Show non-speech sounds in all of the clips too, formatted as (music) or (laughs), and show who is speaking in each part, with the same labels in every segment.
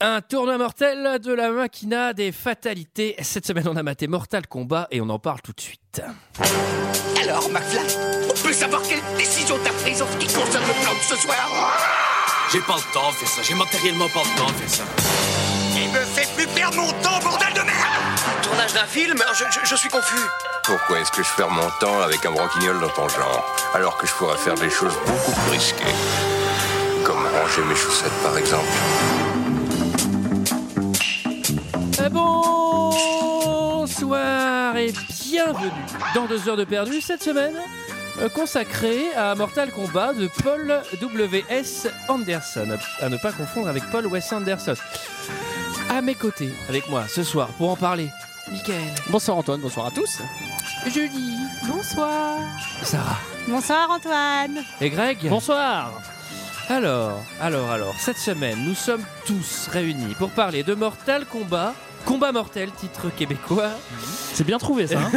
Speaker 1: Un tournoi mortel de la machina des fatalités. Cette semaine, on a maté Mortal Kombat et on en parle tout de suite.
Speaker 2: Alors, McFly, on peut savoir quelle décision t'as prise en ce qui concerne le plan de ce soir
Speaker 3: J'ai pas le temps de faire ça, j'ai matériellement pas le temps de faire ça.
Speaker 2: Il me fait plus perdre mon temps, bordel de merde
Speaker 4: Tournage d'un film je, je- je suis confus.
Speaker 5: Pourquoi est-ce que je perds mon temps avec un broquignol dans ton genre, alors que je pourrais faire des choses beaucoup plus risquées Comme ranger mes chaussettes, par exemple.
Speaker 1: Euh, Bonsoir et bienvenue dans deux heures de perdu cette semaine euh, consacrée à Mortal Kombat de Paul W.S. Anderson, à ne pas confondre avec Paul Wes Anderson. À mes côtés, avec moi ce soir pour en parler, Michael,
Speaker 6: Bonsoir Antoine, bonsoir à tous.
Speaker 1: Julie,
Speaker 7: Bonsoir.
Speaker 1: Sarah
Speaker 7: Bonsoir Antoine.
Speaker 6: Ah,
Speaker 1: et Greg.
Speaker 6: Bonsoir.
Speaker 1: Alors, alors, alors, cette semaine, nous sommes tous réunis pour parler de Mortal Kombat. Combat mortel, titre québécois.
Speaker 6: C'est bien trouvé ça. hein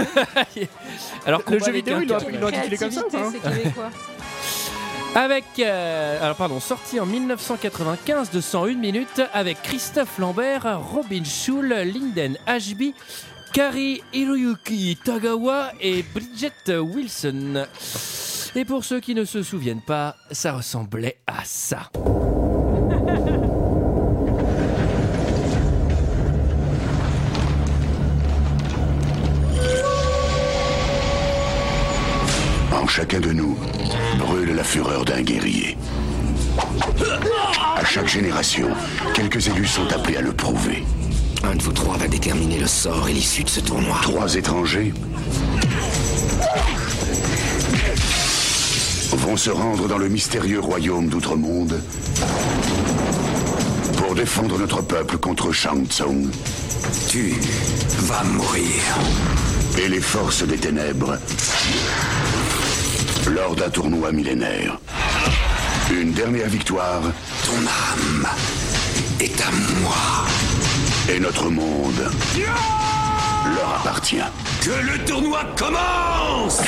Speaker 1: (laughs) Alors,
Speaker 6: le
Speaker 1: combat
Speaker 6: jeu
Speaker 1: avec
Speaker 6: vidéo,
Speaker 1: un
Speaker 6: il doit,
Speaker 1: K.
Speaker 6: il doit intituler comme ça hein. ou pas
Speaker 7: c'est québécois.
Speaker 1: Avec, euh, alors pardon, sorti en 1995 de 101 minutes avec Christophe Lambert, Robin Schul, Linden Ashby, Kari Hiroyuki Tagawa et Bridget Wilson. Et pour ceux qui ne se souviennent pas, ça ressemblait à ça.
Speaker 8: En chacun de nous brûle la fureur d'un guerrier. À chaque génération, quelques élus sont appelés à le prouver.
Speaker 4: Un de vous trois va déterminer le sort et l'issue de ce tournoi.
Speaker 8: Trois étrangers vont se rendre dans le mystérieux royaume d'Outre-Monde pour défendre notre peuple contre Shang Tsung
Speaker 4: Tu vas mourir.
Speaker 8: et les forces des ténèbres lors d'un tournoi millénaire. Une dernière victoire
Speaker 4: Ton âme est à moi.
Speaker 8: et notre monde leur appartient.
Speaker 4: Que le tournoi commence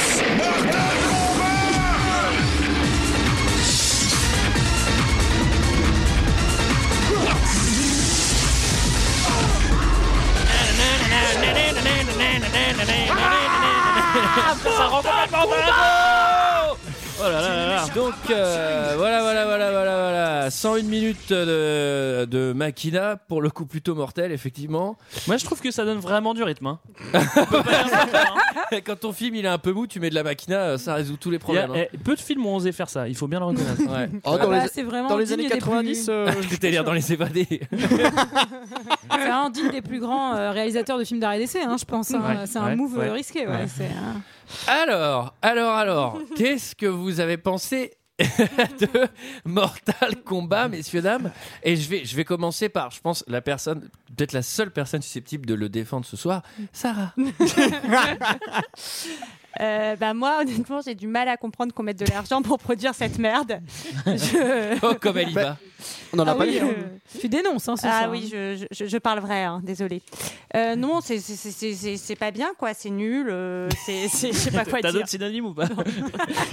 Speaker 1: Donc euh, voilà, voilà, voilà, voilà, voilà. 101 minutes de, de Makina, pour le coup plutôt mortel, effectivement.
Speaker 6: Moi je trouve que ça donne vraiment du rythme. hein. Ah.
Speaker 1: (laughs) Quand ton film il est un peu mou, tu mets de la Makina, ça résout tous les
Speaker 6: Il y a-
Speaker 1: problèmes. hein.
Speaker 6: eh, peu de films ont osé faire ça, il faut bien le reconnaître.
Speaker 7: (laughs)
Speaker 1: Ouais.
Speaker 7: Ah
Speaker 6: (laughs) Oh, dans
Speaker 7: bah,
Speaker 6: les-
Speaker 7: c'est vraiment
Speaker 6: Dans les
Speaker 7: digne
Speaker 6: années
Speaker 7: des plus-
Speaker 6: 90, (laughs) euh,
Speaker 1: C'est-à-dire dans les évadés.
Speaker 7: (laughs) C'est vraiment digne des plus grands euh, réalisateurs de films d'art et d'essai, hein, je pense. hein.
Speaker 6: Ouais,
Speaker 7: c'est un
Speaker 6: ouais,
Speaker 7: move
Speaker 6: ouais.
Speaker 7: euh, risqué. Ouais, c'est, hein.
Speaker 1: (laughs) Alors, alors,
Speaker 6: (laughs)
Speaker 1: alors, qu'est-ce que vous avez pensé (laughs) de Mortal Kombat, messieurs, dames Et je vais, je vais commencer par, je pense, la personne, peut-être la seule personne susceptible de le défendre ce soir,
Speaker 6: (laughs)
Speaker 1: Sarah.
Speaker 9: Euh, bah moi, honnêtement, j'ai du mal à comprendre qu'on mette de l'argent pour produire cette merde. Je...
Speaker 1: Oh, comme elle y
Speaker 6: Bah,
Speaker 1: va.
Speaker 6: on en a
Speaker 9: Ah
Speaker 6: pas
Speaker 9: oui,
Speaker 6: dit. hein.
Speaker 9: euh,
Speaker 7: Tu dénonces hein, ce
Speaker 9: Ah
Speaker 7: soir.
Speaker 9: oui, je, je, je parle vrai, hein, désolé. Euh, non, c'est- c'est- c'est c'est- c'est- c'est pas bien, quoi. C'est nul. euh, c'est c'est- je sais pas quoi
Speaker 6: T'as
Speaker 9: dire.
Speaker 6: d'autres synonymes ou pas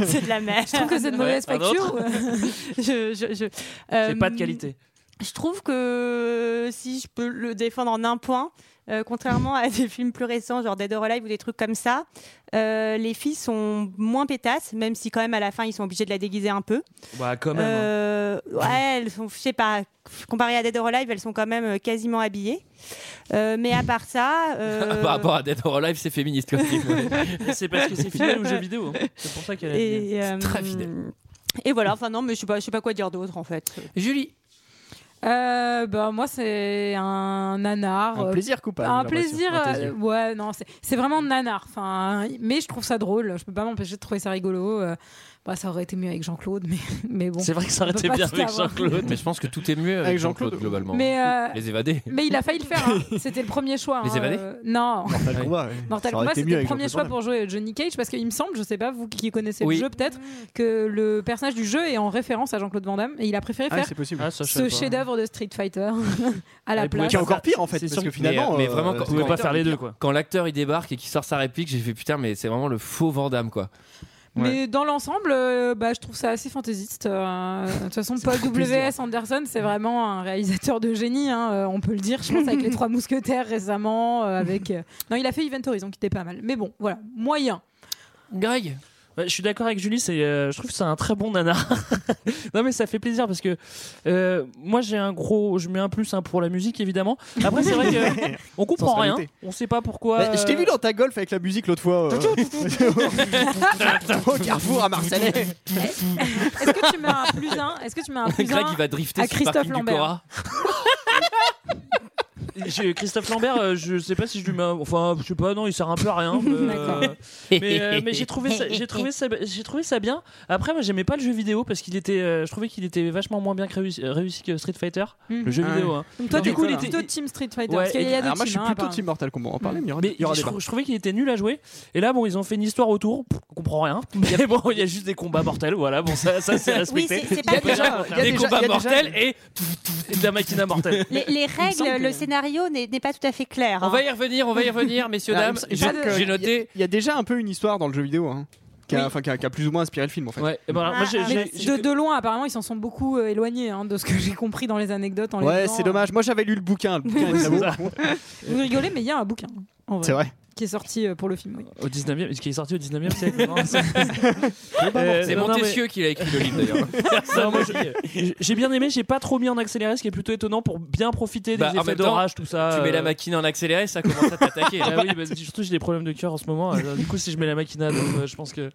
Speaker 9: C'est de la merde.
Speaker 7: Je trouve que c'est de mauvaise
Speaker 6: un autre.
Speaker 7: facture.
Speaker 9: (laughs) Je, je, je-
Speaker 6: euh, C'est
Speaker 9: euh,
Speaker 6: pas de qualité.
Speaker 9: Je trouve que si je peux le défendre en un point, euh, contrairement à des films plus récents, genre Dead or Alive ou des trucs comme ça, euh, les filles sont moins pétasses, même si quand même à la fin ils sont obligés de la déguiser un peu.
Speaker 6: Bah quand même. hein.
Speaker 9: Euh, ouais, elles sont, je sais pas, comparées à Dead or Alive, elles sont quand même euh, quasiment habillées. Euh, mais à part ça,
Speaker 1: (laughs)
Speaker 9: euh,
Speaker 1: Ah, Par rapport bah, à Dead or Alive, c'est féministe comme film.
Speaker 6: (laughs) (laughs) C'est parce que c'est fidèle aux jeux vidéo. hein. C'est pour ça qu'elle est.
Speaker 9: et, euh,
Speaker 1: très fidèle.
Speaker 9: Et voilà, enfin non, mais je sais pas, je sais pas quoi dire d'autre en fait.
Speaker 1: (laughs) Julie,
Speaker 7: Euh, bah, moi, c'est un nanar.
Speaker 6: Un
Speaker 7: euh,
Speaker 6: plaisir coupable.
Speaker 7: un
Speaker 6: j'ai l'impression,
Speaker 7: plaisir.
Speaker 6: dans tes
Speaker 7: euh,
Speaker 6: yeux.
Speaker 7: ouais, non, c'est- c'est vraiment nanar. Enfin, mais je trouve ça drôle. Je peux pas m'empêcher de trouver ça rigolo. euh. bah, ça aurait été mieux avec Jean-Claude, (laughs) mais, mais bon.
Speaker 6: C'est vrai que ça aurait
Speaker 7: On peut
Speaker 6: été
Speaker 7: pas
Speaker 6: bien
Speaker 7: tout
Speaker 6: avec
Speaker 7: avoir.
Speaker 6: Jean-Claude.
Speaker 1: mais je pense que tout est mieux avec,
Speaker 6: Avec
Speaker 1: Jean-Claude,
Speaker 6: Jean-Claude,
Speaker 1: globalement.
Speaker 7: Mais, euh,
Speaker 1: Les évadés.
Speaker 7: mais il a failli le faire.
Speaker 6: (laughs)
Speaker 7: hein. C'était le premier choix.
Speaker 1: Les
Speaker 7: hein,
Speaker 1: évadés
Speaker 7: euh, Non.
Speaker 1: Ouais.
Speaker 7: Mortal Kombat, c'était le premier choix pour jouer Johnny Cage parce qu'il me semble, je sais pas, vous qui connaissez
Speaker 1: Oui.
Speaker 7: le jeu peut-être, que le personnage du jeu est en référence à Jean-Claude Van Damme et il a préféré faire
Speaker 6: possible.
Speaker 7: ce chef-d'œuvre de Street Fighter (laughs) à
Speaker 6: Ah,
Speaker 7: la place.
Speaker 10: Qui est encore pire en fait,
Speaker 6: C'est
Speaker 10: parce
Speaker 6: sûr.
Speaker 10: que finalement.
Speaker 1: Mais, euh, mais vraiment,
Speaker 10: euh,
Speaker 1: quand-
Speaker 6: Vous pouvez pas faire les deux quoi.
Speaker 1: Quand l'acteur il débarque et qu'il sort sa réplique, j'ai fait putain, mais c'est vraiment le faux Vandame quoi.
Speaker 7: Mais dans l'ensemble, euh, bah, je trouve ça assez fantaisiste. euh, De toute façon, Paul W.S. Anderson, c'est vraiment un réalisateur de génie, hein, euh, on peut le dire. Je pense avec les Trois Mousquetaires récemment, euh, avec. euh, Non, il a fait Event Horizon, qui était pas mal. Mais bon, voilà, moyen.
Speaker 1: Greg
Speaker 6: Ouais, je suis d'accord avec Julie, c'est, euh, je trouve que c'est un très bon nanar. (laughs) non mais ça fait plaisir parce que euh, moi j'ai un gros, je mets un plus hein, pour la musique évidemment. Après c'est vrai
Speaker 10: (laughs)
Speaker 6: que on comprend rien,
Speaker 10: Sensualité.
Speaker 6: on sait pas pourquoi.
Speaker 10: Bah, je t'ai vu dans ta golf avec la musique l'autre fois. euh, au carrefour à Marseille.
Speaker 7: Est-ce que tu mets un plus un Est-ce que tu mets un plus
Speaker 1: Greg,
Speaker 7: un
Speaker 1: il va drifter
Speaker 7: à
Speaker 1: sur le
Speaker 7: Christophe
Speaker 1: parking du
Speaker 7: Lambert.
Speaker 1: Cora.
Speaker 6: J'ai- Christophe Lambert, euh, je sais pas si je lui mets, un- enfin je sais pas, non il sert un peu à rien. euh,
Speaker 7: D'accord.
Speaker 6: mais euh, mais j'ai trouvé ça, j'ai trouvé ça, j'ai trouvé ça bien. Après moi j'aimais pas le jeu vidéo parce qu'il était, euh, je trouvais qu'il était vachement moins bien que réussi, euh, réussi que Street Fighter,
Speaker 7: Mm.
Speaker 6: le jeu
Speaker 10: Ah
Speaker 6: vidéo.
Speaker 10: ouais.
Speaker 6: hein.
Speaker 7: Donc toi,
Speaker 10: Non,
Speaker 7: du
Speaker 10: mais
Speaker 7: coup, il
Speaker 10: voilà.
Speaker 7: était plutôt Team Street Fighter.
Speaker 6: Ouais,
Speaker 7: parce qu'il y a
Speaker 10: Alors
Speaker 7: d'autres
Speaker 10: moi je suis
Speaker 7: teams, hein,
Speaker 10: plutôt
Speaker 7: apparemment.
Speaker 10: Team Mortal Kombat, on va en parler, mais il y aura,
Speaker 6: Mais
Speaker 10: il y aura
Speaker 6: je,
Speaker 10: des
Speaker 6: trou- je trouvais qu'il était nul à jouer. Et là, bon, ils ont fait une histoire autour. Pff, on comprend rien. (laughs) Mais bon, il y a juste des combats mortels. Voilà, bon, ça, ça c'est
Speaker 9: Oui,
Speaker 6: respecté.
Speaker 9: c'est c'est
Speaker 6: Il y
Speaker 9: pas
Speaker 6: a déjà
Speaker 10: il y a
Speaker 6: des
Speaker 10: déjà-
Speaker 6: combats
Speaker 10: il y a déjà-
Speaker 6: mortels et, et de la machine à mortels.
Speaker 9: les, les
Speaker 6: semble
Speaker 9: règles,
Speaker 6: que-
Speaker 9: le scénario n'est n'est pas tout à fait clair.
Speaker 1: On
Speaker 9: hein.
Speaker 1: va y revenir, on va y revenir, messieurs,
Speaker 10: Ah,
Speaker 1: dames.
Speaker 10: il me
Speaker 1: J'ai
Speaker 10: semble que-
Speaker 1: j'ai noté.
Speaker 10: Il y a déjà un peu une histoire dans le jeu vidéo, hein, qui, a,
Speaker 7: Oui.
Speaker 10: enfin, qui a- qui a plus ou moins inspiré le film en fait.
Speaker 6: Ouais,
Speaker 1: bah,
Speaker 6: et ben, alors, moi, j'ai-
Speaker 9: Ah, ah,
Speaker 6: j'ai-
Speaker 7: Mais de,
Speaker 6: j'ai-
Speaker 7: de loin, apparemment, ils s'en sont beaucoup euh, éloignés hein, de ce que j'ai compris dans les anecdotes. En les
Speaker 10: Ouais,
Speaker 7: lisant.
Speaker 10: c'est dommage. Moi j'avais lu le bouquin. Le bouquin est
Speaker 6: Oui,
Speaker 10: très beau.
Speaker 6: c'est ça.
Speaker 7: Vous rigolez, mais il y a un bouquin en vrai,
Speaker 10: C'est vrai.
Speaker 7: qui est sorti euh, pour le film. oui.
Speaker 6: Au 19e, ce qui est sorti au 19e siècle. non, c'est- Euh,
Speaker 1: C'est
Speaker 6: non, non, mais-
Speaker 1: Montessieux qui l'a écrit le livre d'ailleurs.
Speaker 6: non, moi, je- J'ai bien aimé, j'ai pas trop mis en accéléré, ce qui est plutôt étonnant pour bien profiter des
Speaker 1: Bah, en
Speaker 6: effets
Speaker 1: même temps,
Speaker 6: d'orage, tout ça.
Speaker 1: Tu mets la
Speaker 6: euh,
Speaker 1: machine en accéléré, ça commence à t'attaquer.
Speaker 6: Ah oui, bah, surtout j'ai des problèmes de cœur en ce moment. Alors, du coup, si je mets la machina, donc, euh, je pense que.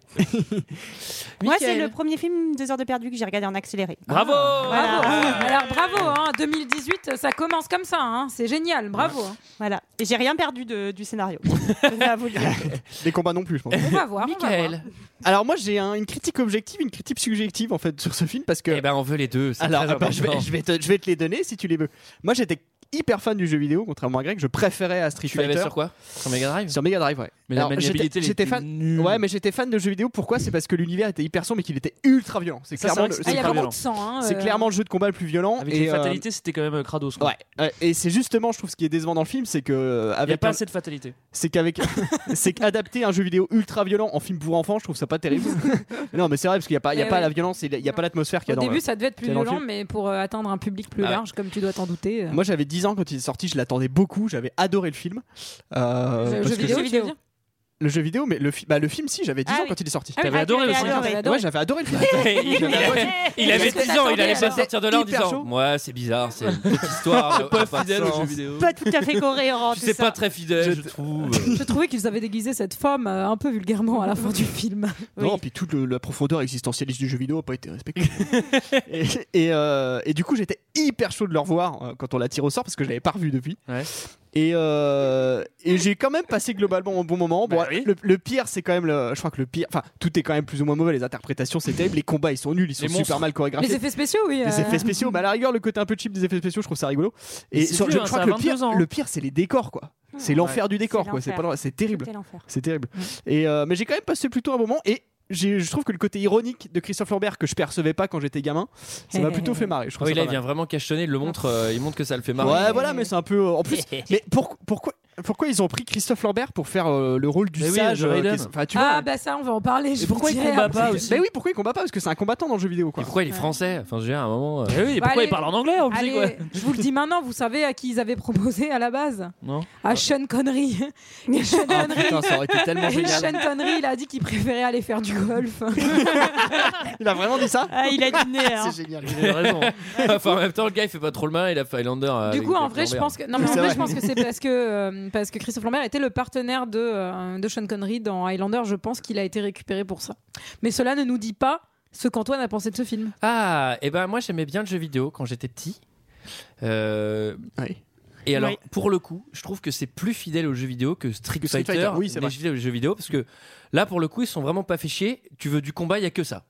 Speaker 9: Moi, c'est le premier film Deux heures de perdu que j'ai regardé en accéléré.
Speaker 1: Ah,
Speaker 6: Bravo!
Speaker 7: Bravo.
Speaker 9: Voilà.
Speaker 7: Alors bravo, hein, 2018, ça commence comme ça, hein, c'est génial, bravo. hein.
Speaker 9: Voilà. Et j'ai rien perdu de- du scénario. Je vais vous le
Speaker 1: (laughs)
Speaker 9: dire.
Speaker 10: Les combats non plus, je pense.
Speaker 7: On va voir. on va voir.
Speaker 1: Michael.
Speaker 10: Alors moi j'ai un- une critique objective, une critique subjective en fait sur ce film parce que.
Speaker 1: Eh ben, on veut les deux. c'est
Speaker 10: Alors
Speaker 1: très
Speaker 10: bah, je, vais,
Speaker 1: important.
Speaker 10: je, vais te, je vais te les donner si tu les veux. Moi j'étais hyper fan du jeu vidéo, contrairement à Greg, je préférais à Street
Speaker 1: Tu l'avais
Speaker 10: Fighter.
Speaker 1: sur quoi Sur Mega Drive
Speaker 10: Sur Mega Drive, ouais.
Speaker 6: Mais
Speaker 10: Alors,
Speaker 6: la maniabilité,
Speaker 10: j'étais- j'étais fan. Ouais, mais j'étais fan de jeux vidéo. Pourquoi C'est parce que l'univers était hyper sombre, mais qu'il était ultra violent. C'est
Speaker 6: Ça, c'est
Speaker 10: clairement,
Speaker 6: vrai que
Speaker 10: le-
Speaker 7: Ah,
Speaker 10: c'est
Speaker 7: il y a
Speaker 6: très
Speaker 10: clairement-
Speaker 7: beaucoup
Speaker 6: violent.
Speaker 7: de sang. hein,
Speaker 10: c'est
Speaker 7: euh,
Speaker 10: clairement le jeu de combat le plus violent.
Speaker 6: Avec
Speaker 10: et,
Speaker 6: les
Speaker 10: euh,
Speaker 6: fatalités, c'était quand même euh, Kratos.
Speaker 1: (laughs)
Speaker 6: quoi.
Speaker 10: Ouais, euh, et c'est justement, je trouve, ce qui est décevant dans le film, c'est que euh,
Speaker 6: Il n'y a
Speaker 10: avec
Speaker 6: pas
Speaker 10: un-
Speaker 6: assez de fatalité.
Speaker 10: c'est
Speaker 6: (laughs)
Speaker 10: qu'avec, c'est qu'adapter un jeu vidéo ultra violent en film pour enfants, je trouve ça pas
Speaker 6: (laughs)
Speaker 10: terrible. non, mais c'est vrai parce qu'il y a pas, il y a
Speaker 7: Eh
Speaker 10: pas
Speaker 7: ouais.
Speaker 10: la violence, et il y a pas l'atmosphère qu'il y
Speaker 7: Au
Speaker 10: a dans.
Speaker 7: début,
Speaker 10: le-
Speaker 7: ça devait être plus
Speaker 10: qu'il y a dans le
Speaker 7: violent,
Speaker 10: film.
Speaker 7: mais pour euh, atteindre un public plus
Speaker 1: Ah ouais.
Speaker 7: large, comme tu dois t'en douter. euh,
Speaker 10: Moi, j'avais 10 ans quand il est sorti, je l'attendais beaucoup, j'avais adoré le film. Euh,
Speaker 7: le
Speaker 10: parce
Speaker 7: jeu
Speaker 10: que
Speaker 7: vidéo,
Speaker 10: je-
Speaker 7: tu veux dire
Speaker 10: le jeu vidéo, mais le, fi- bah, le film, si, j'avais 10
Speaker 9: Ah
Speaker 10: ans
Speaker 9: oui.
Speaker 10: quand il est sorti.
Speaker 9: Ah oui,
Speaker 6: T'avais
Speaker 9: ah,
Speaker 6: adoré
Speaker 9: tu
Speaker 6: le
Speaker 9: l'avais
Speaker 6: cinq.
Speaker 9: adoré.
Speaker 7: T'avais
Speaker 10: Ouais,
Speaker 7: adoré.
Speaker 10: j'avais adoré le
Speaker 9: (laughs)
Speaker 10: film.
Speaker 1: il, avait, il avait 10 ans, il allait pas sortir de là en
Speaker 10: Hyper chaud.
Speaker 1: disant Ouais, c'est bizarre, c'est une petite
Speaker 10: (laughs)
Speaker 1: histoire. euh, c'est pas
Speaker 6: vidéo.
Speaker 9: Pas tout à fait cohérent.
Speaker 1: Tu
Speaker 9: tout
Speaker 1: sais
Speaker 9: ça.
Speaker 1: pas très fidèle, je trouve.
Speaker 7: Je trouvais qu'ils avaient déguisé cette femme euh, un peu vulgairement à la fin du film.
Speaker 10: Non, puis toute le- la profondeur existentialiste du jeu vidéo n'a pas été
Speaker 6: (laughs)
Speaker 10: respectée. et, et, euh, et du coup, j'étais hyper chaud de le revoir euh, quand on l'a tiré au sort parce que je l'avais pas revu depuis.
Speaker 6: Ouais.
Speaker 10: Et, euh, et j'ai quand même passé globalement un bon moment. Bon,
Speaker 6: Bah oui.
Speaker 10: le, le pire, c'est quand même le. Je crois que le pire. Enfin, tout est quand même plus ou moins mauvais. Les interprétations, c'est terrible. Les combats, ils sont nuls. Ils sont
Speaker 6: Les
Speaker 10: super
Speaker 6: monstres.
Speaker 10: mal chorégraphiés.
Speaker 7: Les effets spéciaux, oui.
Speaker 10: Les
Speaker 7: euh,
Speaker 10: effets spéciaux, bah à la rigueur, le côté un peu cheap des effets spéciaux, je trouve ça rigolo.
Speaker 6: Mais
Speaker 10: Et
Speaker 6: c'est
Speaker 10: sur-
Speaker 6: vieux,
Speaker 10: je
Speaker 6: hein,
Speaker 10: crois
Speaker 6: ça
Speaker 10: que
Speaker 6: a
Speaker 10: le pire,
Speaker 6: 22 ans.
Speaker 10: le pire, c'est les décors, quoi. C'est l'enfer du décor,
Speaker 9: C'est
Speaker 10: quoi. C'est pas
Speaker 9: l'enfer.
Speaker 10: normal, c'est terrible.
Speaker 9: C'était l'enfer.
Speaker 10: C'est terrible. Et euh, mais j'ai quand même passé plutôt un bon moment et j'ai- je trouve que le côté ironique de Christophe Lambert que je percevais pas quand j'étais gamin, ça m'a plutôt fait marrer. Je trouve
Speaker 1: Ah Oui,
Speaker 10: ça
Speaker 1: là, il
Speaker 10: pas mal.
Speaker 1: vient vraiment cachetonner, il le montre, euh, il montre que ça le fait marrer.
Speaker 10: Ouais, voilà, mais c'est un peu euh, en plus. mais pour- pourquoi pourquoi ils ont pris Christophe Lambert pour faire euh, le rôle du
Speaker 6: Mais oui,
Speaker 10: sage
Speaker 6: le
Speaker 10: euh,
Speaker 6: Raiden.
Speaker 10: qu'est-ce- Enfin, tu vois.
Speaker 7: Ah, bah ça, on va en parler. je
Speaker 6: Et
Speaker 7: vous
Speaker 6: pourquoi il
Speaker 7: dirai
Speaker 6: combat
Speaker 7: après.
Speaker 6: pas aussi
Speaker 10: Mais oui, pourquoi il combat pas Parce que c'est un combattant dans le jeu vidéo,
Speaker 1: Et
Speaker 10: quoi. Ah,
Speaker 1: pourquoi il est français Enfin, je veux dire, à un moment. euh,
Speaker 6: Eh oui, et
Speaker 7: Bah,
Speaker 6: pourquoi
Speaker 7: allez.
Speaker 6: il parle en anglais en plus
Speaker 7: Allez,
Speaker 6: quoi
Speaker 7: je vous le dis maintenant, vous savez à qui ils avaient proposé à la base
Speaker 6: Non.
Speaker 7: À Sean Connery. Et (laughs) Sean
Speaker 10: Ah,
Speaker 7: Connery,
Speaker 10: putain, ça aurait été tellement
Speaker 7: et Sean
Speaker 10: génial.
Speaker 7: Connery, il a dit qu'il préférait aller faire du golf.
Speaker 10: Ah, Il a vraiment dit ça
Speaker 9: Ah, il a
Speaker 1: (laughs)
Speaker 9: du nez. hein.
Speaker 10: C'est génial.
Speaker 6: Il avait raison.
Speaker 1: (laughs) enfin, en même temps, le gars, il fait pas trop le mal, il a Highlander. euh,
Speaker 7: Du
Speaker 1: avec
Speaker 7: coup, en
Speaker 1: Lambert.
Speaker 7: vrai, je pense que non, mais en
Speaker 10: hein. C'est
Speaker 7: vrai,
Speaker 10: vrai.
Speaker 7: je pense que c'est parce que euh, parce que Christophe Lambert était le partenaire de euh, de Sean Connery dans Highlander. Je pense qu'il a été récupéré pour ça. Mais cela ne nous dit pas ce qu'Antoine a pensé de ce film.
Speaker 1: Ah, et ben moi, j'aimais bien le jeu vidéo quand j'étais petit. Euh,
Speaker 10: Oui.
Speaker 1: Et alors,
Speaker 9: Oui.
Speaker 1: pour le coup, je trouve que c'est plus fidèle aux jeux vidéo que Street
Speaker 10: Que Street
Speaker 1: Fighter,
Speaker 10: Fighter, oui, c'est
Speaker 1: les
Speaker 10: vrai.
Speaker 1: jeux- les jeux vidéo, parce que là, pour le coup, ils sont vraiment pas fait chier. Tu veux du combat, il y a que ça.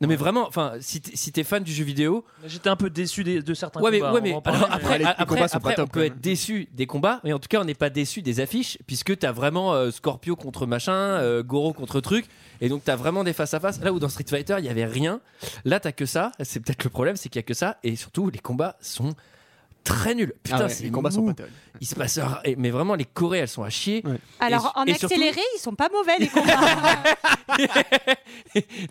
Speaker 1: Non mais vraiment, enfin, si t'es si t'es fan du jeu vidéo,
Speaker 6: J'étais un peu déçu des- de certains
Speaker 1: ouais mais
Speaker 6: combats,
Speaker 1: ouais
Speaker 6: on
Speaker 1: mais
Speaker 6: va en parler,
Speaker 1: alors,
Speaker 6: mais-
Speaker 1: après,
Speaker 10: les
Speaker 1: après,
Speaker 10: combats sont
Speaker 1: après,
Speaker 10: pas top,
Speaker 1: on peut
Speaker 10: quand
Speaker 1: être
Speaker 10: même.
Speaker 1: déçu des combats, mais en tout cas on n'est pas déçu des affiches puisque t'as vraiment euh, Scorpio contre machin, euh, Goro contre truc, et donc t'as vraiment des face à face. Là où dans Street Fighter il y avait rien, là t'as que ça. C'est peut-être le problème, c'est qu'il y a que ça, et surtout les combats sont très nul. Putain,
Speaker 10: Ah ouais,
Speaker 1: c'est
Speaker 10: les combats sont
Speaker 1: mou.
Speaker 10: pas terribles.
Speaker 1: Il se passe rien. Et- mais vraiment les Corées elles sont à chier.
Speaker 10: Ouais.
Speaker 9: Alors,
Speaker 1: Et-
Speaker 9: en
Speaker 1: et
Speaker 9: accéléré, ils sont pas mauvais, les combats.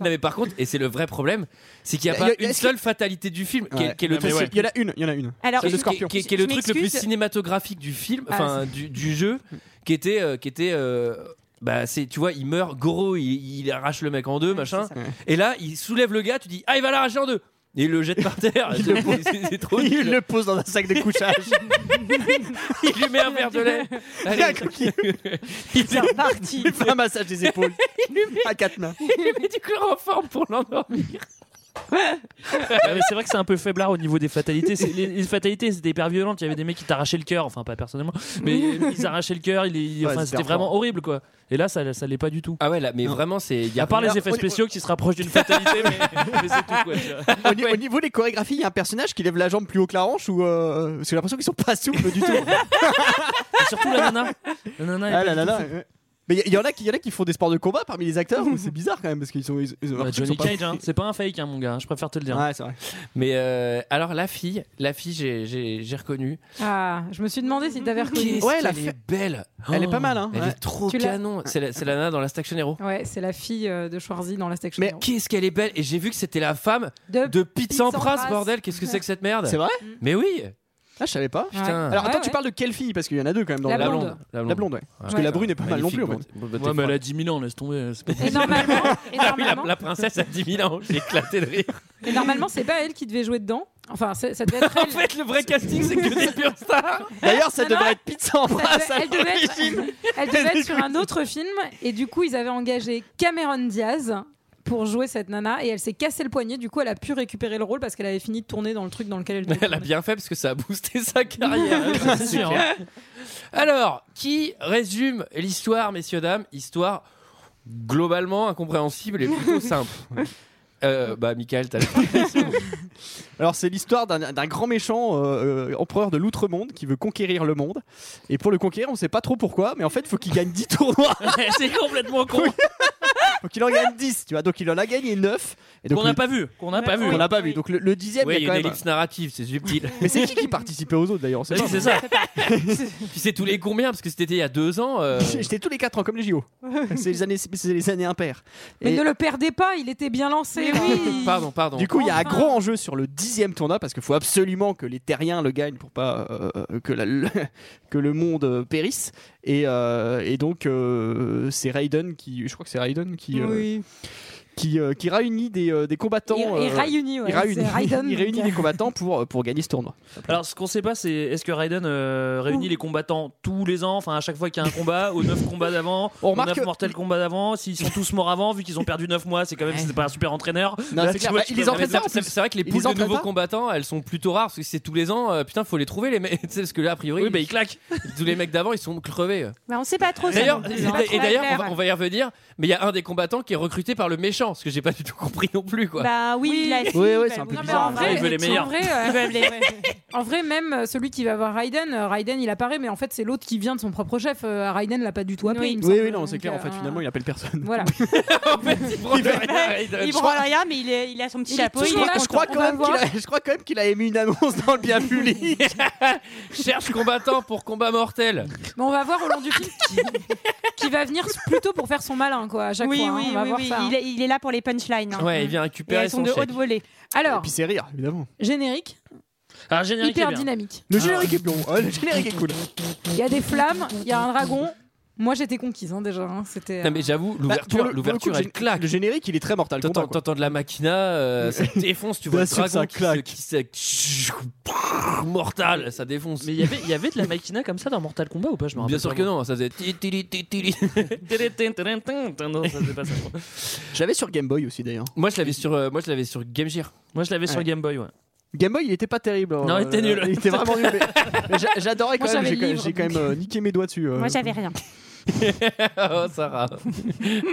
Speaker 1: Non mais par contre et c'est le vrai problème, c'est qu'il n'y a
Speaker 10: Il y
Speaker 1: pas
Speaker 10: a- il y a-
Speaker 1: une seule fatalité du film qui est-
Speaker 10: Ouais.
Speaker 1: qui est le
Speaker 10: Non, mais
Speaker 1: truc-
Speaker 10: ouais. Il y en a une, il y en a une.
Speaker 9: Alors,
Speaker 10: Celle
Speaker 9: je-
Speaker 10: de Scorpion.
Speaker 1: qui est, qui est le
Speaker 9: Je
Speaker 1: truc le plus
Speaker 9: m'excuse.
Speaker 1: cinématographique du film,
Speaker 7: Ah,
Speaker 1: enfin du, du jeu, qui était, euh, qui était, euh, bah c'est, tu vois, il meurt, Goro, il, il arrache le mec en deux, machin,
Speaker 9: c'est
Speaker 1: et là il soulève le gars, tu dis ah il va l'arracher en deux, et il le jette par terre, C'est- c'est c'est trop
Speaker 10: (laughs) Il
Speaker 1: nul,
Speaker 10: le pose dans un sac de couchage.
Speaker 1: il lui met un verre de lait,
Speaker 10: Il y a
Speaker 1: Allez,
Speaker 10: un coquille.
Speaker 1: il (laughs)
Speaker 9: C'est
Speaker 1: lui
Speaker 9: reparti.
Speaker 10: Il fait un massage des épaules. À quatre mains.
Speaker 1: met du chloroforme pour l'endormir.
Speaker 6: Ouais, mais c'est vrai que c'est un peu faiblard au niveau des fatalités. C'est- Les, les fatalités, c'était hyper violente. Il y avait des mecs qui t'arrachaient le cœur, enfin pas personnellement,
Speaker 10: (laughs)
Speaker 6: mais ils arrachaient le cœur. il- il-
Speaker 10: Ouais,
Speaker 6: enfin,
Speaker 10: c'était
Speaker 6: c'était
Speaker 10: hardcore.
Speaker 6: vraiment horrible quoi. Et là, ça, ça l'est pas du tout.
Speaker 1: Ah ouais là, mais vraiment c'est, il y a
Speaker 6: À part les
Speaker 1: rien.
Speaker 6: effets
Speaker 10: on est-
Speaker 6: spéciaux qui se rapprochent d'une fatalité, mais, mais c'est tout quoi. tu vois.
Speaker 10: Au, ni- au niveau des chorégraphies, il y a un personnage qui lève la jambe plus haut que la hanche ou euh, parce que j'ai l'impression qu'ils sont pas souples du tout.
Speaker 6: Et surtout la nana. La nana est
Speaker 10: ah
Speaker 6: pas
Speaker 10: là
Speaker 6: du
Speaker 10: là
Speaker 6: tout
Speaker 10: là. ouais. Mais il y, y en a qui y en a qui font des sports de combat parmi les acteurs, c'est bizarre quand même parce qu'ils sont ils, ils ont
Speaker 6: Bah,
Speaker 10: l'impression
Speaker 6: Johnny
Speaker 10: qu'ils sont pas-
Speaker 6: Cage, hein. c'est pas un fake, hein, mon gars. Je préfère te le dire.
Speaker 10: Ouais, c'est vrai.
Speaker 1: mais euh, alors la fille, la fille j'ai- j'ai j'ai reconnu,
Speaker 7: Ah, je me suis demandé si t'avais reconnu.
Speaker 1: ouais,
Speaker 10: Ouais,
Speaker 1: elle
Speaker 10: la
Speaker 1: est
Speaker 10: fi-
Speaker 1: belle,
Speaker 10: Elle est
Speaker 1: Oh,
Speaker 10: pas mal hein.
Speaker 1: elle
Speaker 10: ouais.
Speaker 1: est trop
Speaker 7: Tu l'as-
Speaker 1: canon, c'est la, c'est la nana dans Last Action Hero.
Speaker 7: Ouais, c'est la fille euh, de Schwarzy dans la Action
Speaker 10: Mais-
Speaker 7: Hero.
Speaker 1: Qu'est-ce qu'elle est belle Et j'ai vu que c'était la femme
Speaker 7: De-
Speaker 1: de Pete Sampras,
Speaker 7: Sampras.
Speaker 1: bordel. Qu'est-ce que c'est que cette
Speaker 10: C'est
Speaker 1: merde
Speaker 10: vrai
Speaker 1: Mais oui
Speaker 10: Ah, je savais pas.
Speaker 7: Ouais.
Speaker 1: Putain.
Speaker 10: Alors
Speaker 7: Ouais,
Speaker 10: attends,
Speaker 7: Ah ouais.
Speaker 10: tu parles de quelle fille parce qu'il y en a deux quand même dans
Speaker 7: La
Speaker 10: la
Speaker 7: blonde.
Speaker 10: La blonde, ouais. Parce que
Speaker 7: Ouais.
Speaker 10: la brune est pas mal non plus. au moins.
Speaker 6: Ouais, mais elle a 10 000 ans, laisse tomber. hein, c'est (laughs) pas-
Speaker 7: Et normalement, et
Speaker 1: Ah oui, la,
Speaker 7: normalement,
Speaker 1: la princesse a 10 000 ans, j'ai éclaté de rire.
Speaker 7: et normalement, c'est pas elle qui devait jouer dedans. Enfin, c'est- ça devait être
Speaker 1: (laughs) En
Speaker 7: elle.
Speaker 1: fait, le vrai casting, c'est que des (laughs) pure stars.
Speaker 10: D'ailleurs, ça
Speaker 7: Non, non.
Speaker 10: devrait être pizza en
Speaker 7: Ça
Speaker 10: brasse.
Speaker 7: devait- elle, devait être, (laughs) elle devait être
Speaker 1: (laughs)
Speaker 7: sur un autre film et du coup ils avaient engagé Cameron Diaz pour jouer cette nana et elle s'est cassé le poignet du coup elle a pu récupérer le rôle parce qu'elle avait fini de tourner dans le truc dans
Speaker 1: (laughs)
Speaker 7: lequel elle
Speaker 1: Mais
Speaker 7: devait
Speaker 1: elle a bien fait parce que ça a boosté sa (laughs) carrière.
Speaker 6: C'est sûr, hein.
Speaker 1: Alors, qui résume l'histoire, messieurs, dames Histoire globalement incompréhensible et plutôt (laughs) simple. Euh, bah, Michael, (laughs) t'as
Speaker 10: Alors c'est l'histoire d'un d'un grand méchant euh, euh, empereur de l'outre-monde qui veut conquérir le monde. Et pour le conquérir, on sait pas trop pourquoi, mais en fait, faut qu'il gagne 10 (laughs) tournois.
Speaker 6: c'est complètement con.
Speaker 10: faut qu'il en gagne 10, tu vois. Donc il en a gagné 9. Et donc
Speaker 6: Qu'on
Speaker 10: le-
Speaker 6: n'a pas vu. Qu'on n'a pas vu.
Speaker 10: qu'on n'a pas vu. Donc le, le dixième,
Speaker 1: Oui,
Speaker 10: il
Speaker 1: il
Speaker 10: y
Speaker 1: y
Speaker 10: a quand
Speaker 1: a une
Speaker 10: même.
Speaker 1: ellipse narrative, c'est subtil.
Speaker 10: Mais c'est qui qui participait aux autres d'ailleurs on sait
Speaker 6: Bah
Speaker 10: pas.
Speaker 6: oui, c'est ça.
Speaker 1: Puis c'est tous les combien Parce que c'était il y a deux ans. (laughs) euh,
Speaker 10: J'étais tous les 4 ans comme les JO. (laughs) C'est les années, c'est les années impaires.
Speaker 7: Mais
Speaker 10: Et
Speaker 7: ne le perdez pas, il était bien lancé. là. (laughs) Ah.
Speaker 1: Pardon, pardon.
Speaker 10: du coup, il y a un
Speaker 7: Enfin.
Speaker 10: gros enjeu sur le dixième tournoi parce qu'il faut absolument que les Terriens le gagnent pour pas euh, euh, que, la- le, (laughs) que le monde euh, périsse. Et, euh, et donc, euh, c'est Raiden qui, je crois que c'est Raiden qui, euh,
Speaker 7: Oui.
Speaker 10: qui, euh, qui réunit des, euh, des combattants.
Speaker 7: Et, et
Speaker 10: euh,
Speaker 7: Rayuni, ouais,
Speaker 10: il réunit,
Speaker 7: c'est
Speaker 10: (laughs)
Speaker 7: Raiden. euh.
Speaker 10: il réunit des combattants pour, pour gagner ce tournoi.
Speaker 6: Alors, ce qu'on sait pas, c'est est-ce que Raiden euh, réunit les combattants tous les ans, enfin à chaque fois qu'il y a un combat, aux
Speaker 10: (laughs)
Speaker 6: 9 combats d'avant,
Speaker 10: On
Speaker 6: aux
Speaker 10: remarque
Speaker 6: 9
Speaker 10: que-
Speaker 6: mortels combats d'avant, s'ils sont tous morts avant, vu qu'ils ont perdu 9 mois, c'est quand même c'est pas un super entraîneur.
Speaker 10: Non,
Speaker 6: Là,
Speaker 10: c'est
Speaker 6: tu
Speaker 10: clair.
Speaker 6: vois,
Speaker 10: Bah,
Speaker 6: tu
Speaker 10: il
Speaker 6: peux
Speaker 10: les
Speaker 6: vraiment-
Speaker 10: entraîne
Speaker 1: Mais
Speaker 10: pas.
Speaker 1: c'est-
Speaker 10: en
Speaker 1: c'est
Speaker 10: plus.
Speaker 1: c'est vrai que les
Speaker 10: Ils
Speaker 1: poules de
Speaker 10: entraînent
Speaker 1: nouveaux
Speaker 10: pas
Speaker 1: combattants, elles sont plus tôt rares parce que c'est tous les ans. euh, putain, faut les trouver les mecs. (laughs) Tu sais, Parce que là, a priori,
Speaker 6: Oui, bah il claque.
Speaker 1: tous les mecs d'avant, ils sont crevés.
Speaker 9: Bah, on sait pas trop. ça,
Speaker 1: D'ailleurs,
Speaker 9: non plus, hein.
Speaker 1: et
Speaker 9: Pas
Speaker 1: et
Speaker 9: trop
Speaker 1: d'ailleurs, on
Speaker 9: clair.
Speaker 1: va- on va y revenir. Mais il y a un des combattants qui est recruté par le méchant, ce que j'ai pas du tout compris non plus, quoi.
Speaker 9: Bah oui,
Speaker 7: Oui.
Speaker 9: la fille,
Speaker 10: ouais,
Speaker 9: bah,
Speaker 10: c'est un peu
Speaker 9: oui.
Speaker 7: Non, mais
Speaker 10: bizarre.
Speaker 7: en vrai,
Speaker 6: il veut les meilleurs.
Speaker 7: En vrai, euh, (laughs)
Speaker 9: Ils veulent les-
Speaker 7: en vrai, même euh, celui qui va voir Raiden, euh, Raiden il apparaît, mais en fait c'est l'autre qui vient de son propre chef. Euh, Raiden l'a pas du tout appelé.
Speaker 9: Oui.
Speaker 7: il me
Speaker 10: Oui,
Speaker 7: semble.
Speaker 10: oui, non, c'est
Speaker 7: Donc,
Speaker 10: clair. En
Speaker 7: euh,
Speaker 10: fait, finalement, il appelle personne.
Speaker 7: (laughs) Voilà.
Speaker 1: en fait, il prend le Raiden.
Speaker 9: Il branle rien, mais il, est- il a son petit
Speaker 7: Il est
Speaker 9: chapeau.
Speaker 7: toujours
Speaker 9: il est
Speaker 7: là,
Speaker 9: content.
Speaker 10: Je crois,
Speaker 7: On
Speaker 10: quand
Speaker 7: va
Speaker 10: même qu'il
Speaker 7: voir.
Speaker 10: a, je crois quand même qu'il a émis une annonce dans le (laughs) bien public.
Speaker 1: Cherche combattant pour combat mortel.
Speaker 7: Mais on va voir au long du film qui, qui va venir plutôt pour faire son malin, quoi, à chaque
Speaker 9: Oui,
Speaker 7: fois. hein,
Speaker 9: oui,
Speaker 7: on va
Speaker 9: oui,
Speaker 7: voir
Speaker 9: oui.
Speaker 7: ça. hein.
Speaker 9: Il, est, il est là pour les punchlines. hein.
Speaker 1: Ouais, il vient
Speaker 9: Et
Speaker 1: récupérer
Speaker 9: elles sont
Speaker 1: son
Speaker 9: de haute
Speaker 1: chèque.
Speaker 9: volée.
Speaker 10: Et
Speaker 7: Alors,
Speaker 10: puis c'est rire, évidemment.
Speaker 7: générique,
Speaker 6: Alors, Ah, générique est
Speaker 7: hyper
Speaker 6: bien.
Speaker 7: dynamique.
Speaker 10: Le générique est bon. Ouais, Ah. le générique est cool. Bah,
Speaker 7: Il y a des flammes, il y a un dragon. Moi, j'étais conquise hein, déjà. hein, C'était.
Speaker 1: Non, mais
Speaker 7: euh,
Speaker 1: j'avoue,
Speaker 10: Bah, pour le-
Speaker 1: l'ouverture,
Speaker 10: pour le
Speaker 1: l'ouverture,
Speaker 10: coup, le
Speaker 1: elle
Speaker 10: gé-
Speaker 1: claque.
Speaker 10: Le générique, il est très mortal.
Speaker 1: T'entends,
Speaker 10: Kombat, quoi.
Speaker 1: t'entends de la machina, euh,
Speaker 10: (laughs)
Speaker 1: ça te défonce, tu vois
Speaker 10: Bien
Speaker 1: le
Speaker 10: sûr que
Speaker 1: dragon
Speaker 10: ça
Speaker 1: qui
Speaker 10: claque.
Speaker 1: se- qui se- mortal, ça défonce.
Speaker 6: Mais il y avait- il y avait de la maquina comme ça dans Mortal Kombat ou pas Je me
Speaker 1: Bien
Speaker 6: rappelle
Speaker 1: sûr
Speaker 6: pas,
Speaker 1: que
Speaker 6: moi.
Speaker 1: non, ça faisait ti- ti- ti- ti- ti.
Speaker 6: Non, ça, c'est
Speaker 10: (laughs)
Speaker 6: pas ça, je crois.
Speaker 10: J'avais sur Game Boy aussi d'ailleurs.
Speaker 1: Moi je l'avais sur euh, moi je l'avais sur Game Gear.
Speaker 6: Moi je l'avais sur
Speaker 10: Ouais.
Speaker 6: Game Boy, ouais.
Speaker 10: Game Boy, il était pas terrible. hein.
Speaker 6: Non, il était nul.
Speaker 10: Il était vraiment nul. mais- mais j'a- J'adorais quand
Speaker 7: Moi,
Speaker 10: même. J'ai
Speaker 7: j'avais le
Speaker 10: quand-
Speaker 7: livre,
Speaker 10: J'ai quand même euh, niqué mes doigts dessus. euh.
Speaker 9: Moi, j'avais rien.
Speaker 1: (laughs) oh (laughs) Sarah.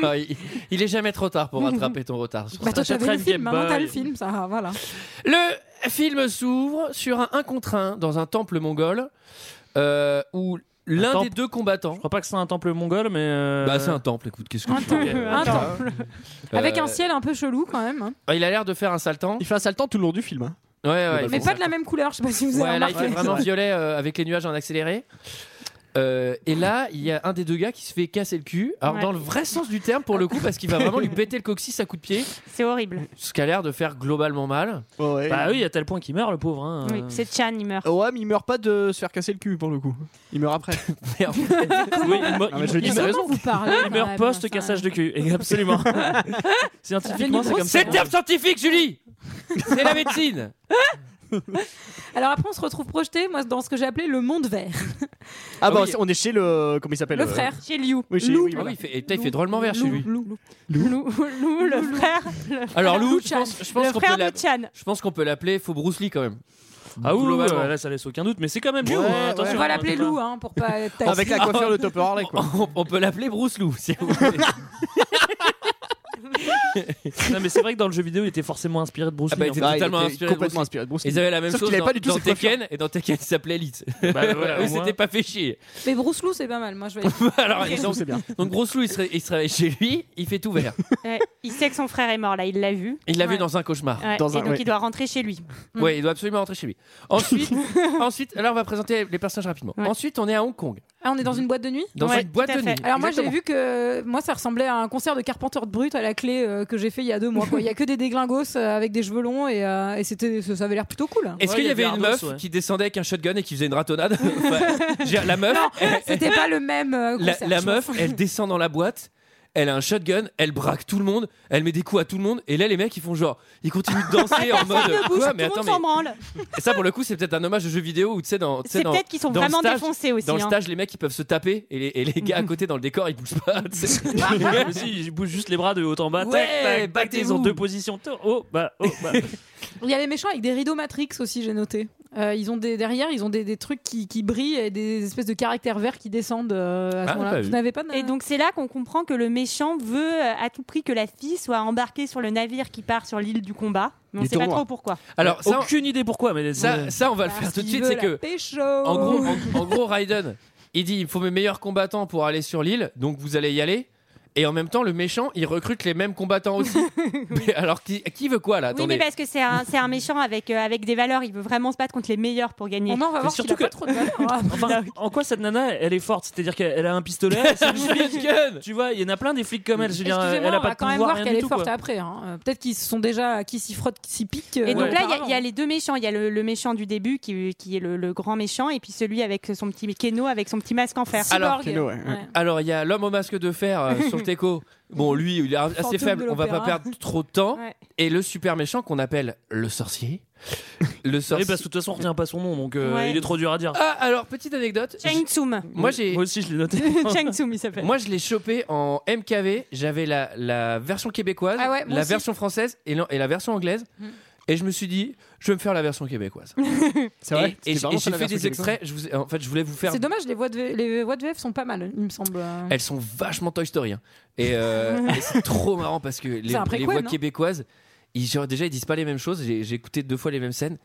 Speaker 1: Ah, il, il est jamais trop tard pour rattraper ton retard. je
Speaker 7: Bah,
Speaker 1: trouve.
Speaker 7: toi,
Speaker 6: Sacha
Speaker 7: t'avais le
Speaker 6: Train,
Speaker 7: film,
Speaker 6: Game
Speaker 7: maintenant t'as
Speaker 6: Boy.
Speaker 7: le film, ça, voilà.
Speaker 1: Le film s'ouvre sur un un contre un dans un temple mongol euh, où l'un
Speaker 6: temple
Speaker 1: des deux
Speaker 6: Je
Speaker 1: combattants
Speaker 6: crois pas que c'est un temple mongol, mais. euh,
Speaker 1: bah c'est un temple, écoute, qu'est-ce que
Speaker 7: Un
Speaker 1: tu veux
Speaker 7: temple, un
Speaker 1: Euh,
Speaker 7: temple. Avec un ciel un peu chelou quand même. hein.
Speaker 1: Ah, Il a l'air de faire un sale temps.
Speaker 10: Il fait un sale temps tout le long du film. hein.
Speaker 1: Ouais, ouais.
Speaker 7: Mais pas de la même couleur, je sais pas si vous avez
Speaker 1: Ouais, là, il
Speaker 7: remarqué.
Speaker 1: fait vraiment violet euh, avec les nuages en accéléré. Euh, et là, il y a un des deux gars qui se fait casser le cul. Alors,
Speaker 9: Ouais.
Speaker 1: dans le vrai sens du terme, pour le coup, parce qu'il va vraiment lui péter le coccyx à coups de pied,
Speaker 9: C'est horrible.
Speaker 1: ce qui a l'air de faire globalement mal.
Speaker 10: Ouais.
Speaker 6: Bah oui, à tel point qu'il meurt, le pauvre. hein.
Speaker 9: Oui, c'est Chan, il meurt.
Speaker 10: Ouais, mais il meurt pas de se faire casser le cul pour le coup. Il meurt (laughs) après.
Speaker 1: Merde.
Speaker 6: Oui, il, mo-
Speaker 10: Ah,
Speaker 6: il-
Speaker 10: mais je Ah, le
Speaker 6: il
Speaker 10: dis
Speaker 6: meurt,
Speaker 7: Comment vous parlez
Speaker 6: il meurt post-cassage de cul. Et absolument.
Speaker 10: (laughs)
Speaker 6: Scientifiquement, c'est comme ça.
Speaker 1: C'est le terme scientifique, (laughs) Julie C'est la médecine
Speaker 7: Alors après, on se retrouve projeté, moi, dans ce que j'ai appelé le monde vert.
Speaker 10: Ah bah
Speaker 1: oui.
Speaker 10: on est chez le comment il s'appelle
Speaker 7: Le
Speaker 10: euh,
Speaker 7: frère.
Speaker 9: Chez Liu.
Speaker 10: Oui, chez
Speaker 7: Lou.
Speaker 10: oui,
Speaker 1: Ah
Speaker 10: voilà.
Speaker 1: oui, il fait, et putain, il fait drôlement vert chez lui.
Speaker 7: Lou.
Speaker 9: Lou, Lou, le frère. le-
Speaker 1: Alors, Lou,
Speaker 7: Lou
Speaker 1: je
Speaker 7: Chan.
Speaker 1: pense, je pense
Speaker 9: Le
Speaker 1: qu'on peut
Speaker 9: frère
Speaker 1: la-
Speaker 9: de Chan.
Speaker 1: je pense qu'on peut l'appeler faux Bruce Lee quand même.
Speaker 6: Ah oui, oui, oui,
Speaker 1: Globalement.
Speaker 6: là, ça laisse aucun doute. Mais c'est quand même
Speaker 10: Ouais,
Speaker 6: Liu. hein,
Speaker 10: ouais.
Speaker 6: attention,
Speaker 7: On va
Speaker 6: hein,
Speaker 7: l'appeler
Speaker 6: c'est pas-
Speaker 7: Lou, hein, pour pas être taxi.
Speaker 10: Euh, Avec la coiffure de Topper Harley quoi.
Speaker 1: On, on peut l'appeler Bruce Lou, si vous
Speaker 6: (laughs)
Speaker 1: voulez.
Speaker 6: (laughs) Non, mais c'est vrai que dans le jeu vidéo, il était forcément inspiré de Bruce
Speaker 1: Ah bah,
Speaker 6: Lee.
Speaker 1: il était
Speaker 6: en
Speaker 10: Ah, il
Speaker 1: totalement
Speaker 10: était
Speaker 1: inspiré de Bruce
Speaker 10: complètement
Speaker 1: Lee.
Speaker 10: inspiré de Bruce
Speaker 1: Ils
Speaker 10: Lee.
Speaker 1: avaient la même
Speaker 10: Sauf
Speaker 1: chose
Speaker 10: qu'il avait
Speaker 1: dans,
Speaker 10: pas du tout
Speaker 1: dans
Speaker 10: cette coiffure.
Speaker 1: Tekken, et dans Tekken, il s'appelait Elite. (laughs)
Speaker 6: fait. Bah, voilà, au
Speaker 1: Eux,
Speaker 6: moins.
Speaker 1: c'était pas fait chier. (laughs)
Speaker 7: Mais Bruce Lou, c'est pas mal. Moi, je vais.
Speaker 1: Alors,
Speaker 10: Je
Speaker 1: ils ont-
Speaker 10: trouve que c'est bien.
Speaker 1: Donc Grosse Lou, il se, ré- il se réveille chez lui, il fait tout vert.
Speaker 9: Ouais, il sait que son frère est mort, là, il l'a vu.
Speaker 1: Il l'a vu
Speaker 9: Ouais.
Speaker 1: dans un cauchemar.
Speaker 9: Ouais,
Speaker 10: Dans
Speaker 9: et
Speaker 10: un-
Speaker 9: donc
Speaker 10: ouais.
Speaker 9: il doit rentrer chez lui.
Speaker 1: Ouais, il doit absolument rentrer chez lui. Ensuite, ensuite, là on va présenter les personnages rapidement.
Speaker 9: Ouais.
Speaker 1: Ensuite, on est à Hong Kong,
Speaker 7: Ah, on est dans une boîte de nuit
Speaker 1: dans
Speaker 9: Ouais,
Speaker 1: une boîte
Speaker 9: tout à
Speaker 1: de
Speaker 9: fait.
Speaker 1: nuit.
Speaker 7: Alors moi j'ai
Speaker 1: Exactement.
Speaker 7: vu que moi ça ressemblait à un concert de Carpenter de Brut à la clé euh, que j'ai fait il y a deux mois. quoi. Il y a que des déglingos euh, avec des cheveux longs et, euh, et c'était ça avait l'air plutôt cool.
Speaker 1: Est-ce
Speaker 6: Ouais,
Speaker 1: qu'il y
Speaker 6: il
Speaker 1: avait une
Speaker 6: Ardos,
Speaker 1: meuf
Speaker 6: ouais.
Speaker 1: qui descendait avec un shotgun et qui faisait une ratonnade Enfin, je veux dire, La meuf, elle- elle-
Speaker 7: C'était pas le même euh,
Speaker 1: la,
Speaker 7: concert.
Speaker 1: la
Speaker 7: je
Speaker 1: meuf,
Speaker 7: pense.
Speaker 1: elle descend dans la boîte. Elle a un shotgun, elle braque tout le monde, elle met des coups à tout le monde, et là les mecs ils font genre, ils continuent de danser en mode.
Speaker 9: Le bouge,
Speaker 1: Quoi
Speaker 9: tout
Speaker 1: Mais
Speaker 9: le
Speaker 1: attends,
Speaker 9: monde s'en
Speaker 1: mais
Speaker 9: branle.
Speaker 1: et ça pour le coup c'est peut-être un hommage de jeu vidéo ou tu sais dans, tu sais,
Speaker 9: C'est
Speaker 1: dans-
Speaker 9: peut-être qu'ils sont
Speaker 1: dans le
Speaker 9: vraiment
Speaker 1: stage-
Speaker 9: défoncés aussi.
Speaker 1: Dans le
Speaker 9: hein.
Speaker 1: stage, les mecs ils peuvent se taper et les, et les gars à côté dans le décor ils bougent pas. tu sais.
Speaker 6: Mais si, il bouge juste les bras de haut en bas. tac,
Speaker 1: Ouais,
Speaker 6: tac, tac, ils ont
Speaker 1: battez-vous.
Speaker 6: deux positions. Oh, bah, oh, bah.
Speaker 7: Il y a les méchants avec des rideaux Matrix aussi j'ai noté. Euh, ils ont des derrière ils ont des, des trucs qui, qui brillent et des espèces de caractères verts qui descendent euh, à ce
Speaker 1: Ah,
Speaker 7: moment-là.
Speaker 1: pas
Speaker 7: Vous
Speaker 1: vu.
Speaker 7: n'avez pas de...
Speaker 9: Et donc c'est là qu'on comprend que le méchant veut euh, à tout prix que la fille soit embarquée sur le navire qui part sur l'île du combat. Mais on
Speaker 10: Du
Speaker 9: sait pas
Speaker 10: tournoi.
Speaker 9: trop pourquoi.
Speaker 1: Alors ça,
Speaker 6: aucune idée pourquoi, mais
Speaker 1: ça, ça on va le faire
Speaker 7: Parce
Speaker 1: tout de
Speaker 7: qu'il
Speaker 1: suite,
Speaker 7: veut
Speaker 1: c'est
Speaker 7: la
Speaker 1: que
Speaker 7: pécho.
Speaker 1: en gros, en,
Speaker 9: Oh.
Speaker 1: en gros Raiden, il dit il me faut mes meilleurs combattants pour aller sur l'île, donc vous allez y aller. Et en même temps, le méchant, il recrute les mêmes combattants aussi.
Speaker 9: (laughs)
Speaker 1: Mais alors qui, qui veut quoi là
Speaker 9: Oui, mais
Speaker 1: Attendez.
Speaker 9: bah- parce que c'est un, c'est un méchant avec, euh, avec des valeurs. Il veut vraiment se battre contre les meilleurs pour gagner.
Speaker 7: on en va voir s'il
Speaker 6: surtout
Speaker 7: a
Speaker 6: que-
Speaker 7: pas trop
Speaker 1: (laughs)
Speaker 7: de valeur. (laughs) Ah,
Speaker 6: Enfin, en quoi cette nana, elle est forte C'est-à-dire qu'elle a un pistolet, elle s'est juste dit- Tu vois, il y en a plein des flics comme elle. Je veux dire, elle
Speaker 7: Excusez-moi,
Speaker 6: a
Speaker 7: on
Speaker 6: pas
Speaker 7: va
Speaker 6: de
Speaker 7: quand même
Speaker 6: pouvoir,
Speaker 7: voir
Speaker 6: rien
Speaker 7: qu'elle
Speaker 6: du
Speaker 7: est
Speaker 6: tout.
Speaker 7: forte
Speaker 6: quoi.
Speaker 7: après. hein. Euh, Peut-être qu'ils se sont déjà qui s'y frottent, qui s'y piquent. euh,
Speaker 9: Et donc
Speaker 6: Ouais.
Speaker 9: là, il y a- il y, a
Speaker 7: auparavant.
Speaker 9: les deux méchants. Il y a le, le méchant du début qui, qui est le, le grand méchant, et puis celui avec son petit Keno avec son petit masque en fer.
Speaker 1: Alors,
Speaker 7: Cyborg.
Speaker 10: Keno, ouais, ouais.
Speaker 7: Ouais.
Speaker 1: Alors il y a l'homme au masque de fer euh, sur le teco. Bon lui, il est assez
Speaker 7: Fantôme
Speaker 1: faible,
Speaker 7: de
Speaker 1: on va pas
Speaker 7: l'opéra.
Speaker 1: perdre trop de temps.
Speaker 9: Ouais.
Speaker 1: Et le super méchant qu'on appelle le sorcier. Le
Speaker 6: Oui,
Speaker 1: sorcier.
Speaker 6: parce que de toute façon, on retient pas son nom, donc euh,
Speaker 9: Ouais.
Speaker 6: il est trop dur à dire.
Speaker 1: Ah alors petite anecdote.
Speaker 9: Chang Tsum.
Speaker 1: Moi j'ai
Speaker 6: Moi aussi, je l'ai noté.
Speaker 9: (laughs) Chang Tsum, il s'appelle.
Speaker 1: Moi, je l'ai chopé en MKV. J'avais la, la version québécoise,
Speaker 7: Ah ouais, moi
Speaker 1: la
Speaker 7: aussi.
Speaker 1: version française et, la- et la version anglaise.
Speaker 7: Mm.
Speaker 1: Et je me suis dit, je vais me faire la version québécoise.
Speaker 10: C'est vrai.
Speaker 1: et et
Speaker 10: c'était
Speaker 1: j'ai et
Speaker 10: vraiment ça,
Speaker 1: j'ai
Speaker 10: la
Speaker 1: fait
Speaker 10: version
Speaker 1: des
Speaker 10: québécoise.
Speaker 1: extraits. Je vous, ai- en fait, je voulais vous faire.
Speaker 7: C'est dommage, les voix, de, V- les voix de VF sont pas mal, il me semble. euh.
Speaker 1: Elles sont vachement Toy Story. hein. Et, euh, et c'est
Speaker 7: (laughs)
Speaker 1: trop marrant parce que les,
Speaker 7: C'est un
Speaker 1: les
Speaker 7: préquel,
Speaker 1: voix
Speaker 7: non
Speaker 1: québécoises, ils, genre, déjà, ils disent pas les mêmes choses. J'ai j'ai écouté deux fois les mêmes scènes.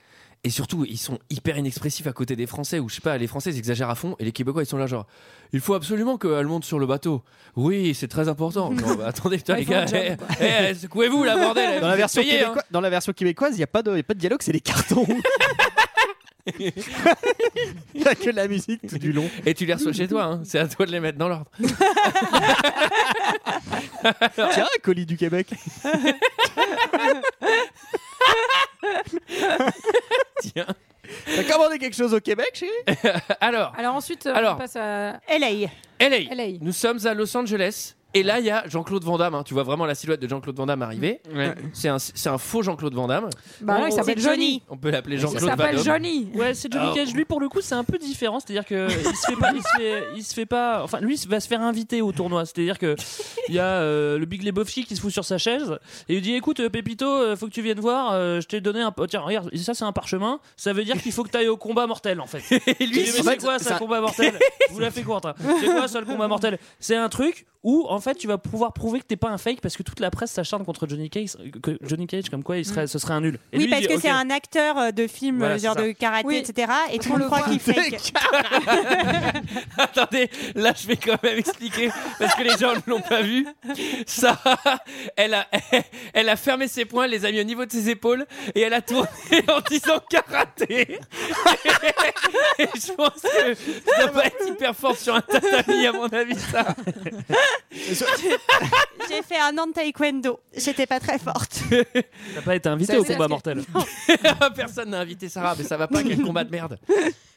Speaker 1: Et surtout, ils sont hyper inexpressifs à côté des Français, ou je sais pas, les Français ils exagèrent à fond, et les Québécois ils sont là genre, il faut absolument qu'elle monte sur le bateau. Oui, c'est très
Speaker 7: (laughs)
Speaker 1: important. Non, bah, attendez, putain,
Speaker 7: Ouais,
Speaker 1: les
Speaker 7: ils font
Speaker 1: gars,
Speaker 7: leur
Speaker 1: eh, eh, secouez-vous la
Speaker 7: (laughs)
Speaker 1: bordel.
Speaker 10: Dans
Speaker 1: vous
Speaker 10: la
Speaker 1: êtes
Speaker 10: version
Speaker 1: payés, hein.
Speaker 10: québécoise, dans la version québécoise, il y a pas de y a pas de dialogue, c'est des cartons. (laughs) Il y a que de la musique tout du long.
Speaker 1: Et tu les reçois chez toi, hein. c'est à toi de les mettre dans l'ordre.
Speaker 10: Tiens, colis du (laughs) Québec.
Speaker 1: Tiens.
Speaker 10: T'as commandé quelque chose au Québec, chérie
Speaker 1: Alors,
Speaker 7: Alors ensuite, euh,
Speaker 1: Alors.
Speaker 7: on passe à
Speaker 9: LA.
Speaker 1: LA.
Speaker 7: LA.
Speaker 1: Nous sommes à Los Angeles. Et là, il y a Jean-Claude Van Damme. hein. Tu vois vraiment la silhouette de Jean-Claude Van Damme arriver. C'est un, c'est un faux Jean-Claude Van Damme.
Speaker 7: Bah non, il s'appelle
Speaker 9: C'est
Speaker 7: Johnny.
Speaker 1: On peut l'appeler
Speaker 7: Il
Speaker 1: Jean-Claude Van
Speaker 7: s'appelle
Speaker 1: Damme. (laughs)
Speaker 7: Johnny.
Speaker 6: Ouais, c'est Johnny Cage. Lui, pour le coup, c'est un peu différent. C'est-à-dire que il se fait pas, il se fait, il se fait pas. Enfin, lui, il va se faire inviter au tournoi. C'est-à-dire que il y a euh, le Big Lebowski qui se fout sur sa chaise et il dit "Écoute, euh, Pépito, euh, faut que tu viennes voir. euh, je t'ai donné un. Tiens, regarde, ça c'est un parchemin. Ça veut dire qu'il faut que t'ailles au combat mortel, en fait.
Speaker 1: Et
Speaker 6: lui,
Speaker 1: lui,
Speaker 6: mais c'est quoi ça, le combat mortel Vous la fait courte. hein. C'est quoi ça, le combat mortel C'est un truc où, en fait, tu vas pouvoir prouver que t'es pas un fake parce que toute la presse s'acharne contre Johnny Cage, que Johnny Cage comme quoi il serait, ce serait un nul. Et
Speaker 9: Mm. oui,
Speaker 6: lui, il
Speaker 9: parce
Speaker 6: dit,
Speaker 9: que c'est
Speaker 6: ok.
Speaker 9: un acteur euh, de film,
Speaker 6: Voilà,
Speaker 9: euh, genre
Speaker 6: c'est ça.
Speaker 9: de karaté,
Speaker 7: Oui.
Speaker 9: etc. Et tout
Speaker 7: On
Speaker 9: le
Speaker 7: le
Speaker 9: monde croit
Speaker 7: voit.
Speaker 9: qu'il fake.
Speaker 6: Attendez, là je vais quand même expliquer parce que les gens ne l'ont pas vu. Ça,
Speaker 1: Elle a, (laughs) elle a fermé ses poings, elle les a mis au niveau de ses épaules et elle a tourné (laughs) en disant karaté. (laughs) Et je pense que ça va être hyper fort sur un tatami, à mon avis, ça.
Speaker 9: J'ai fait un an de taekwondo. J'étais pas
Speaker 7: (laughs)
Speaker 9: très forte.
Speaker 6: t'as pas été invité
Speaker 7: Ça,
Speaker 6: au
Speaker 7: c'est-
Speaker 6: combat mortel.
Speaker 1: Personne n'a invité Sarah, mais ça va pas, quel combat de merde.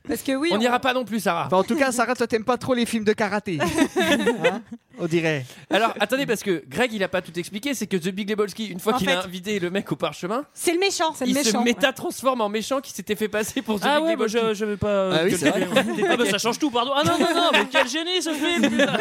Speaker 7: Parce que oui,
Speaker 1: On n'ira pas non plus, Sarah.
Speaker 10: Enfin, ben, en tout cas, Sarah, toi, t'aimes pas trop les films de karaté. (laughs) Hein on dirait.
Speaker 1: Alors, attendez, parce que Greg, il a pas tout expliqué, c'est que The Big Lebowski, une fois
Speaker 9: En
Speaker 1: qu'il a
Speaker 9: fait-
Speaker 1: invité le mec au parchemin,
Speaker 9: C'est le méchant.
Speaker 7: c'est le
Speaker 1: il se
Speaker 7: méchant.
Speaker 1: méta-transforme en méchant qui s'était fait passer pour The
Speaker 6: Ah
Speaker 1: Big
Speaker 6: ouais, bah,
Speaker 1: Lebowski.
Speaker 6: je, je vais pas.
Speaker 10: Ah oui, c'est vrai.
Speaker 6: Ah (laughs) bah, ça change tout, pardon. Ah non, non, non, mais quel génie ce film putain.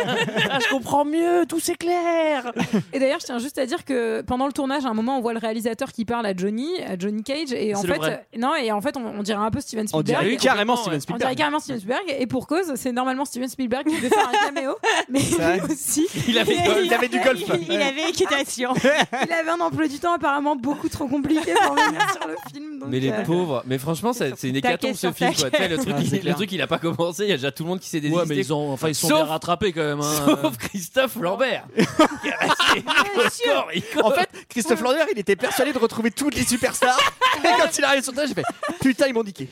Speaker 6: Ah, je comprends mieux, tout c'est clair
Speaker 7: Et d'ailleurs, je tiens juste à dire que pendant le tournage, à un moment, on voit le réalisateur qui parle à Johnny, à Johnny Cage, et en
Speaker 6: C'est le
Speaker 7: fait,
Speaker 6: vrai.
Speaker 7: euh, non, et en fait, on, on dirait un peu Steven
Speaker 10: On
Speaker 7: Spielberg.
Speaker 10: dirait
Speaker 6: oui,
Speaker 10: carrément
Speaker 6: complètement,
Speaker 10: Steven
Speaker 6: ouais.
Speaker 7: On dirait
Speaker 10: Spielberg.
Speaker 7: carrément Steven Spielberg, et pour cause, c'est normalement Steven Spielberg qui devait faire un caméo,
Speaker 9: (laughs)
Speaker 7: mais
Speaker 10: vrai.
Speaker 7: lui aussi,
Speaker 1: Il avait
Speaker 10: Il avait du golf.
Speaker 9: Il
Speaker 7: (laughs)
Speaker 9: avait équitation.
Speaker 7: il avait un emploi du temps apparemment beaucoup trop
Speaker 9: (laughs)
Speaker 7: compliqué pour venir sur le film. donc,
Speaker 1: Mais les
Speaker 7: euh,
Speaker 1: pauvres, mais franchement, ça- c'est une
Speaker 9: Taquet
Speaker 1: hécatombe ce
Speaker 9: sur
Speaker 1: film. Quoi. Tu sais, le, truc,
Speaker 10: Ah, c'est
Speaker 1: il, le
Speaker 10: clair.
Speaker 1: truc, il a pas commencé, il y a déjà tout le monde qui s'est désisté.
Speaker 6: Ouais, mais ils, ont, enfin, ils sont
Speaker 1: Sauf-
Speaker 6: bien rattrapés quand même. hein.
Speaker 1: Sauf Christophe Lambert. qui est resté au score, il
Speaker 10: En fait, Christophe Lander, il était persuadé de retrouver toutes les (laughs) superstars. Et quand il arrive sur le tournage, j'ai fait Putain, ils m'ont niqué.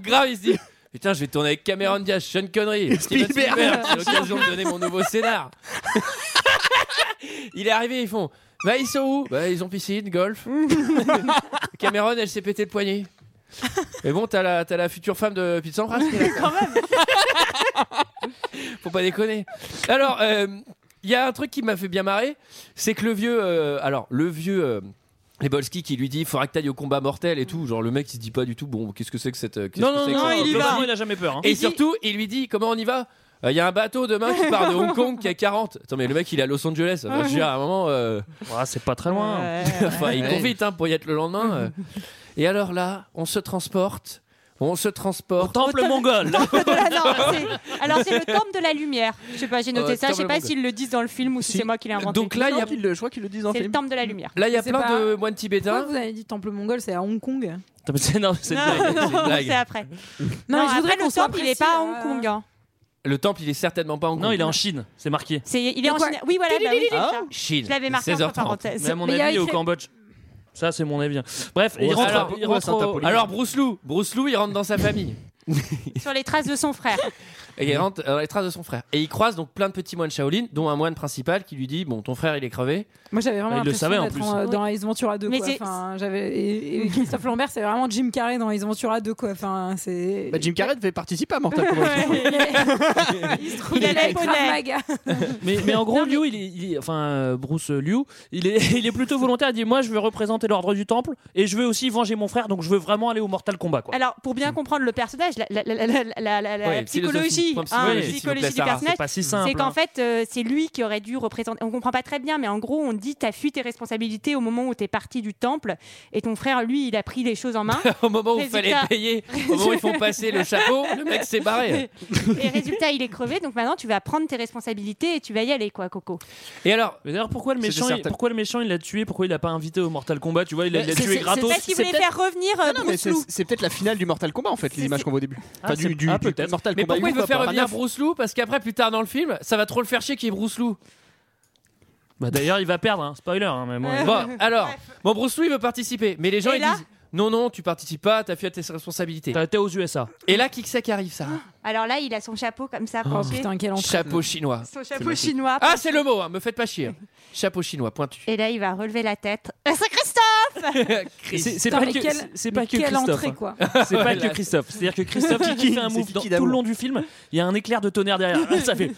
Speaker 1: grave, il se dit Putain, je vais tourner avec Cameron Diaz, Sean Connery, Steven
Speaker 10: Spielberg.
Speaker 1: Spielberg. C'est l'occasion de donner mon nouveau scénar. il est arrivé, ils font Bah, ils sont où Bah, ils ont piscine, golf. Cameron, elle s'est pété le poignet. Mais bon, t'as la, t'as la future femme de Pete Sampras qui est là, quand même. Faut pas déconner. Alors, euh, il y a un truc qui m'a fait bien marrer, c'est que le vieux, euh, alors le vieux. euh, Lebolski qui lui dit il faudra que t'ailles au combat mortel et tout genre le mec il se dit pas du tout bon qu'est-ce que c'est que cette euh, qu'est-ce
Speaker 6: Non,
Speaker 1: que
Speaker 6: non,
Speaker 1: c'est que
Speaker 6: non,
Speaker 1: ça
Speaker 6: il,
Speaker 9: y va.
Speaker 6: globalement, il a jamais peur. hein.
Speaker 1: et surtout, il lui dit comment on y va Euh, Il y a un bateau demain qui part de Hong Kong qui a 40. Attends, mais le mec, il est à Los Angeles. Enfin, je veux dire, à un moment, euh,
Speaker 6: Ah, c'est pas très loin.
Speaker 1: enfin, il court vite hein, pour y être le lendemain. euh. Et alors là, on se transporte. On se transporte.
Speaker 6: Temple mongol
Speaker 9: Temple de la- Ah non, c'est- Alors c'est le temple de la lumière. Je sais pas, j'ai noté
Speaker 1: Ouais,
Speaker 9: ça. Je sais
Speaker 1: temple
Speaker 9: pas
Speaker 1: mongol.
Speaker 9: s'ils le disent dans le film ou si,
Speaker 1: Si.
Speaker 9: c'est moi qui l'ai inventé.
Speaker 1: Donc là, il y a,
Speaker 10: Je crois qu'ils le disent en
Speaker 9: c'est le
Speaker 10: film.
Speaker 9: temple de la lumière.
Speaker 1: là, il y a
Speaker 7: C'est
Speaker 1: plein
Speaker 7: pas-
Speaker 1: de moines tibétains.
Speaker 7: Pourquoi vous avez dit temple mongol, c'est à Hong Kong
Speaker 6: Putain, mais c'est- non, mais c'est une
Speaker 9: Non,
Speaker 6: blague.
Speaker 9: non,
Speaker 1: une blague.
Speaker 9: (laughs) c'est après.
Speaker 7: Non, mais je voudrais
Speaker 9: après,
Speaker 7: qu'on
Speaker 9: le
Speaker 7: soit
Speaker 9: temple, il est
Speaker 7: précis,
Speaker 9: pas à
Speaker 7: euh,
Speaker 9: Hong Kong. hein.
Speaker 1: Le temple, il est certainement pas à Hong Kong.
Speaker 6: Non, il est en Chine, c'est marqué.
Speaker 9: C'est, il est en
Speaker 7: quoi
Speaker 9: Chine. Oui, voilà. bah oui, c'est ça.
Speaker 1: Chine.
Speaker 9: Je l'avais marqué entre
Speaker 1: 16h30.
Speaker 6: Mais
Speaker 9: parenthèses.
Speaker 6: à mon
Speaker 7: Mais il y a
Speaker 6: avis, il est au
Speaker 7: écrit-
Speaker 6: Cambodge. Ça, c'est mon avis. hein. Bref, et il
Speaker 10: Ouais,
Speaker 6: rentre,
Speaker 10: ça
Speaker 6: à-
Speaker 10: va
Speaker 6: il
Speaker 10: beaucoup à
Speaker 6: rentre au-
Speaker 10: Saint-Apolline.
Speaker 1: Alors, Bruce Lou, Bruce Lou, il rentre dans sa famille.
Speaker 9: Sur les traces de son frère.
Speaker 1: Et il rentre euh, dans les traces de son frère. Et il croise donc plein de petits moines Shaolin, dont un moine principal qui lui dit Bon, ton frère, il est crevé.
Speaker 7: Moi j'avais vraiment
Speaker 6: Bah, il le
Speaker 7: l'impression
Speaker 6: savait, en
Speaker 7: d'être
Speaker 6: plus.
Speaker 7: en, euh, dans Ace Ventura 2
Speaker 9: Mais
Speaker 7: quoi.
Speaker 9: c'est-
Speaker 7: Enfin, j'avais et, et Christophe Lambert c'est vraiment Jim Carrey dans Ace Ventura 2 quoi. Enfin, c'est
Speaker 10: Bah, Jim Carrey devait participer à Mortal Kombat.
Speaker 9: (laughs)
Speaker 7: il se
Speaker 9: il est
Speaker 7: avec
Speaker 9: poney.
Speaker 7: Ramaga.
Speaker 6: Mais, mais en gros, Liu, il est, il est- enfin euh, Bruce euh, Liu, il est, (laughs) il est plutôt volontaire. Il dit moi, je veux représenter l'ordre du Temple et je veux aussi venger mon frère, donc je veux vraiment aller au Mortal Kombat. Quoi.
Speaker 9: Alors, pour bien comprendre le personnage, la, la- la- la- la- la- la
Speaker 1: Ouais, philosophie.
Speaker 9: psychologie,
Speaker 1: Point
Speaker 9: hein,
Speaker 1: psychologique, s'il vous
Speaker 9: psychologie
Speaker 1: plaît,
Speaker 9: du
Speaker 1: Sarah,
Speaker 7: Ah,
Speaker 9: personnage,
Speaker 6: C'est pas si simple.
Speaker 9: c'est qu'en
Speaker 6: hein.
Speaker 9: fait, euh, c'est lui qui aurait dû représenter. On comprend pas très bien, mais en gros, on dit t'as fui tes responsabilités au moment où t'es parti du temple, et ton frère, lui, il a pris les choses en main.
Speaker 1: (laughs) Au moment où il fallait
Speaker 9: Résultat.
Speaker 1: payer, au moment où ils font passer le chapeau, le mec s'est
Speaker 6: (laughs)
Speaker 1: barré.
Speaker 9: et résultat, il est crevé. Donc maintenant, tu vas prendre tes responsabilités et tu vas y aller, quoi, Coco.
Speaker 1: Et alors,
Speaker 6: Mais d'ailleurs, pourquoi le
Speaker 10: C'était
Speaker 6: méchant, il,
Speaker 10: certain.
Speaker 6: pourquoi le méchant, il l'a tué Pourquoi il l'a pas invité au Mortal Kombat Tu vois, il l'a il l'a
Speaker 10: C'est-
Speaker 6: tué
Speaker 10: c'est-
Speaker 6: gratos.
Speaker 9: Parce qu'il
Speaker 10: c'est
Speaker 9: voulait
Speaker 10: peut-être-
Speaker 9: faire revenir euh,
Speaker 10: Ah Non, non, mais
Speaker 9: Bruce
Speaker 10: c'est
Speaker 9: Lou.
Speaker 10: c'est peut-être la finale du Mortal Kombat en fait, les
Speaker 9: C'est-
Speaker 10: images
Speaker 9: c'est-
Speaker 10: qu'on voit au début.
Speaker 6: Ah,
Speaker 10: Enfin, du,
Speaker 6: c'est-
Speaker 10: du,
Speaker 6: ah,
Speaker 10: du
Speaker 6: peut-être.
Speaker 10: Mortal
Speaker 1: Mais
Speaker 10: Kombat.
Speaker 1: pourquoi il veut
Speaker 10: Ultra
Speaker 1: faire
Speaker 10: par
Speaker 1: revenir
Speaker 10: neuf.
Speaker 1: Bruce Lou Parce qu'après, plus tard dans le film, ça va trop le faire chier qu'il y ait Bruce Lou.
Speaker 6: Bah, d'ailleurs, il va perdre. hein. Spoiler. hein, mais bon,
Speaker 1: (laughs)
Speaker 6: il-
Speaker 1: Bon, alors, bon, Bruce Lou, il veut participer. Mais les gens,
Speaker 9: Et
Speaker 1: ils
Speaker 9: là
Speaker 1: disent Non, non, tu participes pas, t'as fui à tes responsabilités.
Speaker 6: T'as été aux USA.
Speaker 1: Et là, qui que c'est qui arrive,
Speaker 6: Ah,
Speaker 1: ça
Speaker 9: Alors là, il a son chapeau comme ça,
Speaker 7: Oh
Speaker 9: penché.
Speaker 7: putain, quel enfer.
Speaker 1: Chapeau chinois.
Speaker 9: son chapeau chinois.
Speaker 1: Ah, c'est le mot, hein, me faites pas
Speaker 6: (laughs)
Speaker 1: chier. Chapeau chinois, pointu.
Speaker 9: Et là, il va relever la tête. (laughs) Ah, C'est Christophe
Speaker 6: C'est
Speaker 1: Chris.
Speaker 6: c'est
Speaker 7: Putain,
Speaker 6: pas
Speaker 7: mais
Speaker 6: que
Speaker 7: quel-
Speaker 6: c'est- c'est pas
Speaker 7: mais
Speaker 6: que
Speaker 7: quelle
Speaker 6: Christophe.
Speaker 7: entrée
Speaker 6: hein.
Speaker 7: quoi.
Speaker 6: C'est pas que
Speaker 1: Voilà.
Speaker 6: Christophe. C'est-à-dire que Christophe, qui fait un
Speaker 10: C'est
Speaker 6: move
Speaker 10: Kiki
Speaker 6: dans- tout
Speaker 10: d'amour.
Speaker 6: le long du film, il y a un éclair de tonnerre derrière. Là, ça fait.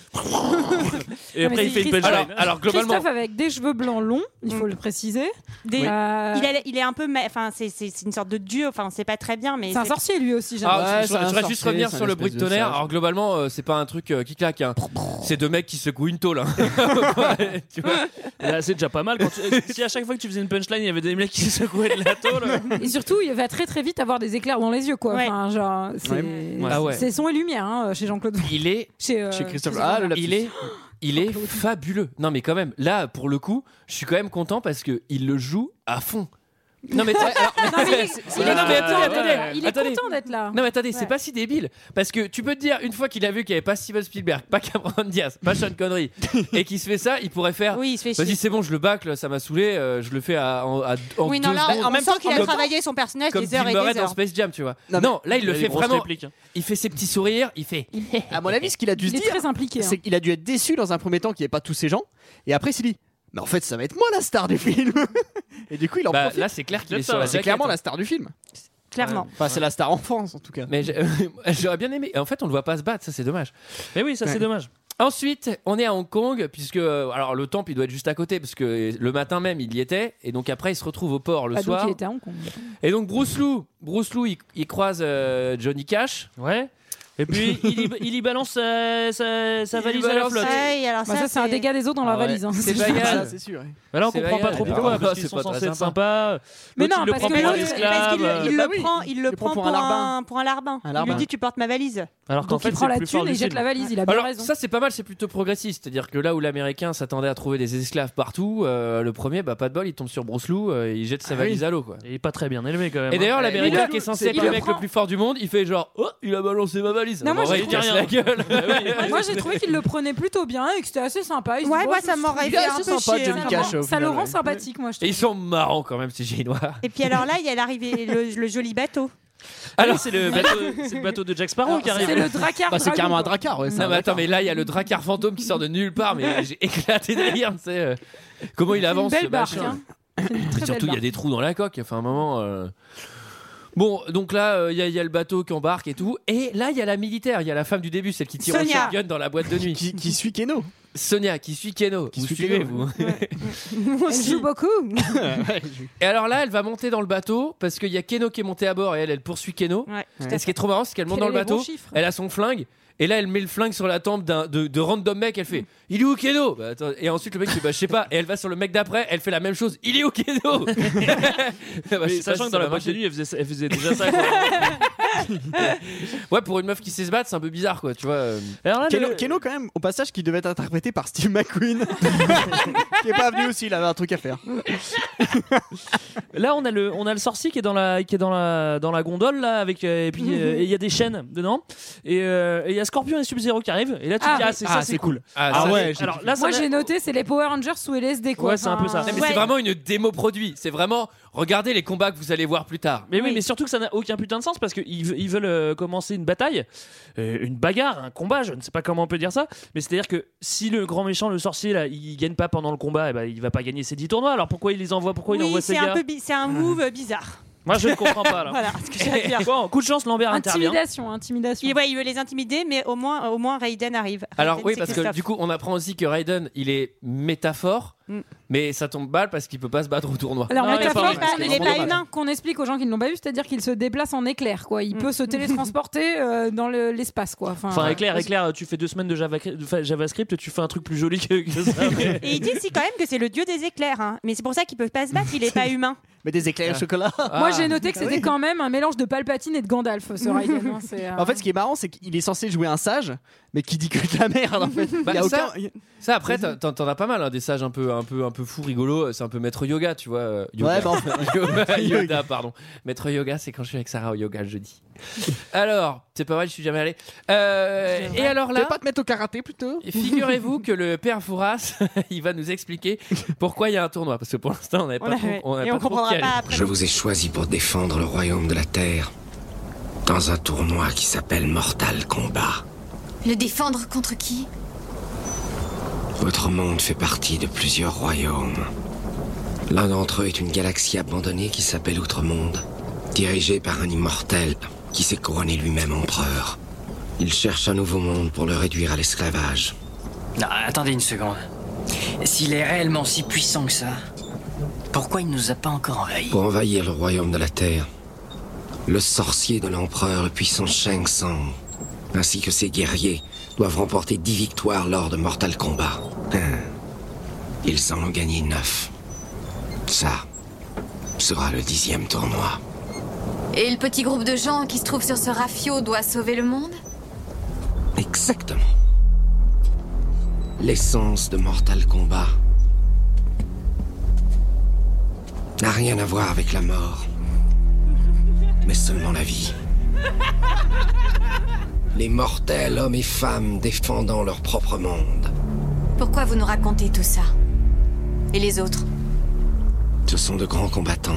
Speaker 6: Et
Speaker 7: Non, mais
Speaker 6: après, il
Speaker 7: c'est
Speaker 6: fait une
Speaker 7: Christophe.
Speaker 1: Alors,
Speaker 6: punchline.
Speaker 1: alors, globalement,
Speaker 7: Christophe avec des cheveux blancs longs, il faut le préciser.
Speaker 9: Des-
Speaker 7: Euh,
Speaker 9: Il, a- il est un peu, ma- enfin, c'est- c'est c'est une sorte de dieu. Enfin, on sait pas très bien, mais
Speaker 7: C'est un
Speaker 9: c'est-
Speaker 7: sorcier lui aussi, j'ai
Speaker 1: Ah,
Speaker 10: Ouais,
Speaker 1: je,
Speaker 10: c'est
Speaker 1: je
Speaker 10: un
Speaker 1: voudrais juste
Speaker 10: sorcier,
Speaker 1: revenir
Speaker 10: c'est
Speaker 1: sur
Speaker 10: un
Speaker 1: le bruit de
Speaker 10: espèce de
Speaker 1: tonnerre.
Speaker 10: sage.
Speaker 1: Alors globalement, euh, c'est pas un truc euh, qui claque. hein. C'est deux mecs qui secouent une tôle. hein. Tu vois
Speaker 6: Là, eh, c'est déjà pas mal. Quand tu- euh, Si à chaque fois que tu faisais une punchline, il y avait des mecs qui secouaient de la tôle.
Speaker 7: Et surtout, il va très très vite avoir des éclairs dans les yeux quoi.
Speaker 9: Ouais.
Speaker 7: Enfin, genre, c'est
Speaker 10: Ouais.
Speaker 1: Ah ouais.
Speaker 7: c'est son et lumière hein, chez
Speaker 1: (laughs)
Speaker 7: Jean-Claude. (laughs)
Speaker 1: Il est,
Speaker 7: Chez, euh,
Speaker 10: Chez Christophe.
Speaker 7: chez
Speaker 10: Ah, le
Speaker 7: Lambert.
Speaker 10: lapsus.
Speaker 1: il est, (gasps) Oh, il est fabuleux. Non, mais quand même, là, pour le coup, je suis quand même content parce que il le joue à fond. Non, (laughs) mais, alors,
Speaker 7: Non, Ah, mais il-
Speaker 1: c'est-
Speaker 7: il est
Speaker 1: non, mais attendez,
Speaker 7: content,
Speaker 1: attendez,
Speaker 7: il est
Speaker 1: attendez.
Speaker 7: content d'être là.
Speaker 1: Non mais attendez,
Speaker 7: Ouais.
Speaker 1: c'est pas si débile parce que tu peux te dire une fois qu'il a vu qu'il n'y avait pas Steven Spielberg, pas Cameron Diaz, pas Sean (laughs) Connery et qu'il se fait ça, il pourrait faire
Speaker 9: Oui, il se fait
Speaker 1: Vas-y,
Speaker 9: chier.
Speaker 1: c'est bon, je le bâcle, ça m'a saoulé, euh, je le fais à, en, à- en
Speaker 9: Oui,
Speaker 1: deux
Speaker 9: non, là,
Speaker 1: secondes.
Speaker 9: on sent qu'il a
Speaker 1: comme-
Speaker 9: travaillé son personnage
Speaker 1: (laughs) comme
Speaker 9: des heures
Speaker 1: Bill
Speaker 9: et
Speaker 1: Murray
Speaker 9: des
Speaker 1: dans
Speaker 9: heures.
Speaker 1: Space Jam, tu vois.
Speaker 10: Non,
Speaker 1: Non,
Speaker 10: mais-
Speaker 1: là, il le
Speaker 6: a
Speaker 1: fait
Speaker 6: des grosses
Speaker 1: vraiment.
Speaker 6: répliques.
Speaker 1: Il fait ses petits sourires, il fait.
Speaker 10: À mon avis, ce qu'il a dû
Speaker 7: Il
Speaker 10: se
Speaker 7: est
Speaker 10: dire,
Speaker 7: très impliqué. hein.
Speaker 10: c'est qu'il a dû être déçu dans un premier temps qu'il n'y ait pas tous ces gens, et après il s'est dit, mais en fait, ça va être moi la star du film. (laughs) et du coup, il en
Speaker 1: Bah,
Speaker 10: profite.
Speaker 1: là, c'est clair qu'il est
Speaker 6: C'est
Speaker 1: sur la
Speaker 10: c'est
Speaker 1: jaquette,
Speaker 10: clairement
Speaker 1: hein.
Speaker 10: la star du film.
Speaker 9: Clairement.
Speaker 10: Enfin, c'est la star en France en tout cas.
Speaker 1: Mais j'ai- (laughs) j'aurais bien aimé. En fait, on le voit pas se battre, ça c'est dommage.
Speaker 6: Mais oui, ça
Speaker 10: Ouais.
Speaker 6: c'est dommage.
Speaker 1: Ensuite, on est à Hong Kong, puisque euh, alors le temple il doit être juste à côté, parce que le matin même il y était, et donc après il se retrouve au port le
Speaker 7: Ah, donc
Speaker 1: soir.
Speaker 7: il était à Hong Kong.
Speaker 1: Et donc Bruce Lou, Bruce Lou, il, il croise euh, Johnny Cash.
Speaker 6: Ouais. Et puis il y, il y balance sa, sa- sa
Speaker 1: Il
Speaker 6: valise à la
Speaker 1: balance-
Speaker 6: flotte.
Speaker 9: Ouais, alors
Speaker 7: Bah, ça, c'est un dégât des eaux dans la
Speaker 10: Ah ouais.
Speaker 7: valise. hein.
Speaker 1: C'est
Speaker 7: C'est- (laughs)
Speaker 1: pas
Speaker 10: Ça,
Speaker 1: égal.
Speaker 10: c'est sûr.
Speaker 6: Bah là on
Speaker 1: C'est
Speaker 6: comprend pas
Speaker 1: vrai,
Speaker 6: trop
Speaker 1: ouais.
Speaker 6: pourquoi
Speaker 1: Ah,
Speaker 6: parce
Speaker 1: c'est
Speaker 6: qu'ils sont
Speaker 1: pas très
Speaker 6: censés être
Speaker 1: sympa.
Speaker 6: sympas.
Speaker 7: Mais
Speaker 6: L'autre,
Speaker 7: non,
Speaker 6: il le
Speaker 7: parce
Speaker 6: prend
Speaker 7: que
Speaker 6: pour
Speaker 7: le-
Speaker 6: un
Speaker 7: parce
Speaker 6: esclave.
Speaker 9: Il
Speaker 10: Bah
Speaker 9: le
Speaker 10: oui,
Speaker 9: prend, il le prend pour un larbin. Pour un larbin.
Speaker 10: Un
Speaker 9: Il
Speaker 10: larbin.
Speaker 9: lui dit tu portes ma valise.
Speaker 6: Alors qu'en
Speaker 7: Donc
Speaker 6: fait
Speaker 7: il prend
Speaker 6: c'est
Speaker 7: la
Speaker 6: le plus fort
Speaker 7: thune et
Speaker 6: du
Speaker 7: il jette la
Speaker 6: film.
Speaker 7: valise. Il a bien
Speaker 1: Alors
Speaker 7: Ah, raison.
Speaker 1: ça c'est pas mal, c'est plutôt progressiste, c'est-à-dire que là où l'américain s'attendait à trouver des esclaves partout, euh, le premier, bah pas de bol, il tombe sur Bruce Lou, euh, il jette sa
Speaker 10: Ah oui.
Speaker 1: valise à l'eau quoi.
Speaker 6: Il est pas très bien élevé quand même. hein.
Speaker 1: Et d'ailleurs,
Speaker 10: Ouais,
Speaker 1: l'américain
Speaker 10: il-
Speaker 1: qui est censé être
Speaker 7: il
Speaker 1: le
Speaker 7: le
Speaker 1: mec
Speaker 7: prend.
Speaker 1: le plus fort du monde, il fait genre Oh, il a balancé ma valise.
Speaker 7: Non,
Speaker 1: Ah,
Speaker 7: moi,
Speaker 1: bah,
Speaker 7: j'ai
Speaker 1: il casse
Speaker 6: trouvé-
Speaker 1: la gueule.
Speaker 7: Moi j'ai trouvé qu'il le prenait plutôt bien et que c'était assez sympa. Il se dit,
Speaker 9: Ouais,
Speaker 7: bon,
Speaker 9: moi,
Speaker 7: je
Speaker 9: ça
Speaker 7: me
Speaker 9: m'aurait
Speaker 7: suis-
Speaker 9: fait un peu
Speaker 10: sympa,
Speaker 9: chier.
Speaker 10: Johnny
Speaker 9: Ça
Speaker 10: Cash,
Speaker 9: rend-
Speaker 10: au
Speaker 7: Ça
Speaker 10: final,
Speaker 7: le rend
Speaker 10: ouais.
Speaker 7: sympathique, moi
Speaker 1: (laughs)
Speaker 7: je
Speaker 1: Et
Speaker 7: trouve.
Speaker 1: ils sont marrants quand même, ces génois.
Speaker 9: Et puis alors là, il y a l'arrivée, le, (laughs) le joli bateau.
Speaker 6: Alors c'est le bateau, c'est le bateau de Jack Sparrow qui
Speaker 7: C'est
Speaker 6: arrive.
Speaker 7: le dracard.
Speaker 10: Bah, c'est
Speaker 7: dragon,
Speaker 10: carrément un
Speaker 7: quoi.
Speaker 10: dracard, ouais. c'est
Speaker 1: Non,
Speaker 10: un
Speaker 1: mais attends,
Speaker 10: dracard.
Speaker 1: mais là, il y a le dracard fantôme qui sort de nulle part, mais j'ai éclaté de rire, tu sais. euh, comment il
Speaker 7: C'est une
Speaker 1: avance, ce
Speaker 7: belle barque.
Speaker 1: machin.
Speaker 7: hein. C'est une
Speaker 1: Mais
Speaker 7: très
Speaker 1: surtout,
Speaker 7: belle
Speaker 1: il y a
Speaker 7: barque.
Speaker 1: des trous dans la coque, enfin, un moment. euh. Bon, donc là, euh, il y, a- il y a le bateau qui embarque et tout. Et là, il y a la militaire, il y a la femme du début, celle qui tire
Speaker 9: Sonia.
Speaker 1: au shotgun dans la boîte de nuit.
Speaker 10: Qui, qui suit Keno
Speaker 1: Sonia, qui suit Keno.
Speaker 10: Qui
Speaker 1: vous
Speaker 10: suit
Speaker 1: suivez,
Speaker 10: Keno.
Speaker 1: vous
Speaker 7: Elle joue beaucoup.
Speaker 1: Et alors là, elle va monter dans le bateau parce qu'il y a Keno qui est monté à bord et elle, elle poursuit Keno.
Speaker 9: Ouais,
Speaker 10: tout à
Speaker 1: Et ce qui est trop marrant, c'est qu'elle monte dans le bateau, elle a son flingue. Et là, elle met le flingue sur la tempe d'un- de, de random mec. Elle fait Il est où Keno Bah, attends. Et ensuite, le mec fait Bah, je sais pas. Et elle va sur le mec d'après. Elle fait la même chose Il est où Keno (laughs) Bah, je
Speaker 6: Mais
Speaker 1: sais pas
Speaker 6: sachant
Speaker 1: si ça
Speaker 6: que dans la
Speaker 1: va
Speaker 6: boîte de
Speaker 1: marcher.
Speaker 6: nuit, elle faisait, elle faisait déjà ça. quoi.
Speaker 1: Ouais, pour une meuf qui sait se battre, c'est un peu bizarre, quoi. Tu vois. euh.
Speaker 6: (laughs) Alors là,
Speaker 10: Keno,
Speaker 6: le-
Speaker 10: Keno, quand même, au passage, qui devait être interprété par Steve McQueen,
Speaker 1: (laughs)
Speaker 10: qui est pas venu aussi, il avait un truc à faire.
Speaker 6: Là, on a le, on a le sorcier qui est dans la, qui est dans la, dans la gondole là, avec euh, et (laughs) puis euh, et il y a des chaînes dedans et euh, et il y a Scorpion et Sub-Zero qui arrivent et là tu te
Speaker 7: Ah,
Speaker 6: dis ah c'est ça
Speaker 10: Ah,
Speaker 6: c'est
Speaker 10: c'est
Speaker 6: cool.
Speaker 1: Ah,
Speaker 10: Ah
Speaker 1: ça,
Speaker 10: ouais,
Speaker 1: c'est-
Speaker 10: j'ai-
Speaker 6: Alors là, ça
Speaker 7: Moi
Speaker 6: m'a-
Speaker 7: j'ai noté, c'est les Power Rangers sous LSD quoi.
Speaker 6: Ouais, c'est un peu ça.
Speaker 7: Enfin,
Speaker 1: Non, mais
Speaker 9: Ouais.
Speaker 1: c'est vraiment une démo produit. C'est vraiment Regardez les combats que vous allez voir plus tard.
Speaker 6: Mais oui,
Speaker 9: Oui.
Speaker 6: mais surtout que ça n'a aucun putain de sens parce qu'ils ve- ils veulent euh, commencer une bataille, euh, une bagarre, un combat, je ne sais pas comment on peut dire ça, mais c'est-à-dire que si le grand méchant, le sorcier, là, il gagne pas pendant le combat, eh ben, il va pas gagner ses 10 tournois, alors pourquoi il les envoie Pourquoi il envoie
Speaker 9: oui,
Speaker 6: ces
Speaker 9: c'est
Speaker 6: gars
Speaker 9: un peu bi- c'est un move bizarre.
Speaker 6: Moi je ne comprends pas
Speaker 9: (laughs)
Speaker 6: là.
Speaker 9: Voilà, ce que j'ai à dire.
Speaker 6: Bon, coup de chance, Lambert intervient.
Speaker 7: Intimidation, intimidation.
Speaker 9: Il, ouais, il veut les intimider, mais au moins, au moins Raiden arrive.
Speaker 1: (laughs) Alors
Speaker 9: Raiden,
Speaker 1: oui,
Speaker 9: c'est
Speaker 1: parce que
Speaker 9: Christophe.
Speaker 1: du coup, on apprend aussi que Raiden, il est métaphore,
Speaker 9: Mm.
Speaker 1: mais ça tombe balle parce qu'il peut pas se battre au tournoi.
Speaker 7: Alors,
Speaker 6: Non, il est
Speaker 7: métaphore,
Speaker 6: pas-
Speaker 7: parce
Speaker 9: il
Speaker 7: que-
Speaker 9: est pas
Speaker 7: qu'on-
Speaker 9: humain.
Speaker 7: qu'on explique aux gens qui ne l'ont pas vu, c'est-à-dire qu'il se déplace en éclair, quoi. Il
Speaker 9: Mm.
Speaker 7: peut se télétransporter euh, dans le- l'espace, quoi. Enfin,
Speaker 6: Enfin, éclair, éclair, tu fais deux semaines de Java- de fa- JavaScript, tu fais un truc plus joli que, que
Speaker 1: (laughs)
Speaker 6: ça. mais-
Speaker 9: Et ils disent si quand même que c'est le dieu des éclairs, hein. mais c'est pour ça qu'il peut pas se battre, il est
Speaker 1: (laughs)
Speaker 9: pas humain.
Speaker 10: Mais des éclairs au chocolat.
Speaker 7: Moi
Speaker 1: Ah.
Speaker 7: j'ai noté que
Speaker 10: Ah oui.
Speaker 7: c'était quand même un mélange de Palpatine et de Gandalf, ce Raiden. hein, c'est, euh,
Speaker 10: En fait, ce qui est marrant, c'est qu'il est censé jouer un sage, mais qui dit que de la merde en fait.
Speaker 1: Bah,
Speaker 10: Il y a
Speaker 1: ça-
Speaker 10: aucun-
Speaker 1: Ça après t'en t'en- t'en as pas mal hein, des sages un peu un peu un peu fous rigolos c'est un peu maître yoga tu vois euh, yoga.
Speaker 10: Ouais, bah,
Speaker 1: (laughs)
Speaker 10: en fait.
Speaker 1: Yoga, Yoda, pardon maître yoga c'est quand je suis avec Sarah au yoga le jeudi alors c'est pas vrai je suis jamais allé Euh, et alors
Speaker 10: Tu
Speaker 1: là
Speaker 10: veux pas te mettre au karaté plutôt
Speaker 1: figurez-vous que le père Fouras (laughs) il va nous expliquer pourquoi il y a un tournoi parce que pour l'instant on n'avait
Speaker 9: On
Speaker 1: pas trop,
Speaker 9: a-
Speaker 1: on n'avait
Speaker 9: et
Speaker 1: pas
Speaker 9: on
Speaker 1: trop
Speaker 9: comprendra
Speaker 1: qui allait.
Speaker 9: pas après.
Speaker 4: Je vous ai choisi pour défendre le royaume de la Terre dans un tournoi qui s'appelle Mortal Kombat.
Speaker 11: Le défendre contre qui
Speaker 4: Votre monde fait partie de plusieurs royaumes. L'un d'entre eux est une galaxie abandonnée qui s'appelle Outre-Monde, dirigée par un immortel qui s'est couronné lui-même empereur. Il cherche un nouveau monde pour le réduire à l'esclavage.
Speaker 2: Non, attendez une seconde. S'il est réellement si puissant que ça, pourquoi il nous a pas encore envahis
Speaker 4: Pour envahir le royaume de la Terre, le sorcier de l'empereur, le puissant Shang Tsung, ainsi que ses guerriers, doivent remporter dix victoires lors de Mortal Kombat. Hein. Ils en ont gagné neuf. Ça sera le dixième tournoi.
Speaker 11: Et le petit groupe de gens qui se trouve sur ce rafio doit sauver le monde
Speaker 4: Exactement. l'essence de Mortal Kombat n'a rien à voir avec la mort, mais seulement la vie. Les mortels, hommes et femmes défendant leur propre monde.
Speaker 11: Pourquoi vous nous racontez tout ça Et les autres
Speaker 4: Ce sont de grands combattants.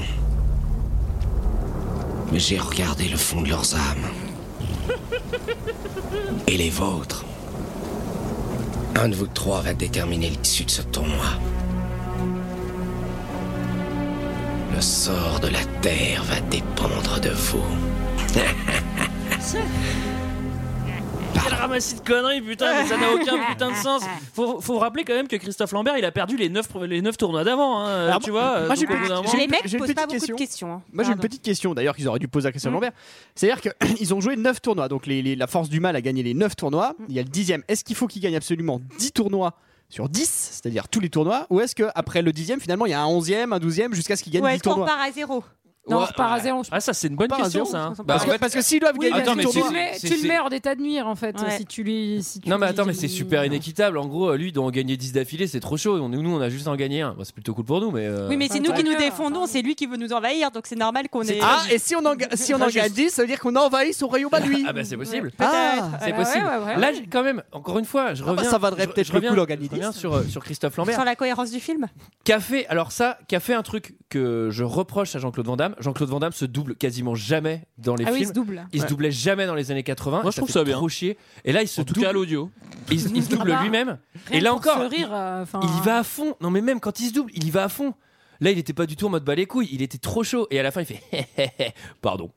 Speaker 4: Mais j'ai regardé le fond de leurs âmes. Et les vôtres. Un de vous trois va déterminer l'issue de ce tournoi. Le sort de la Terre va dépendre de vous.
Speaker 6: Quel ramassis de conneries, putain, mais ça n'a aucun putain de sens. Faut, faut rappeler quand même que Christophe Lambert, il a perdu les 9, les neuf tournois d'avant, hein,
Speaker 10: Alors,
Speaker 6: tu vois.
Speaker 10: moi, j'ai
Speaker 6: donc, au
Speaker 10: une
Speaker 6: bout d'un
Speaker 10: petite-
Speaker 6: moment-
Speaker 10: j'ai
Speaker 9: Les
Speaker 10: une-
Speaker 9: mecs
Speaker 10: j'ai une
Speaker 9: posent
Speaker 10: petite
Speaker 9: pas beaucoup
Speaker 10: question.
Speaker 9: de questions. hein.
Speaker 10: Moi j'ai une
Speaker 9: Pardon.
Speaker 10: petite question d'ailleurs qu'ils auraient dû poser à
Speaker 1: Hum.
Speaker 10: Christian Lambert. C'est-à-dire (clears throat) qu'ils ont joué 9 tournois, donc les, les- la force du mal a gagné les 9 tournois.
Speaker 1: Hum.
Speaker 10: Il y a le dixième. Est-ce qu'il faut qu'ils gagnent absolument 10 tournois sur 10, c'est-à-dire tous les tournois, ou est-ce qu'après le dixième finalement il y a un onzième, un douzième jusqu'à ce qu'ils gagnent
Speaker 9: Ou
Speaker 10: 10
Speaker 9: est-ce qu'on
Speaker 10: tournois
Speaker 9: part à zéro
Speaker 7: Non,
Speaker 1: Ouais,
Speaker 7: on repart à zéro. je-
Speaker 6: Ah, ça, c'est une bonne
Speaker 10: Pas un
Speaker 6: question,
Speaker 10: zéro,
Speaker 6: ça. hein.
Speaker 1: Bah,
Speaker 10: Parce que- parce que s'ils doivent
Speaker 7: Oui,
Speaker 10: gagner
Speaker 7: parce
Speaker 1: Attends,
Speaker 7: que
Speaker 1: mais
Speaker 10: les
Speaker 7: tu
Speaker 1: c'est-
Speaker 7: le
Speaker 10: tournois,
Speaker 7: mets-
Speaker 1: c'est-
Speaker 7: tu le
Speaker 1: c'est-
Speaker 7: mets hors d'état de nuire en fait
Speaker 9: Ouais.
Speaker 7: si tu lui si tu
Speaker 1: Non, mais
Speaker 7: lui-
Speaker 1: attends, mais c'est super inéquitable. En gros, lui, il doit en gagner 10 d'affilée, c'est trop chaud. On- Nous, on a juste à en gagné un. Bon, c'est plutôt cool pour nous, mais. euh,
Speaker 9: Oui, mais
Speaker 7: Enfin,
Speaker 9: c'est nous
Speaker 7: tant
Speaker 9: qui nous
Speaker 7: mieux.
Speaker 9: défendons, c'est lui qui veut nous envahir, donc c'est normal qu'on ait.
Speaker 10: Ah, et si on en, ga- si on en
Speaker 6: Enfin,
Speaker 10: gagne 10, ça veut dire qu'on a envahi son royaume à lui
Speaker 1: (laughs) Ah, bah, c'est possible.
Speaker 9: euh,
Speaker 10: Ah,
Speaker 1: C'est
Speaker 7: Ouais, bah
Speaker 1: possible.
Speaker 7: ouais, ouais, ouais.
Speaker 1: Là, j'ai- quand même, encore une fois, je
Speaker 10: bah,
Speaker 1: reviens.
Speaker 10: ça vaudrait
Speaker 1: je-
Speaker 10: peut-être
Speaker 1: je
Speaker 10: le coup
Speaker 1: reviens-
Speaker 10: d'en gagner
Speaker 1: je reviens
Speaker 10: 10.
Speaker 1: sur, euh, sur Christophe Lambert.
Speaker 9: Sur la cohérence du film
Speaker 1: Qui a fait, alors ça, qui a fait un truc que je reproche à Jean-Claude Van Damme. Jean-Claude Van Damme se double quasiment jamais dans les
Speaker 7: Ah oui, il
Speaker 1: films.
Speaker 7: se double.
Speaker 1: il se doublait jamais dans les années 80.
Speaker 6: Moi, je
Speaker 1: et
Speaker 6: trouve
Speaker 1: fait
Speaker 6: ça bien.
Speaker 1: trop chier. Et là, il se
Speaker 6: En tout cas, à
Speaker 1: double,
Speaker 6: l'audio.
Speaker 1: il, se- il se double
Speaker 7: Ah bah.
Speaker 1: lui-même.
Speaker 7: Rien
Speaker 1: Et là
Speaker 7: pour
Speaker 1: encore,
Speaker 7: se rire, euh, enfin,
Speaker 1: Il y va à fond. Non, mais même quand il se double, il y va à fond. Là, il était pas du tout en mode bas les couilles. Il était trop chaud. Et à la fin, il fait (laughs) Hé, hé, hé. Pardon.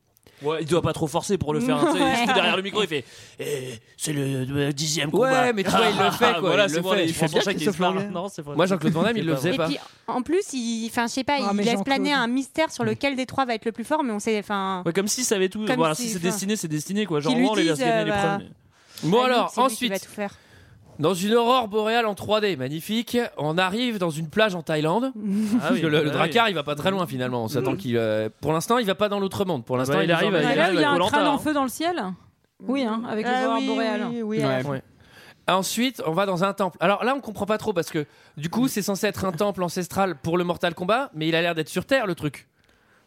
Speaker 6: Ouais, il doit pas trop forcer pour le
Speaker 1: (laughs)
Speaker 6: faire. hein, tu sais,
Speaker 9: Ouais.
Speaker 6: Il se met derrière le micro, il fait eh, C'est le euh, dixième
Speaker 1: Ouais,
Speaker 6: combat.
Speaker 1: mais tu vois,
Speaker 6: (laughs)
Speaker 1: il le fait, quoi,
Speaker 6: voilà,
Speaker 1: il
Speaker 6: c'est
Speaker 1: le
Speaker 6: bon,
Speaker 1: fait.
Speaker 6: les
Speaker 1: Il fait
Speaker 6: Français
Speaker 10: bien
Speaker 6: qui
Speaker 10: Christophe
Speaker 6: se parlent.
Speaker 10: Lambert.
Speaker 6: Non, c'est vrai.
Speaker 1: Moi, Jean-Claude Van Damme, il
Speaker 6: C'est
Speaker 1: le
Speaker 6: pas
Speaker 1: faisait
Speaker 9: Et
Speaker 1: pas.
Speaker 9: puis, en plus, il, enfin, je sais pas,
Speaker 7: Ah,
Speaker 9: il
Speaker 7: mais
Speaker 9: laisse
Speaker 7: Jean-Claude.
Speaker 9: planer un mystère sur lequel des trois va être le plus fort, mais on sait, enfin,
Speaker 6: Ouais, comme s'il savait tout.
Speaker 9: Comme
Speaker 6: voilà,
Speaker 9: si-
Speaker 6: si c'est
Speaker 9: enfin,
Speaker 6: destiné, c'est destiné, quoi. Genre,
Speaker 9: qu'ils lui
Speaker 6: on les laisse
Speaker 9: disent,
Speaker 6: gagner
Speaker 9: euh,
Speaker 6: les
Speaker 9: bah,
Speaker 1: (laughs)
Speaker 6: premiers.
Speaker 1: Bon,
Speaker 9: à la
Speaker 1: alors,
Speaker 9: limite, c'est lui qui va
Speaker 1: ensuite,
Speaker 9: tout faire.
Speaker 1: dans une aurore boréale en 3D, magnifique, on arrive dans une plage en Thaïlande. Parce que (laughs) le, le
Speaker 6: bah,
Speaker 1: dracard, il va pas très loin finalement. On s'attend qu'il. euh, pour l'instant, il va pas dans l'autre monde. Pour l'instant,
Speaker 6: bah, il
Speaker 1: est
Speaker 6: arrive
Speaker 1: genre-
Speaker 6: à-
Speaker 7: Ouais,
Speaker 6: il
Speaker 7: là où il y a un
Speaker 6: Koh-Lanta,
Speaker 7: crâne
Speaker 6: hein.
Speaker 7: en feu dans le ciel Oui, hein, avec
Speaker 10: Ah
Speaker 7: les aurores boréales.
Speaker 9: Ah oui, euh, oui,
Speaker 10: Ouais.
Speaker 1: Ensuite, on va dans un temple. Alors là, on comprend pas trop parce que du coup, c'est censé être un temple ancestral pour le Mortal Kombat, mais il a l'air d'être sur Terre le truc.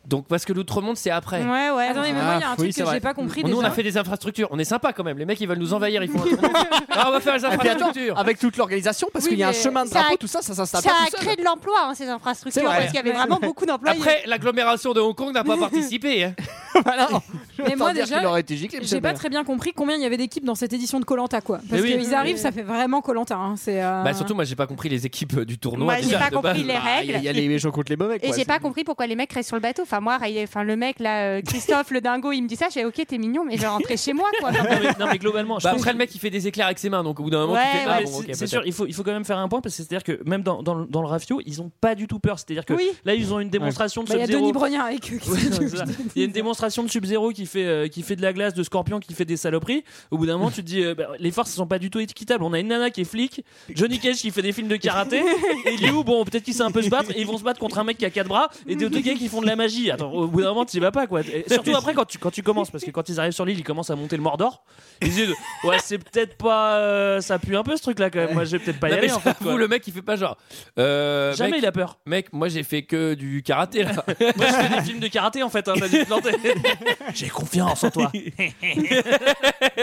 Speaker 1: Donc parce que l'outre-monde, c'est après.
Speaker 9: ouais, ouais. ouais.
Speaker 7: Attendez, mais moi, il y a un
Speaker 10: Ah,
Speaker 7: truc
Speaker 10: oui, c'est
Speaker 7: que
Speaker 10: vrai.
Speaker 7: j'ai pas compris
Speaker 1: Nous, on
Speaker 7: déjà.
Speaker 1: a fait des infrastructures. On est sympa quand même. Les mecs, ils veulent nous envahir. Ils font un tournoi. Ah, on va faire les
Speaker 10: Et puis attends, ah,
Speaker 1: infrastructures.
Speaker 10: avec toute l'organisation, parce
Speaker 7: Oui,
Speaker 10: qu'il y a un
Speaker 7: mais
Speaker 10: chemin de
Speaker 9: ça a-
Speaker 10: drapeau, tout ça, ça s'installe
Speaker 9: ça
Speaker 10: pas
Speaker 9: a
Speaker 10: tout seul.
Speaker 9: créé de l'emploi, hein, ces infrastructures,
Speaker 10: C'est vrai.
Speaker 9: parce qu'il y avait
Speaker 7: Ouais.
Speaker 9: vraiment beaucoup d'employés.
Speaker 1: Après, l'agglomération de Hong Kong n'a pas participé. hein.
Speaker 10: Voilà, non. Je veux
Speaker 7: Mais moi,
Speaker 10: pas dire
Speaker 7: déjà,
Speaker 10: qu'il aurait été giclé,
Speaker 7: J'ai
Speaker 10: monsieur
Speaker 7: pas
Speaker 10: Bert.
Speaker 7: très bien compris combien il y avait d'équipes dans cette édition de Colanta quoi.
Speaker 1: Mais
Speaker 7: Parce
Speaker 1: oui.
Speaker 7: qu'ils arrivent, ça fait vraiment Colanta. Hein. C'est euh,
Speaker 1: Bah surtout, moi, j'ai pas compris les équipes euh, du tournoi.
Speaker 9: Moi, j'ai
Speaker 1: déjà,
Speaker 9: pas
Speaker 1: de
Speaker 9: compris
Speaker 1: base.
Speaker 9: les
Speaker 10: Ah, Il y a- il y a les méchants contre les mauvais.
Speaker 9: Et
Speaker 10: quoi,
Speaker 9: j'ai
Speaker 10: c'est-
Speaker 9: pas compris pourquoi les mecs restent sur le bateau. Enfin, moi, Riley- enfin, le mec là, euh, Christophe, le dingo, il me dit ça. J'ai ok, t'es mignon, mais je vais rentrer chez moi, quoi.
Speaker 6: Non, mais- non, mais globalement, je
Speaker 1: Bah,
Speaker 6: pense
Speaker 1: après, le mec, il fait des éclairs avec ses mains. Donc au bout d'un moment,
Speaker 9: Ouais,
Speaker 1: tu fais, ah,
Speaker 9: ouais.
Speaker 1: bon,
Speaker 6: c'est-
Speaker 1: ok,
Speaker 6: c'est
Speaker 1: peut-être.
Speaker 6: sûr, il faut, il faut quand même faire un point parce que c'est-à-dire que même dans, dans le- dans le rafio, ils ont pas du tout peur. C'est-à-dire que
Speaker 9: Oui.
Speaker 6: (laughs) là, ils ont une démonstration
Speaker 7: bah, il y
Speaker 6: de
Speaker 7: a
Speaker 6: Sub-Zero.
Speaker 7: Denis Brogniart avec eux.
Speaker 6: Ouais, non, c'est ça. Il y a une démonstration de Sub-Zero qui fait euh, qui fait de la glace, de Scorpion qui fait des saloperies. Au bout d'un moment, tu te dis euh, bah, les forces elles sont pas du tout équitables. On a une nana qui est flic, Johnny Cage qui fait des films de karaté, et Liu bon peut-être qu'il sait un peu se battre et ils vont se battre contre un mec qui a quatre bras et des deux gars qui font de la magie. Attends, au bout d'un moment, tu vas pas quoi. Et surtout après quand tu quand tu commences parce que quand ils arrivent sur l'île, ils commencent à monter le Mordor. Ils disent ouais c'est peut-être pas euh, ça pue un peu ce truc là quand même. Moi je vais peut-être pas y
Speaker 1: Non, mais
Speaker 6: aller
Speaker 1: (laughs)
Speaker 6: en fait.
Speaker 1: j'avoue,
Speaker 6: quoi.
Speaker 1: le mec, il fait pas genre. euh,
Speaker 6: Jamais
Speaker 1: mec,
Speaker 6: il a peur.
Speaker 1: mec, moi, j'ai fait que du karaté là. (laughs)
Speaker 6: Moi je fais des films de karaté en fait. hein, t'as dû te planter. (laughs) J'ai confiance en toi.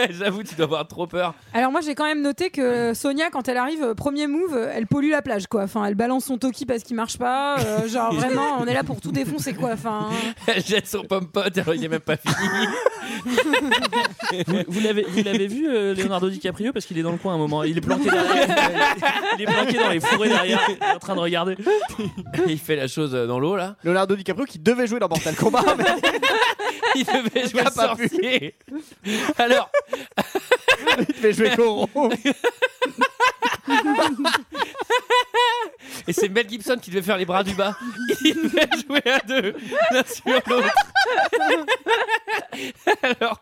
Speaker 1: J'avoue, tu dois avoir trop peur. (laughs)
Speaker 7: Alors moi j'ai quand même noté que Sonia quand elle arrive euh, premier move euh, elle pollue la plage quoi. Enfin elle balance son toki parce qu'il marche pas.
Speaker 1: (laughs)
Speaker 7: euh, genre vraiment on est là pour tout défoncer quoi. Enfin
Speaker 1: Elle jette son pomme-pote alors il est même pas fini.
Speaker 6: Vous l'avez, vous l'avez vu, euh, Leonardo DiCaprio, parce qu'il est dans le coin à un moment. Il est planqué derrière. Il est planqué dans les fourrés derrière. Il est en train de regarder.
Speaker 1: il fait la chose euh, dans l'eau là.
Speaker 10: Leonardo DiCaprio qui devait jouer dans Mortal Kombat. mais-
Speaker 1: Il devait jouer
Speaker 10: Il a
Speaker 1: le
Speaker 10: pas pu.
Speaker 1: sorcier. Alors,
Speaker 10: Il devait jouer Goro.
Speaker 1: et c'est Mel Gibson qui devait faire les bras du bas. Il devait jouer à deux, l'un sur l'autre. (laughs) Alors,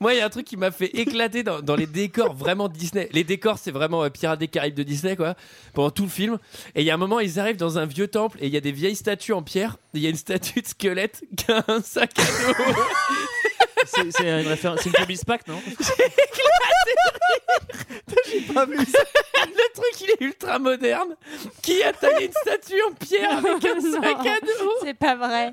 Speaker 1: moi, il y a un truc qui m'a fait éclater dans, dans les décors vraiment Disney. Les décors, c'est vraiment euh, Pirates des Caraïbes de Disney, quoi, pendant tout le film. Et il y a un moment, ils arrivent dans un vieux temple et il y a (laughs) des vieilles statues en pierre. Et Il y a une statue de squelette qui a un sac à dos.
Speaker 6: C'est- C'est une référence, c'est une pub Ispac, non
Speaker 1: J'ai pas vu Le truc, il est ultra moderne. Qui a taillé une statue en pierre avec un
Speaker 9: (laughs) Non,
Speaker 1: sac à dos
Speaker 9: C'est pas vrai.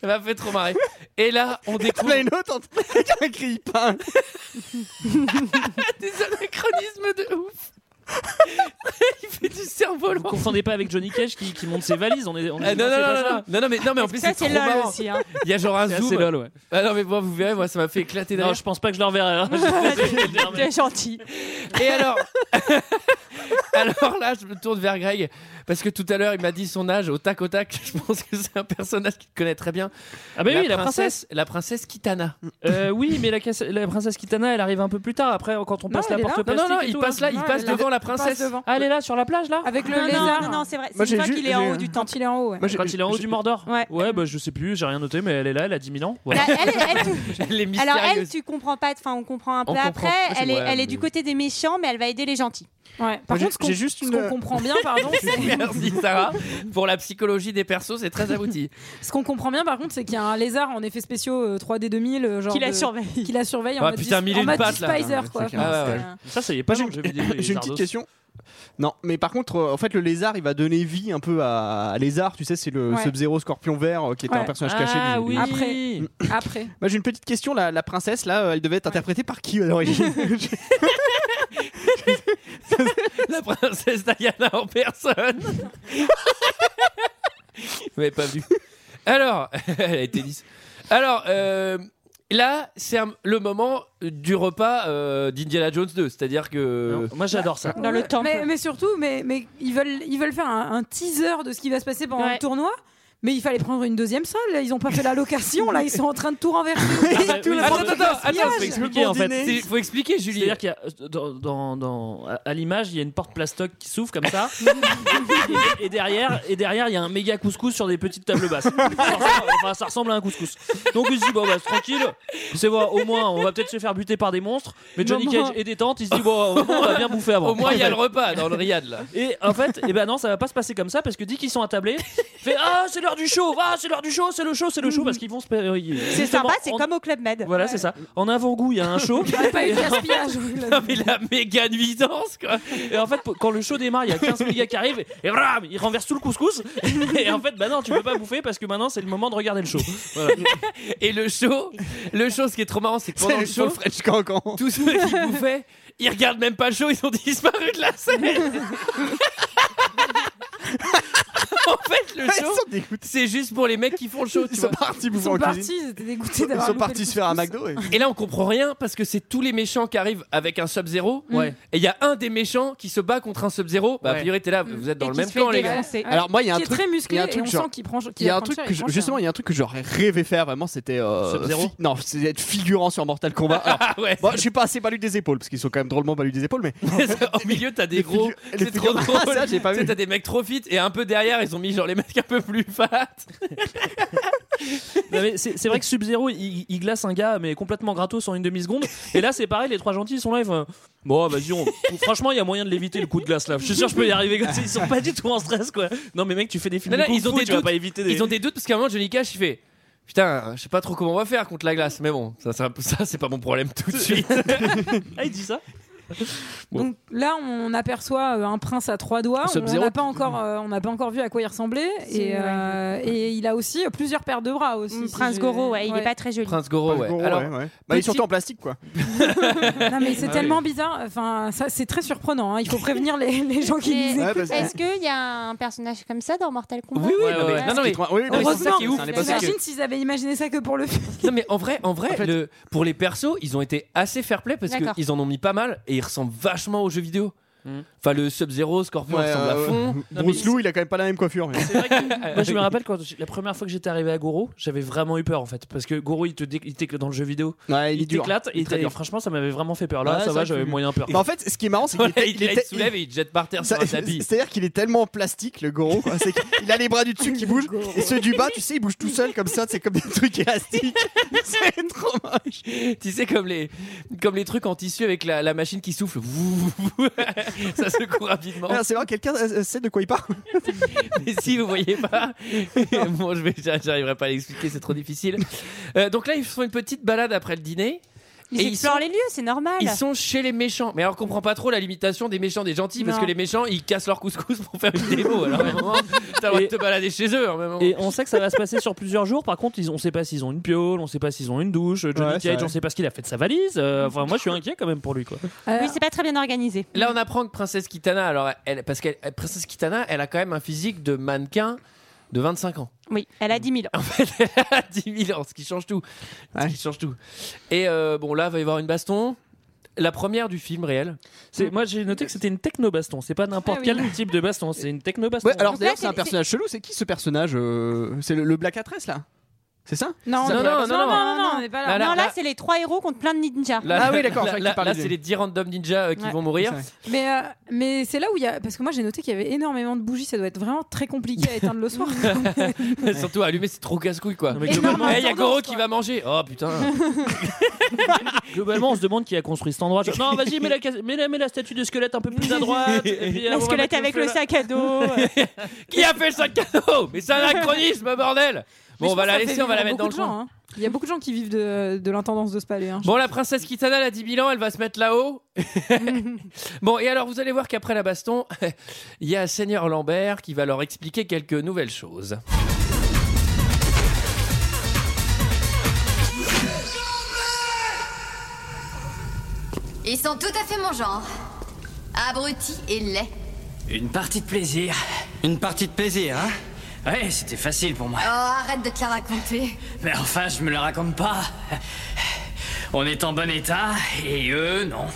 Speaker 1: Ça m'a fait trop marrer. Et là, on découvre.
Speaker 10: une autre entre- un grille pain.
Speaker 1: des anachronismes de ouf. (laughs) il fait du cerveau.
Speaker 6: Vous confondez pas avec Johnny Cage qui, qui monte ses valises. On est, on est-
Speaker 1: Ah, non,
Speaker 6: c'est
Speaker 1: non,
Speaker 6: pas
Speaker 1: non,
Speaker 6: ça.
Speaker 1: non, non, non, mais, non, mais en plus,
Speaker 6: Ça,
Speaker 1: c'est trop
Speaker 6: c'est lol
Speaker 1: marrant.
Speaker 6: aussi, hein.
Speaker 1: Il y a genre un
Speaker 6: C'est
Speaker 1: zoom.
Speaker 6: assez lol, ouais.
Speaker 1: Ah non, mais moi, vous verrez, moi, ça m'a fait éclater de
Speaker 6: Non,
Speaker 1: rire.
Speaker 6: je pense pas que je le reverrai.
Speaker 1: (laughs)
Speaker 6: hein.
Speaker 9: T'es gentil.
Speaker 1: Et alors (laughs) Alors là, je me tourne vers Greg, parce que tout à l'heure, il m'a dit son âge au tac au tac. Je pense que c'est un personnage qu'il connaît très bien.
Speaker 6: Ah bah oui, la princesse.
Speaker 1: La princesse Kitana.
Speaker 6: Euh, oui, mais la, casse- la princesse Kitana, elle arrive un peu plus tard. Après, quand on
Speaker 1: Non,
Speaker 6: passe
Speaker 1: elle
Speaker 6: la
Speaker 1: est
Speaker 6: porte
Speaker 1: là. Non, non,
Speaker 6: plastique
Speaker 1: non,
Speaker 6: et
Speaker 1: il
Speaker 6: tout,
Speaker 1: passe là,
Speaker 6: hein.
Speaker 1: il passe devant la princesse.
Speaker 6: Ah, elle est là sur la plage là
Speaker 7: Avec le
Speaker 9: Non,
Speaker 7: lézard.
Speaker 9: non, non, c'est vrai.
Speaker 6: Moi,
Speaker 9: C'est une
Speaker 6: j'ai
Speaker 9: fois
Speaker 6: ju-
Speaker 9: qu'il est
Speaker 6: j'ai-
Speaker 9: en haut du temple. Bah,
Speaker 7: Quand il est en haut, ouais.
Speaker 10: Moi, j'ai-
Speaker 6: Quand il est en haut
Speaker 10: j'ai-
Speaker 6: du Mordor
Speaker 9: Ouais.
Speaker 6: Ouais, bah je sais plus, j'ai rien noté, mais elle est là, elle a 10 000 ans.
Speaker 1: (laughs)
Speaker 6: Ouais.
Speaker 9: Bah, elle, elle,
Speaker 1: Elle est
Speaker 9: Alors
Speaker 1: mystérieuse.
Speaker 9: elle, tu comprends pas, enfin on comprend un peu
Speaker 1: On comprend.
Speaker 9: après,
Speaker 1: Moi, je-
Speaker 9: elle, est,
Speaker 1: ouais,
Speaker 9: elle
Speaker 1: mais-
Speaker 9: est du côté des méchants mais elle va aider les gentils.
Speaker 7: Ouais. Par
Speaker 10: j'ai-
Speaker 7: contre, ce qu'on
Speaker 10: j'ai juste
Speaker 7: ce
Speaker 10: une-
Speaker 7: qu'on comprend bien, pardon, c'est-
Speaker 1: (laughs) Merci Sarah pour la psychologie des persos, c'est très abouti.
Speaker 7: ce qu'on comprend bien, par contre, c'est qu'il y a un lézard en effets spéciaux euh, 3D 2000, euh, genre
Speaker 9: Qui la
Speaker 7: de-
Speaker 9: surveille.
Speaker 7: qui la surveille en
Speaker 1: Ah,
Speaker 7: mode,
Speaker 1: putain,
Speaker 7: dis-
Speaker 1: mille et
Speaker 7: en
Speaker 1: une
Speaker 7: mode
Speaker 1: pattes, là.
Speaker 7: despiser,
Speaker 10: Ah ouais,
Speaker 7: quoi.
Speaker 10: c'est
Speaker 7: Enfin,
Speaker 1: clair.
Speaker 7: c'est,
Speaker 1: Ah ouais,
Speaker 7: euh,
Speaker 6: Ça, ça y est pas
Speaker 10: (laughs)
Speaker 6: dans le jeu vidéo.
Speaker 10: (coughs)
Speaker 6: les
Speaker 10: J'ai une
Speaker 6: Zardos.
Speaker 10: petite question. Non, mais par contre, euh, en fait, le lézard, il va donner vie un peu à, à lézard. Tu sais, c'est le
Speaker 7: Ouais.
Speaker 10: Sub-Zero Scorpion Vert euh, qui était
Speaker 7: Ouais.
Speaker 10: un personnage caché.
Speaker 6: Ah
Speaker 10: du- du-
Speaker 6: oui
Speaker 7: Après. Après.
Speaker 10: Moi, j'ai une petite question. La, la princesse, là, euh, elle devait être interprétée par qui à
Speaker 7: (laughs)
Speaker 10: l'origine
Speaker 1: La princesse Diana en personne. Vous m'avez pas vu. Alors, (laughs) elle a été lisse. Alors, euh, là, c'est un- le moment du repas euh, d'Indiana Jones 2. C'est-à-dire
Speaker 10: Euh,
Speaker 6: Non,
Speaker 1: que.
Speaker 6: Moi j'adore
Speaker 10: Ah,
Speaker 6: ça.
Speaker 9: Dans le temple.
Speaker 7: Mais, mais surtout, mais, mais ils veulent, ils veulent faire un, un teaser de ce qui va se passer pendant
Speaker 9: Ouais.
Speaker 7: le tournoi. Mais il fallait prendre une deuxième salle. là. Ils ont pas fait la location. Là, ils sont en train de
Speaker 1: (laughs)
Speaker 7: tout renverser.
Speaker 6: bah, oui,
Speaker 1: Attends,
Speaker 6: le
Speaker 1: attends, attends,
Speaker 6: gaspillage.
Speaker 1: faut expliquer en fait. Il faut expliquer, Julie.
Speaker 6: C'est-à-dire qu'il y a euh, dans, dans- dans- à- à l'image, il y a une porte plastoc qui s'ouvre
Speaker 10: (laughs)
Speaker 6: comme ça, et, et derrière, et derrière, il y a un méga couscous sur des petites tables
Speaker 10: (laughs)
Speaker 6: basses. Ça ressemble, enfin, ça ressemble à un couscous. Donc il se dit bon bah c'est tranquille, c'est bon, au moins on va peut-être se faire buter par des monstres, mais Johnny
Speaker 7: Maman.
Speaker 6: Cage et détente, il se dit bon au moins, on va bien bouffer avant.
Speaker 1: Au moins, il y a le repas dans le riad là.
Speaker 6: Et en fait, eh ben non, ça va pas se passer comme ça parce que dès qu'ils sont attablés, il fait ah c'est l'heure du show, ah c'est l'heure du show, c'est le show, c'est le show parce qu'ils vont se.
Speaker 9: C'est
Speaker 6: C'est
Speaker 9: sympa, c'est comme au Club Med.
Speaker 6: Voilà, c'est ça. En avant-goût, il y a un show.
Speaker 7: Il n'y a pas eu
Speaker 10: (laughs)
Speaker 7: de gaspillage.
Speaker 1: Non, mais la méga nuisance quoi.
Speaker 6: Et en fait, quand le show démarre, il y a 15 000 gars qui arrivent et ram, ils renversent tout le couscous. Et en fait, bah non, tu peux pas bouffer parce que maintenant c'est le moment de regarder le show. Voilà.
Speaker 1: (laughs) Et le show, le show, ce qui est trop marrant, c'est que pendant le show,
Speaker 10: sur le French Cancan.
Speaker 1: tous ceux qui bouffaient, ils regardent même pas le show, ils ont disparu de la
Speaker 6: (laughs)
Speaker 1: scène. en fait, le
Speaker 10: Ils
Speaker 1: show,
Speaker 10: sont dégoûtés.
Speaker 1: c'est juste pour les mecs qui font le show. tu
Speaker 10: Ils
Speaker 1: vois.
Speaker 10: sont partis
Speaker 7: Ils
Speaker 10: bouffer
Speaker 7: sont
Speaker 10: en cuisine.
Speaker 7: partis. Ils étaient dégoûtés
Speaker 10: Ils
Speaker 7: d'avoir.
Speaker 10: sont
Speaker 7: loupé le
Speaker 10: partis se faire un
Speaker 7: couscous.
Speaker 10: McDo. et-
Speaker 1: Et là, on comprend rien parce que c'est tous les méchants qui arrivent avec un Sub-Zero.
Speaker 6: Ouais.
Speaker 1: Et il y a un des méchants qui se bat contre un Sub-Zero. Bah, a
Speaker 10: Ouais.
Speaker 1: priori, t'es là, vous êtes dans
Speaker 9: Mm. Et
Speaker 1: le
Speaker 9: qui
Speaker 1: même
Speaker 9: se fait
Speaker 1: camp, les gars.
Speaker 9: défoncer.
Speaker 10: Alors moi, il y a un
Speaker 7: Qui est
Speaker 10: truc.
Speaker 7: très
Speaker 10: il y
Speaker 7: musclé
Speaker 10: a un
Speaker 7: et
Speaker 10: truc
Speaker 7: on
Speaker 10: genre-
Speaker 7: sent qu'il prend.
Speaker 10: Il y a un truc que je- justement, il y a un truc que j'aurais rêvé faire vraiment, c'était euh,
Speaker 6: Sub-Zero
Speaker 10: fi- non, c'est être figurant sur Mortal Kombat. Alors,
Speaker 1: (laughs) Ah ouais.
Speaker 10: bon, je suis pas assez balu des épaules parce qu'ils sont quand même drôlement balus des épaules, mais
Speaker 1: Au milieu, t'as des
Speaker 10: Les
Speaker 1: gros.
Speaker 10: figu- les
Speaker 1: C'est trop
Speaker 10: figurants.
Speaker 1: drôle.
Speaker 10: Ah, ça, j'ai pas
Speaker 1: Tu sais,
Speaker 10: vu.
Speaker 1: T'as des mecs trop fit et un peu derrière, ils ont mis genre les mecs un peu plus fat.
Speaker 6: Non, mais c'est c'est vrai que Sub-Zero, il, il glace un gars, mais complètement gratos en une demi-seconde. Et là, c'est pareil, les trois gentils, ils sont là. Ils font, bon, vas-y, on... franchement, il y a moyen de l'éviter le coup de glace là. Je suis sûr, que je peux y arriver. comme ça. Ils sont pas du tout en stress quoi. Non, mais mec, tu fais des films
Speaker 1: Non,
Speaker 6: de
Speaker 1: non, ils
Speaker 6: kung-fu,
Speaker 1: ont des
Speaker 6: tu vas
Speaker 1: doutes.
Speaker 6: pas éviter des.
Speaker 1: Ils ont des doutes parce qu'à un moment, Johnny Cash, il fait Putain, je sais pas trop comment on va faire contre la glace, mais bon, ça, ça, ça, c'est pas mon problème tout de suite.
Speaker 6: Ah, il dit ça
Speaker 1: Bon.
Speaker 7: Donc là, on aperçoit euh, un prince à trois doigts. On- On
Speaker 10: Sub-Zero.
Speaker 7: n'a pas encore, euh, on n'a pas encore vu à quoi il ressemblait. Et,
Speaker 9: Si, ouais. Mm,
Speaker 7: euh, et il a aussi euh, plusieurs paires de bras aussi. si
Speaker 9: Prince
Speaker 7: j'ai-
Speaker 9: Goro, ouais, il est pas très joli.
Speaker 1: Prince Goro, ouais.
Speaker 10: Goro,
Speaker 1: Alors,
Speaker 10: Oh ouais, ouais. Bah, il est surtout en plastique quoi.
Speaker 7: Non mais c'est
Speaker 1: Ah
Speaker 7: tellement bizarre. Enfin, ça c'est très surprenant. hein. Il faut prévenir les, les gens qui
Speaker 9: Mais-
Speaker 7: nous écoutent.
Speaker 10: Ouais, parce que-
Speaker 9: Est-ce qu'il y a un personnage comme ça dans Mortal Kombat
Speaker 1: Oui, oui,
Speaker 6: Ouais,
Speaker 1: non,
Speaker 6: ouais,
Speaker 1: mais,
Speaker 6: ouais.
Speaker 1: non, non, mais,
Speaker 10: Oui, oui,
Speaker 1: mais c'est
Speaker 10: c'est
Speaker 1: ça
Speaker 7: Heureusement,
Speaker 1: qui est ouf.
Speaker 10: un des
Speaker 1: c'est que-
Speaker 7: Imagine s'ils avaient imaginé ça que pour le film.
Speaker 1: non, mais en vrai, en vrai
Speaker 10: En fait-
Speaker 1: le, pour les persos, ils ont été assez fair-play parce
Speaker 9: D'accord.
Speaker 1: qu'ils en ont mis pas mal et ils ressemblent vachement aux jeux vidéo.
Speaker 6: Mm.
Speaker 1: Enfin, le Sub-Zero, Scorpion
Speaker 10: Ouais,
Speaker 1: ressemble à
Speaker 10: euh,
Speaker 1: fond.
Speaker 6: mais
Speaker 10: Bruce
Speaker 6: c'est-
Speaker 10: Lou, il a quand même pas la même coiffure. mais-
Speaker 1: Euh,
Speaker 6: Moi, je me rappelle quand j- la première fois que j'étais arrivé à Goro, j'avais vraiment eu peur en fait, parce que Goro, il te dé- il t'éclate dans le jeu vidéo,
Speaker 10: Ouais,
Speaker 6: il,
Speaker 10: il est dur.
Speaker 6: t'éclate,
Speaker 10: Il est
Speaker 6: et,
Speaker 10: très
Speaker 6: t'as-
Speaker 10: dur.
Speaker 6: et franchement, ça m'avait vraiment fait peur. Là,
Speaker 10: Ouais,
Speaker 6: ça
Speaker 10: c'est
Speaker 6: va,
Speaker 10: vrai que
Speaker 6: j'avais
Speaker 10: tu-
Speaker 6: moyen peur.
Speaker 1: (laughs)
Speaker 10: Mais Bah, en fait, ce qui est marrant, c'est qu'il
Speaker 1: Ouais, (laughs)
Speaker 10: était-
Speaker 1: il, là, il
Speaker 10: était-
Speaker 1: se soulève et il te jette par terre
Speaker 10: Ça-
Speaker 1: sur un tapis.
Speaker 10: C'est-à-dire qu'il est tellement plastique, le goro, quoi, c'est qu'il a les bras du dessus qui bougent, et ceux du bas, tu sais, ils bougent tout seuls comme ça, c'est comme des trucs élastiques. C'est trop moche.
Speaker 1: (laughs) tu sais, comme les, comme les trucs en tissu avec la, la machine qui souffle. Wouh, wouh, wouh. (laughs) ça, ça secoue rapidement.
Speaker 10: Ah, C'est vrai, quelqu'un euh, sait de quoi il parle
Speaker 1: Mais si vous voyez pas, (laughs) bon, je vais, j'arriverai pas à l'expliquer, c'est trop difficile. Euh, donc là, ils font une petite balade après le dîner.
Speaker 9: Ils
Speaker 1: Et
Speaker 9: explorent
Speaker 1: sont-
Speaker 9: les lieux, c'est normal.
Speaker 1: Ils sont chez les méchants. Mais alors, on comprend pas trop la limitation des méchants des gentils parce
Speaker 9: Non.
Speaker 1: que les méchants ils cassent leur couscous pour faire une démo. Alors, à un moment, t'as le droit de te balader chez eux. hein, à un moment.
Speaker 6: Et on sait que ça va se passer sur plusieurs jours. Par contre, ils, on sait pas s'ils ont une piole, on sait pas s'ils ont une douche. Johnny
Speaker 1: Ouais, c'est
Speaker 6: Cage,
Speaker 1: vrai.
Speaker 6: on sait pas ce qu'il a fait de sa valise. Euh, Enfin, moi, je suis inquiet quand même pour lui, quoi.
Speaker 9: Oui, c'est pas très bien organisé.
Speaker 1: Là, on apprend que Princesse Kitana, alors, elle, parce que Princesse Kitana, elle a quand même un physique de mannequin de 25 ans.
Speaker 9: Oui, elle a 10 000 ans.
Speaker 1: (laughs) 10 000 ans, ce qui change tout. Ce qui change tout. Et euh, bon, là, va y avoir une baston. La première du film réel.
Speaker 6: C'est- Moi, j'ai noté que c'était une techno-baston. C'est pas n'importe
Speaker 1: Ah oui.
Speaker 6: quel type de baston, c'est une techno-baston.
Speaker 10: Ouais, alors d'ailleurs, c'est un personnage chelou. C'est qui ce personnage euh, C'est le, le Black Atress là C'est ça
Speaker 9: Non,
Speaker 1: non,
Speaker 10: Ça s'appelle la
Speaker 1: non,
Speaker 10: personne
Speaker 1: non, non.
Speaker 9: on n'est pas
Speaker 1: Là, là,
Speaker 9: non, là,
Speaker 1: là-
Speaker 9: c'est les trois héros contre plein de ninjas.
Speaker 1: Là-
Speaker 10: Ah c'est
Speaker 1: Là,
Speaker 10: vrai que tu
Speaker 1: là,
Speaker 10: parlais
Speaker 1: là,
Speaker 10: de
Speaker 1: c'est
Speaker 10: lui.
Speaker 1: les 10 random ninjas euh, qui
Speaker 7: Ouais.
Speaker 1: vont mourir.
Speaker 7: Mais, euh, mais c'est là où il y a. Parce que moi j'ai noté qu'il y avait énormément de bougies, ça doit être vraiment très compliqué à éteindre le soir.
Speaker 1: (laughs) Surtout allumer, c'est trop casse-couille quoi.
Speaker 6: mais
Speaker 1: Eh,
Speaker 6: globalement-
Speaker 1: y a Goro qui va manger. Oh putain.
Speaker 6: Globalement, on se demande qui a construit cet endroit. Genre, non, vas-y, mets la, cas- mets, la, mets la statue de squelette un peu plus à droite. et
Speaker 9: (laughs)
Speaker 6: puis, euh, on
Speaker 9: Le
Speaker 6: va
Speaker 9: squelette
Speaker 6: mettre
Speaker 9: avec le
Speaker 6: feu là.
Speaker 9: sac
Speaker 7: (laughs)
Speaker 9: à dos.
Speaker 1: qui a fait le sac cadeau Mais c'est un anachronisme, bordel. Bon,
Speaker 7: Mais je
Speaker 1: on va
Speaker 7: pense
Speaker 1: la
Speaker 7: que ça
Speaker 1: laisser,
Speaker 7: fait
Speaker 1: on va la
Speaker 7: vivre
Speaker 1: mettre dans le
Speaker 7: beaucoup de
Speaker 1: coin.
Speaker 7: gens, hein. Il y a beaucoup de gens qui vivent de, de l'intendance de ce palais. hein.
Speaker 1: Bon, la princesse Kitana, elle a 10 000 ans, elle va se mettre
Speaker 7: (laughs)
Speaker 1: là-haut. bon, et alors, vous allez voir qu'après la baston, (laughs) il y a Seigneur Lambert qui va leur expliquer quelques nouvelles choses.
Speaker 11: Ils sont tout à fait mon genre. Abrutis et laids.
Speaker 2: Une partie de plaisir. Une partie de plaisir, hein Ouais, c'était facile pour moi.
Speaker 11: Oh, arrête de te la
Speaker 9: (laughs)
Speaker 11: raconter.
Speaker 2: Mais enfin, je me le raconte pas. On est en bon état, et eux, non.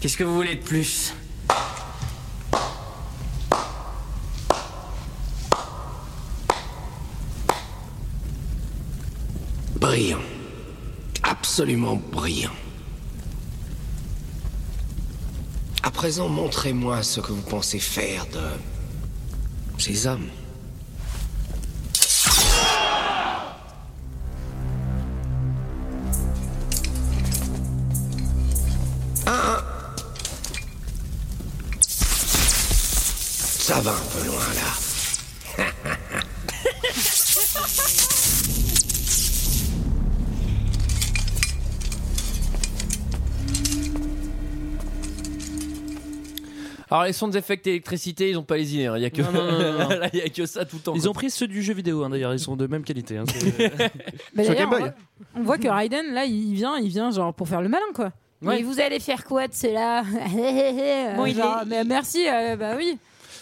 Speaker 2: Qu'est-ce que vous voulez de plus
Speaker 4: Brillant. Absolument brillant. À présent, montrez-moi ce que vous pensez faire de ces hommes. Ah, ah. Ça va un peu loin là.
Speaker 1: Alors, les sons des effets d'électricité, ils n'ont pas les idées. hein. Il y a que
Speaker 6: Non, non, non, non, non.
Speaker 1: Là, il y a que ça tout le temps.
Speaker 6: Ils
Speaker 1: quoi.
Speaker 6: ont pris ceux du jeu vidéo, hein, d'ailleurs. Ils sont de même qualité. hein, c'est-
Speaker 7: Bah,
Speaker 10: Sur Game
Speaker 7: d'ailleurs, on
Speaker 10: Boy.
Speaker 7: voit- On voit que Raiden, là, il vient, il vient genre pour faire le malin, quoi.
Speaker 6: Ouais.
Speaker 7: Mais vous allez faire quoi de cela Bon,
Speaker 9: il est-
Speaker 7: Euh, mais merci, euh, bah oui.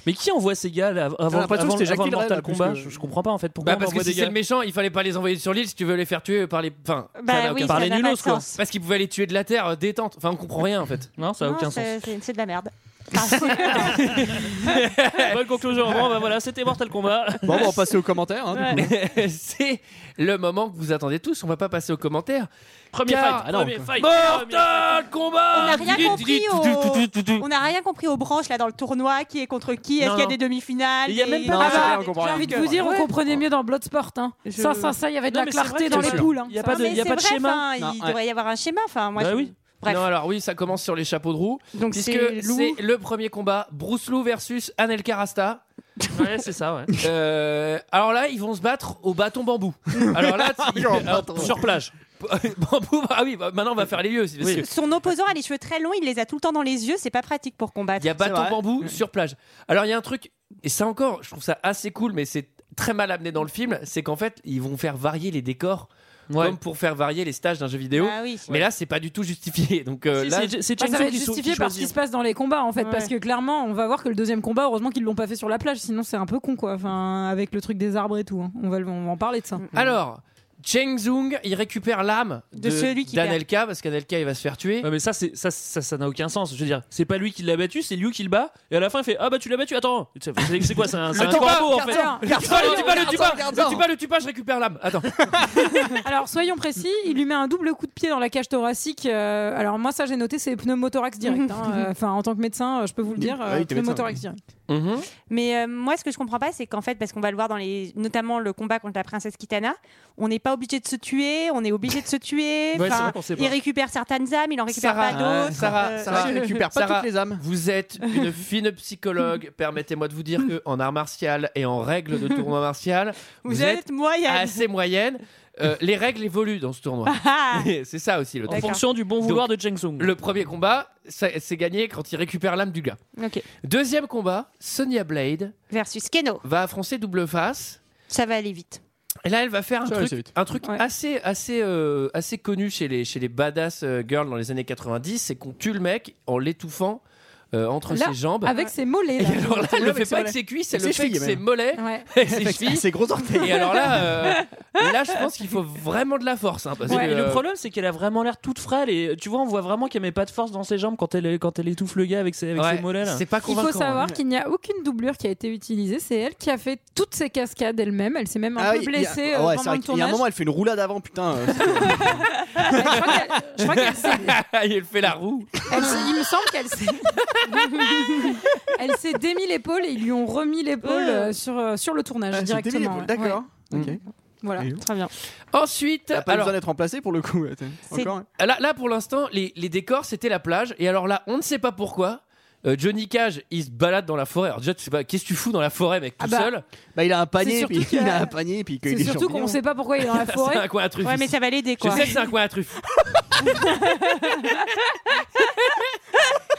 Speaker 6: Mais qui envoie ces gars là, avant,
Speaker 10: l'impression
Speaker 6: avant,
Speaker 10: que c'était Jackie
Speaker 6: avant le
Speaker 10: Dredd,
Speaker 6: Mortal
Speaker 10: là, plus
Speaker 6: Kombat
Speaker 10: que-
Speaker 6: je, je comprends pas en fait pourquoi
Speaker 1: Bah
Speaker 6: on
Speaker 1: parce que
Speaker 6: envoie
Speaker 1: si
Speaker 6: des
Speaker 1: c'est
Speaker 6: gars.
Speaker 1: le méchant, il fallait pas les envoyer sur l'île si tu veux les faire tuer par les. Enfin, ça n'a
Speaker 9: Bah
Speaker 1: aucun
Speaker 9: oui,
Speaker 1: sens.
Speaker 9: ça
Speaker 6: Par les
Speaker 9: n'a pas
Speaker 6: nulos,
Speaker 9: de
Speaker 6: quoi.
Speaker 9: sens.
Speaker 1: Parce qu'ils pouvaient les tuer de la terre, euh, détente. Enfin, on comprend rien en fait.
Speaker 6: Non, ça a
Speaker 9: Non,
Speaker 6: aucun sens.
Speaker 9: c'est- C'est c'est de la merde. Par
Speaker 6: (laughs) Bonne conclusion. Bon, bah voilà, c'était Mortal Kombat.
Speaker 10: Bon, bah, on va passer aux commentaires. hein, du coup.
Speaker 1: C'est le moment que vous attendez tous. On va pas passer aux commentaires.
Speaker 6: Premier
Speaker 1: Car-
Speaker 6: fight. Premier fight.
Speaker 1: Mortal Kombat
Speaker 9: On n'a rien compris
Speaker 1: au-
Speaker 9: aux... On n'a rien compris aux branches là dans le tournoi, qui est contre qui, est-ce
Speaker 6: Non,
Speaker 9: qu'il y a
Speaker 6: non.
Speaker 9: des demi-finales
Speaker 6: Il y a
Speaker 9: des-
Speaker 6: même
Speaker 10: Non,
Speaker 6: pas-
Speaker 10: c'est
Speaker 7: bah,
Speaker 10: vrai, on comprend
Speaker 7: J'ai
Speaker 10: rien.
Speaker 7: envie de vous dire, on
Speaker 9: Ouais.
Speaker 7: comprenait mieux dans Bloodsport. Hein.
Speaker 9: Je-
Speaker 7: Ça, ça, ça, il y avait de
Speaker 6: Non,
Speaker 7: la
Speaker 6: mais c'est vrai
Speaker 7: clarté
Speaker 6: que
Speaker 7: dans
Speaker 6: c'est
Speaker 7: les
Speaker 6: sûr.
Speaker 7: poules. hein.
Speaker 6: Il y a
Speaker 7: Ça
Speaker 6: pas
Speaker 7: va.
Speaker 6: de-
Speaker 9: Non, mais
Speaker 6: y a
Speaker 9: c'est
Speaker 6: pas de
Speaker 9: vrai,
Speaker 6: schéma.
Speaker 9: enfin,
Speaker 10: Non,
Speaker 9: il
Speaker 10: ouais.
Speaker 9: devrait y avoir un schéma. Enfin, moi,
Speaker 6: Bah
Speaker 9: je-
Speaker 6: oui.
Speaker 9: Bref.
Speaker 1: Non, alors oui, ça commence sur les chapeaux de roue.
Speaker 9: Donc
Speaker 1: Puisque
Speaker 9: c'est Lou.
Speaker 1: c'est le premier combat, Bruce Lou versus Anel Karasta.
Speaker 6: Ouais, c'est ça, ouais.
Speaker 1: Euh, alors là, ils vont se battre au bâton bambou. Alors là, tu- alors,
Speaker 6: Sur plage.
Speaker 1: (laughs) bambou, bah oui, bah, maintenant on va faire les lieux. c'est- parce que
Speaker 9: Son opposant a les cheveux très longs, il les a tout le temps dans les yeux, c'est pas pratique pour combattre.
Speaker 1: Il y a
Speaker 10: C'est
Speaker 1: bâton
Speaker 10: vrai.
Speaker 1: bambou sur plage. Alors il y a un truc, et ça encore, je trouve ça assez cool, mais c'est très mal amené dans le film, c'est qu'en fait, ils vont faire varier les décors, comme pour faire varier les stages d'un jeu vidéo.
Speaker 9: Ah oui.
Speaker 1: Mais là, c'est pas du tout justifié. Donc euh,
Speaker 6: Si,
Speaker 1: là,
Speaker 6: c'est- c'est
Speaker 7: Bah,
Speaker 6: Cheng
Speaker 7: ça va
Speaker 6: Tsung
Speaker 7: être
Speaker 6: qui sou- qui
Speaker 7: justifié par ce qui
Speaker 6: choisit.
Speaker 7: se passe dans les combats en fait,
Speaker 9: Ouais.
Speaker 7: parce que clairement, on va voir que le deuxième combat, heureusement qu'ils l'ont pas fait sur la plage, sinon c'est un peu con quoi. Enfin, avec le truc des arbres et tout, hein. on, va, le- on va en parler de ça.
Speaker 1: Mm. alors. Cheng Zung, il récupère l'âme
Speaker 9: De celui qui perd.
Speaker 1: d'Anelka parce qu'Anelka il va se faire tuer.
Speaker 6: Ouais, mais ça, c'est ça, ça, ça n'a aucun sens. Je veux dire, c'est pas lui qui l'a battu, c'est lui qui le bat. Et à la fin, il fait ah bah tu l'as battu. Attends, c'est c'est
Speaker 7: (laughs)
Speaker 6: quoi C'est un, c'est un
Speaker 1: Attends,
Speaker 6: corbeau en
Speaker 1: garde
Speaker 6: fait.
Speaker 7: ça.
Speaker 1: (laughs) Le tue pas, le tue pas, le tue pas, le tue pas, le tue pas, je récupère l'âme. Attends.
Speaker 7: Alors soyons précis, il lui met un double coup de pied dans la cage thoracique.
Speaker 6: (laughs)
Speaker 7: euh, alors moi ça j'ai noté c'est pneumothorax direct. hein. Euh, Enfin en tant que médecin, euh, je peux vous le dire,
Speaker 10: Ouais,
Speaker 7: euh,
Speaker 10: Ah t'es médecin,
Speaker 7: pneumothorax direct.
Speaker 1: Mhm.
Speaker 9: Mais euh, moi, ce que je comprends pas, c'est qu'en fait, parce qu'on va le voir dans les, notamment le combat contre la princesse Kitana, on n'est pas obligé de se tuer, on est obligé de se tuer.
Speaker 1: Ouais, c'est
Speaker 9: Enfin,
Speaker 1: vrai qu'on sait pas.
Speaker 9: il récupère certaines âmes, il en récupère
Speaker 1: Sarah,
Speaker 9: pas d'autres.
Speaker 1: ouais, Sarah,
Speaker 9: Euh,
Speaker 1: Sarah, Sarah,
Speaker 10: âmes.
Speaker 1: Vous êtes une fine psychologue. Permettez-moi de vous dire que en art martial et en règles de tournoi martial,
Speaker 9: Vous êtes moyenne.
Speaker 1: assez moyenne. Euh, les règles évoluent dans ce tournoi.
Speaker 9: Ah.
Speaker 1: (laughs) c'est ça aussi le
Speaker 6: En
Speaker 1: truc.
Speaker 6: fonction du bon vouloir de Cheng Sung.
Speaker 1: Le premier combat, ça- c'est gagné quand il récupère l'âme du gars.
Speaker 9: Ok.
Speaker 1: Deuxième combat, Sonia Blade
Speaker 9: versus Keno
Speaker 1: va affronter Double Face.
Speaker 9: Ça va aller vite.
Speaker 1: Et là, elle va faire un
Speaker 9: Ça va assez
Speaker 1: truc,
Speaker 9: vite.
Speaker 1: un truc assez, assez, euh, assez connu chez les, chez les badass euh, girls dans les années 90, c'est qu'on tue le mec en l'étouffant euh, entre
Speaker 7: Là,
Speaker 1: ses jambes.
Speaker 7: Avec ses mollets.
Speaker 1: Et
Speaker 6: (laughs)
Speaker 7: là.
Speaker 1: (laughs) alors là, elle le
Speaker 7: Avec
Speaker 1: fait
Speaker 7: ses
Speaker 1: pas avec
Speaker 7: mollets.
Speaker 1: ses cuisses, elle
Speaker 10: Ses
Speaker 1: le fait avec
Speaker 10: chevilles,
Speaker 1: ses
Speaker 10: même.
Speaker 1: mollets,
Speaker 7: (laughs) Ouais.
Speaker 1: avec ses chevilles.
Speaker 10: ses gros orteils.
Speaker 1: Et alors là, euh, là, je pense qu'il faut vraiment de la force. hein, parce
Speaker 6: Ouais,
Speaker 1: que,
Speaker 6: et le
Speaker 1: euh,
Speaker 6: problème, c'est qu'elle a vraiment l'air toute frêle. Et tu vois, on voit vraiment qu'elle met pas de force dans ses jambes quand elle, quand elle étouffe le gars avec ses, avec
Speaker 1: Ouais,
Speaker 6: ses mollets. là.
Speaker 1: c'est pas
Speaker 7: Il
Speaker 1: convaincant.
Speaker 7: faut savoir
Speaker 1: hein.
Speaker 7: qu'il n'y a aucune doublure qui a été utilisée. C'est elle qui a fait toutes ses cascades elle-même. Elle s'est même un
Speaker 10: Ah
Speaker 7: peu
Speaker 10: oui, il y a-
Speaker 7: blessée euh,
Speaker 10: ouais, c'est
Speaker 7: pendant
Speaker 10: vrai qu'il y a
Speaker 7: le
Speaker 10: un
Speaker 7: tournage. Ah,
Speaker 10: moment, elle fait une roulade avant, putain. euh,
Speaker 7: (laughs) Je crois qu'elle s'est-
Speaker 1: (laughs)
Speaker 10: (laughs)
Speaker 1: il fait la roue.
Speaker 7: elle s'est- il me semble qu'elle s'est. elle s'est (laughs) démis l'épaule et ils lui ont remis l'épaule euh, sur, euh, sur le tournage
Speaker 10: Ah, elle s'est démis
Speaker 7: directement.
Speaker 10: l'épaule, D'accord.
Speaker 7: Ouais.
Speaker 10: Ok.
Speaker 7: Voilà,
Speaker 10: Et-
Speaker 7: très bien.
Speaker 1: Ensuite,
Speaker 10: T'as pas
Speaker 1: alors,
Speaker 10: besoin d'être remplacé pour le coup. attends.
Speaker 7: C'est-
Speaker 10: Encore. hein.
Speaker 1: là, là, pour l'instant, les, les décors c'était la plage. Et alors là, on ne sait pas pourquoi. euh, Johnny Cage, il se balade dans la forêt. Alors déjà, tu sais pas, qu'est-ce que tu fous dans la forêt, mec, tout
Speaker 7: Ah bah,
Speaker 1: seul (laughs)
Speaker 10: Bah, il a un
Speaker 7: C'est
Speaker 10: panier,
Speaker 7: surtout
Speaker 10: puis
Speaker 7: que-
Speaker 10: il a un panier, puis il cueille
Speaker 7: C'est
Speaker 10: des
Speaker 7: surtout qu'on
Speaker 10: champignons.
Speaker 7: ne sait pas pourquoi
Speaker 1: (laughs)
Speaker 7: il est dans la
Speaker 1: C'est
Speaker 7: forêt.
Speaker 1: un coin à truffes.
Speaker 9: Ouais, mais ça va l'aider
Speaker 1: Je
Speaker 9: quoi.
Speaker 1: sais que c'est un coin à truffes.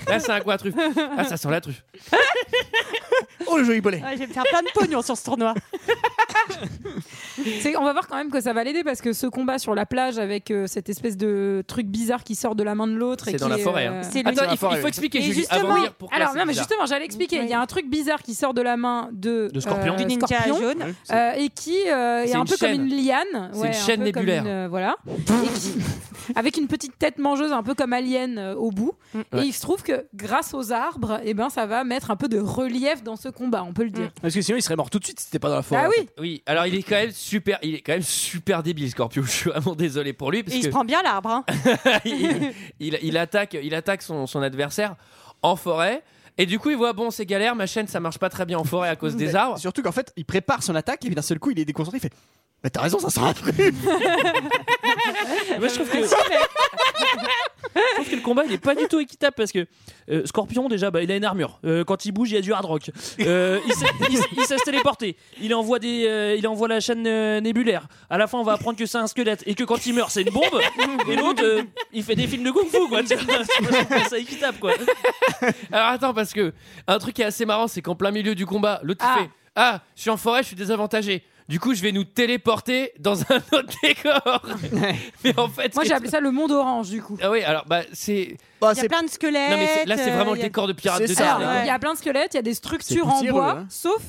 Speaker 1: Là, c'est un coin à truffes. Ah, ça sent la truffe.
Speaker 10: Oh, le joli bolet.
Speaker 9: (laughs) Ouais, je vais me faire plein de pognon sur ce tournoi.
Speaker 7: C'est- On va voir quand même que ça va l'aider parce que ce combat sur la plage avec euh, cette espèce de truc bizarre qui sort de la main de l'autre. et
Speaker 1: C'est dans
Speaker 7: qui
Speaker 1: la
Speaker 7: est,
Speaker 1: forêt, hein.
Speaker 7: euh,
Speaker 9: C'est le
Speaker 1: Attends, il faut,
Speaker 10: forêt,
Speaker 1: il faut
Speaker 10: oui.
Speaker 1: expliquer,
Speaker 9: Et
Speaker 1: Julie,
Speaker 9: justement-
Speaker 1: avant de dire pourquoi
Speaker 7: Alors
Speaker 1: c'est
Speaker 7: non, mais
Speaker 1: bizarre.
Speaker 7: justement, j'allais expliquer. Il y a un truc bizarre qui sort de la main de,
Speaker 6: De Scorpion.
Speaker 7: euh,
Speaker 9: Du ninja
Speaker 7: Scorpion,
Speaker 9: jaune.
Speaker 7: euh, et qui euh, est,
Speaker 1: C'est
Speaker 7: un
Speaker 1: une
Speaker 7: peu
Speaker 1: chaîne.
Speaker 7: comme une liane.
Speaker 1: C'est
Speaker 7: Ouais,
Speaker 1: une
Speaker 7: un
Speaker 1: chaîne
Speaker 7: peu comme
Speaker 1: nébulaire.
Speaker 7: une, euh, voilà. Et
Speaker 1: (laughs)
Speaker 7: qui- avec une petite tête mangeuse, un peu comme Alien euh, au bout. Et
Speaker 1: Ouais.
Speaker 7: il se trouve que grâce aux arbres, et ben, ça va mettre un peu de relief dans ce combat, on peut le dire.
Speaker 10: Parce que sinon, il serait mort tout de suite si c'était pas dans la forêt.
Speaker 7: Ah
Speaker 10: en fait.
Speaker 7: oui,
Speaker 1: Oui, alors il est quand même super, il est quand même super débile, Scorpio. (laughs) Je suis vraiment désolé pour lui parce
Speaker 9: Et il
Speaker 1: que
Speaker 9: se prend bien l'arbre.
Speaker 1: Ah,
Speaker 9: hein.
Speaker 1: (laughs) il, il- il attaque, il attaque son, son adversaire en forêt. Et du coup, il voit bon, c'est galère, ma chaîne, ça marche pas très bien en forêt à cause
Speaker 7: Mm.
Speaker 10: (laughs)
Speaker 1: des
Speaker 10: Mais
Speaker 1: arbres.
Speaker 10: Surtout qu'en fait, il prépare son attaque, et puis d'un seul coup, il est déconcentré, il fait. Mais t'as raison, ça sera un truc.
Speaker 1: Bah,
Speaker 6: Moi, je trouve que. (laughs) je trouve que le combat il est pas du tout équitable parce que euh, Scorpion déjà bah, il a une armure Euh, quand il bouge il y a du hard rock Euh, il, sait, il sait- il sait se téléporter il envoie des euh, il envoie la chaîne euh, nébulaire à la fin on va apprendre que c'est un squelette et que quand il meurt c'est
Speaker 1: (laughs)
Speaker 6: une bombe et l'autre euh, il fait des films de kung fu quoi (laughs) tu vois, je trouve pas ça équitable quoi
Speaker 1: Alors attends, parce que un truc qui est assez marrant, c'est qu'en plein milieu du combat, l'autre il
Speaker 7: Ah.
Speaker 1: fait Ah, je suis en forêt, je suis désavantagé. Du coup, je vais nous téléporter dans un (laughs) autre décor. Mais en fait,
Speaker 7: moi
Speaker 1: ce
Speaker 7: j'ai
Speaker 1: qui-
Speaker 7: appelé ça le monde orange du coup.
Speaker 1: Ah oui, alors bah c'est.
Speaker 10: Bah,
Speaker 9: Il y a
Speaker 10: c'est
Speaker 9: plein de squelettes.
Speaker 1: Non mais c'est- là, c'est vraiment
Speaker 9: euh,
Speaker 1: le
Speaker 9: il y a-
Speaker 1: décor de pirate
Speaker 10: C'est
Speaker 1: de
Speaker 10: ça,
Speaker 1: Sable,
Speaker 7: Alors,
Speaker 1: hein.
Speaker 9: ouais.
Speaker 7: il y a plein de squelettes, il y a des structures
Speaker 10: C'est
Speaker 7: en
Speaker 10: poussiéreux,
Speaker 7: bois,
Speaker 10: hein.
Speaker 7: sauf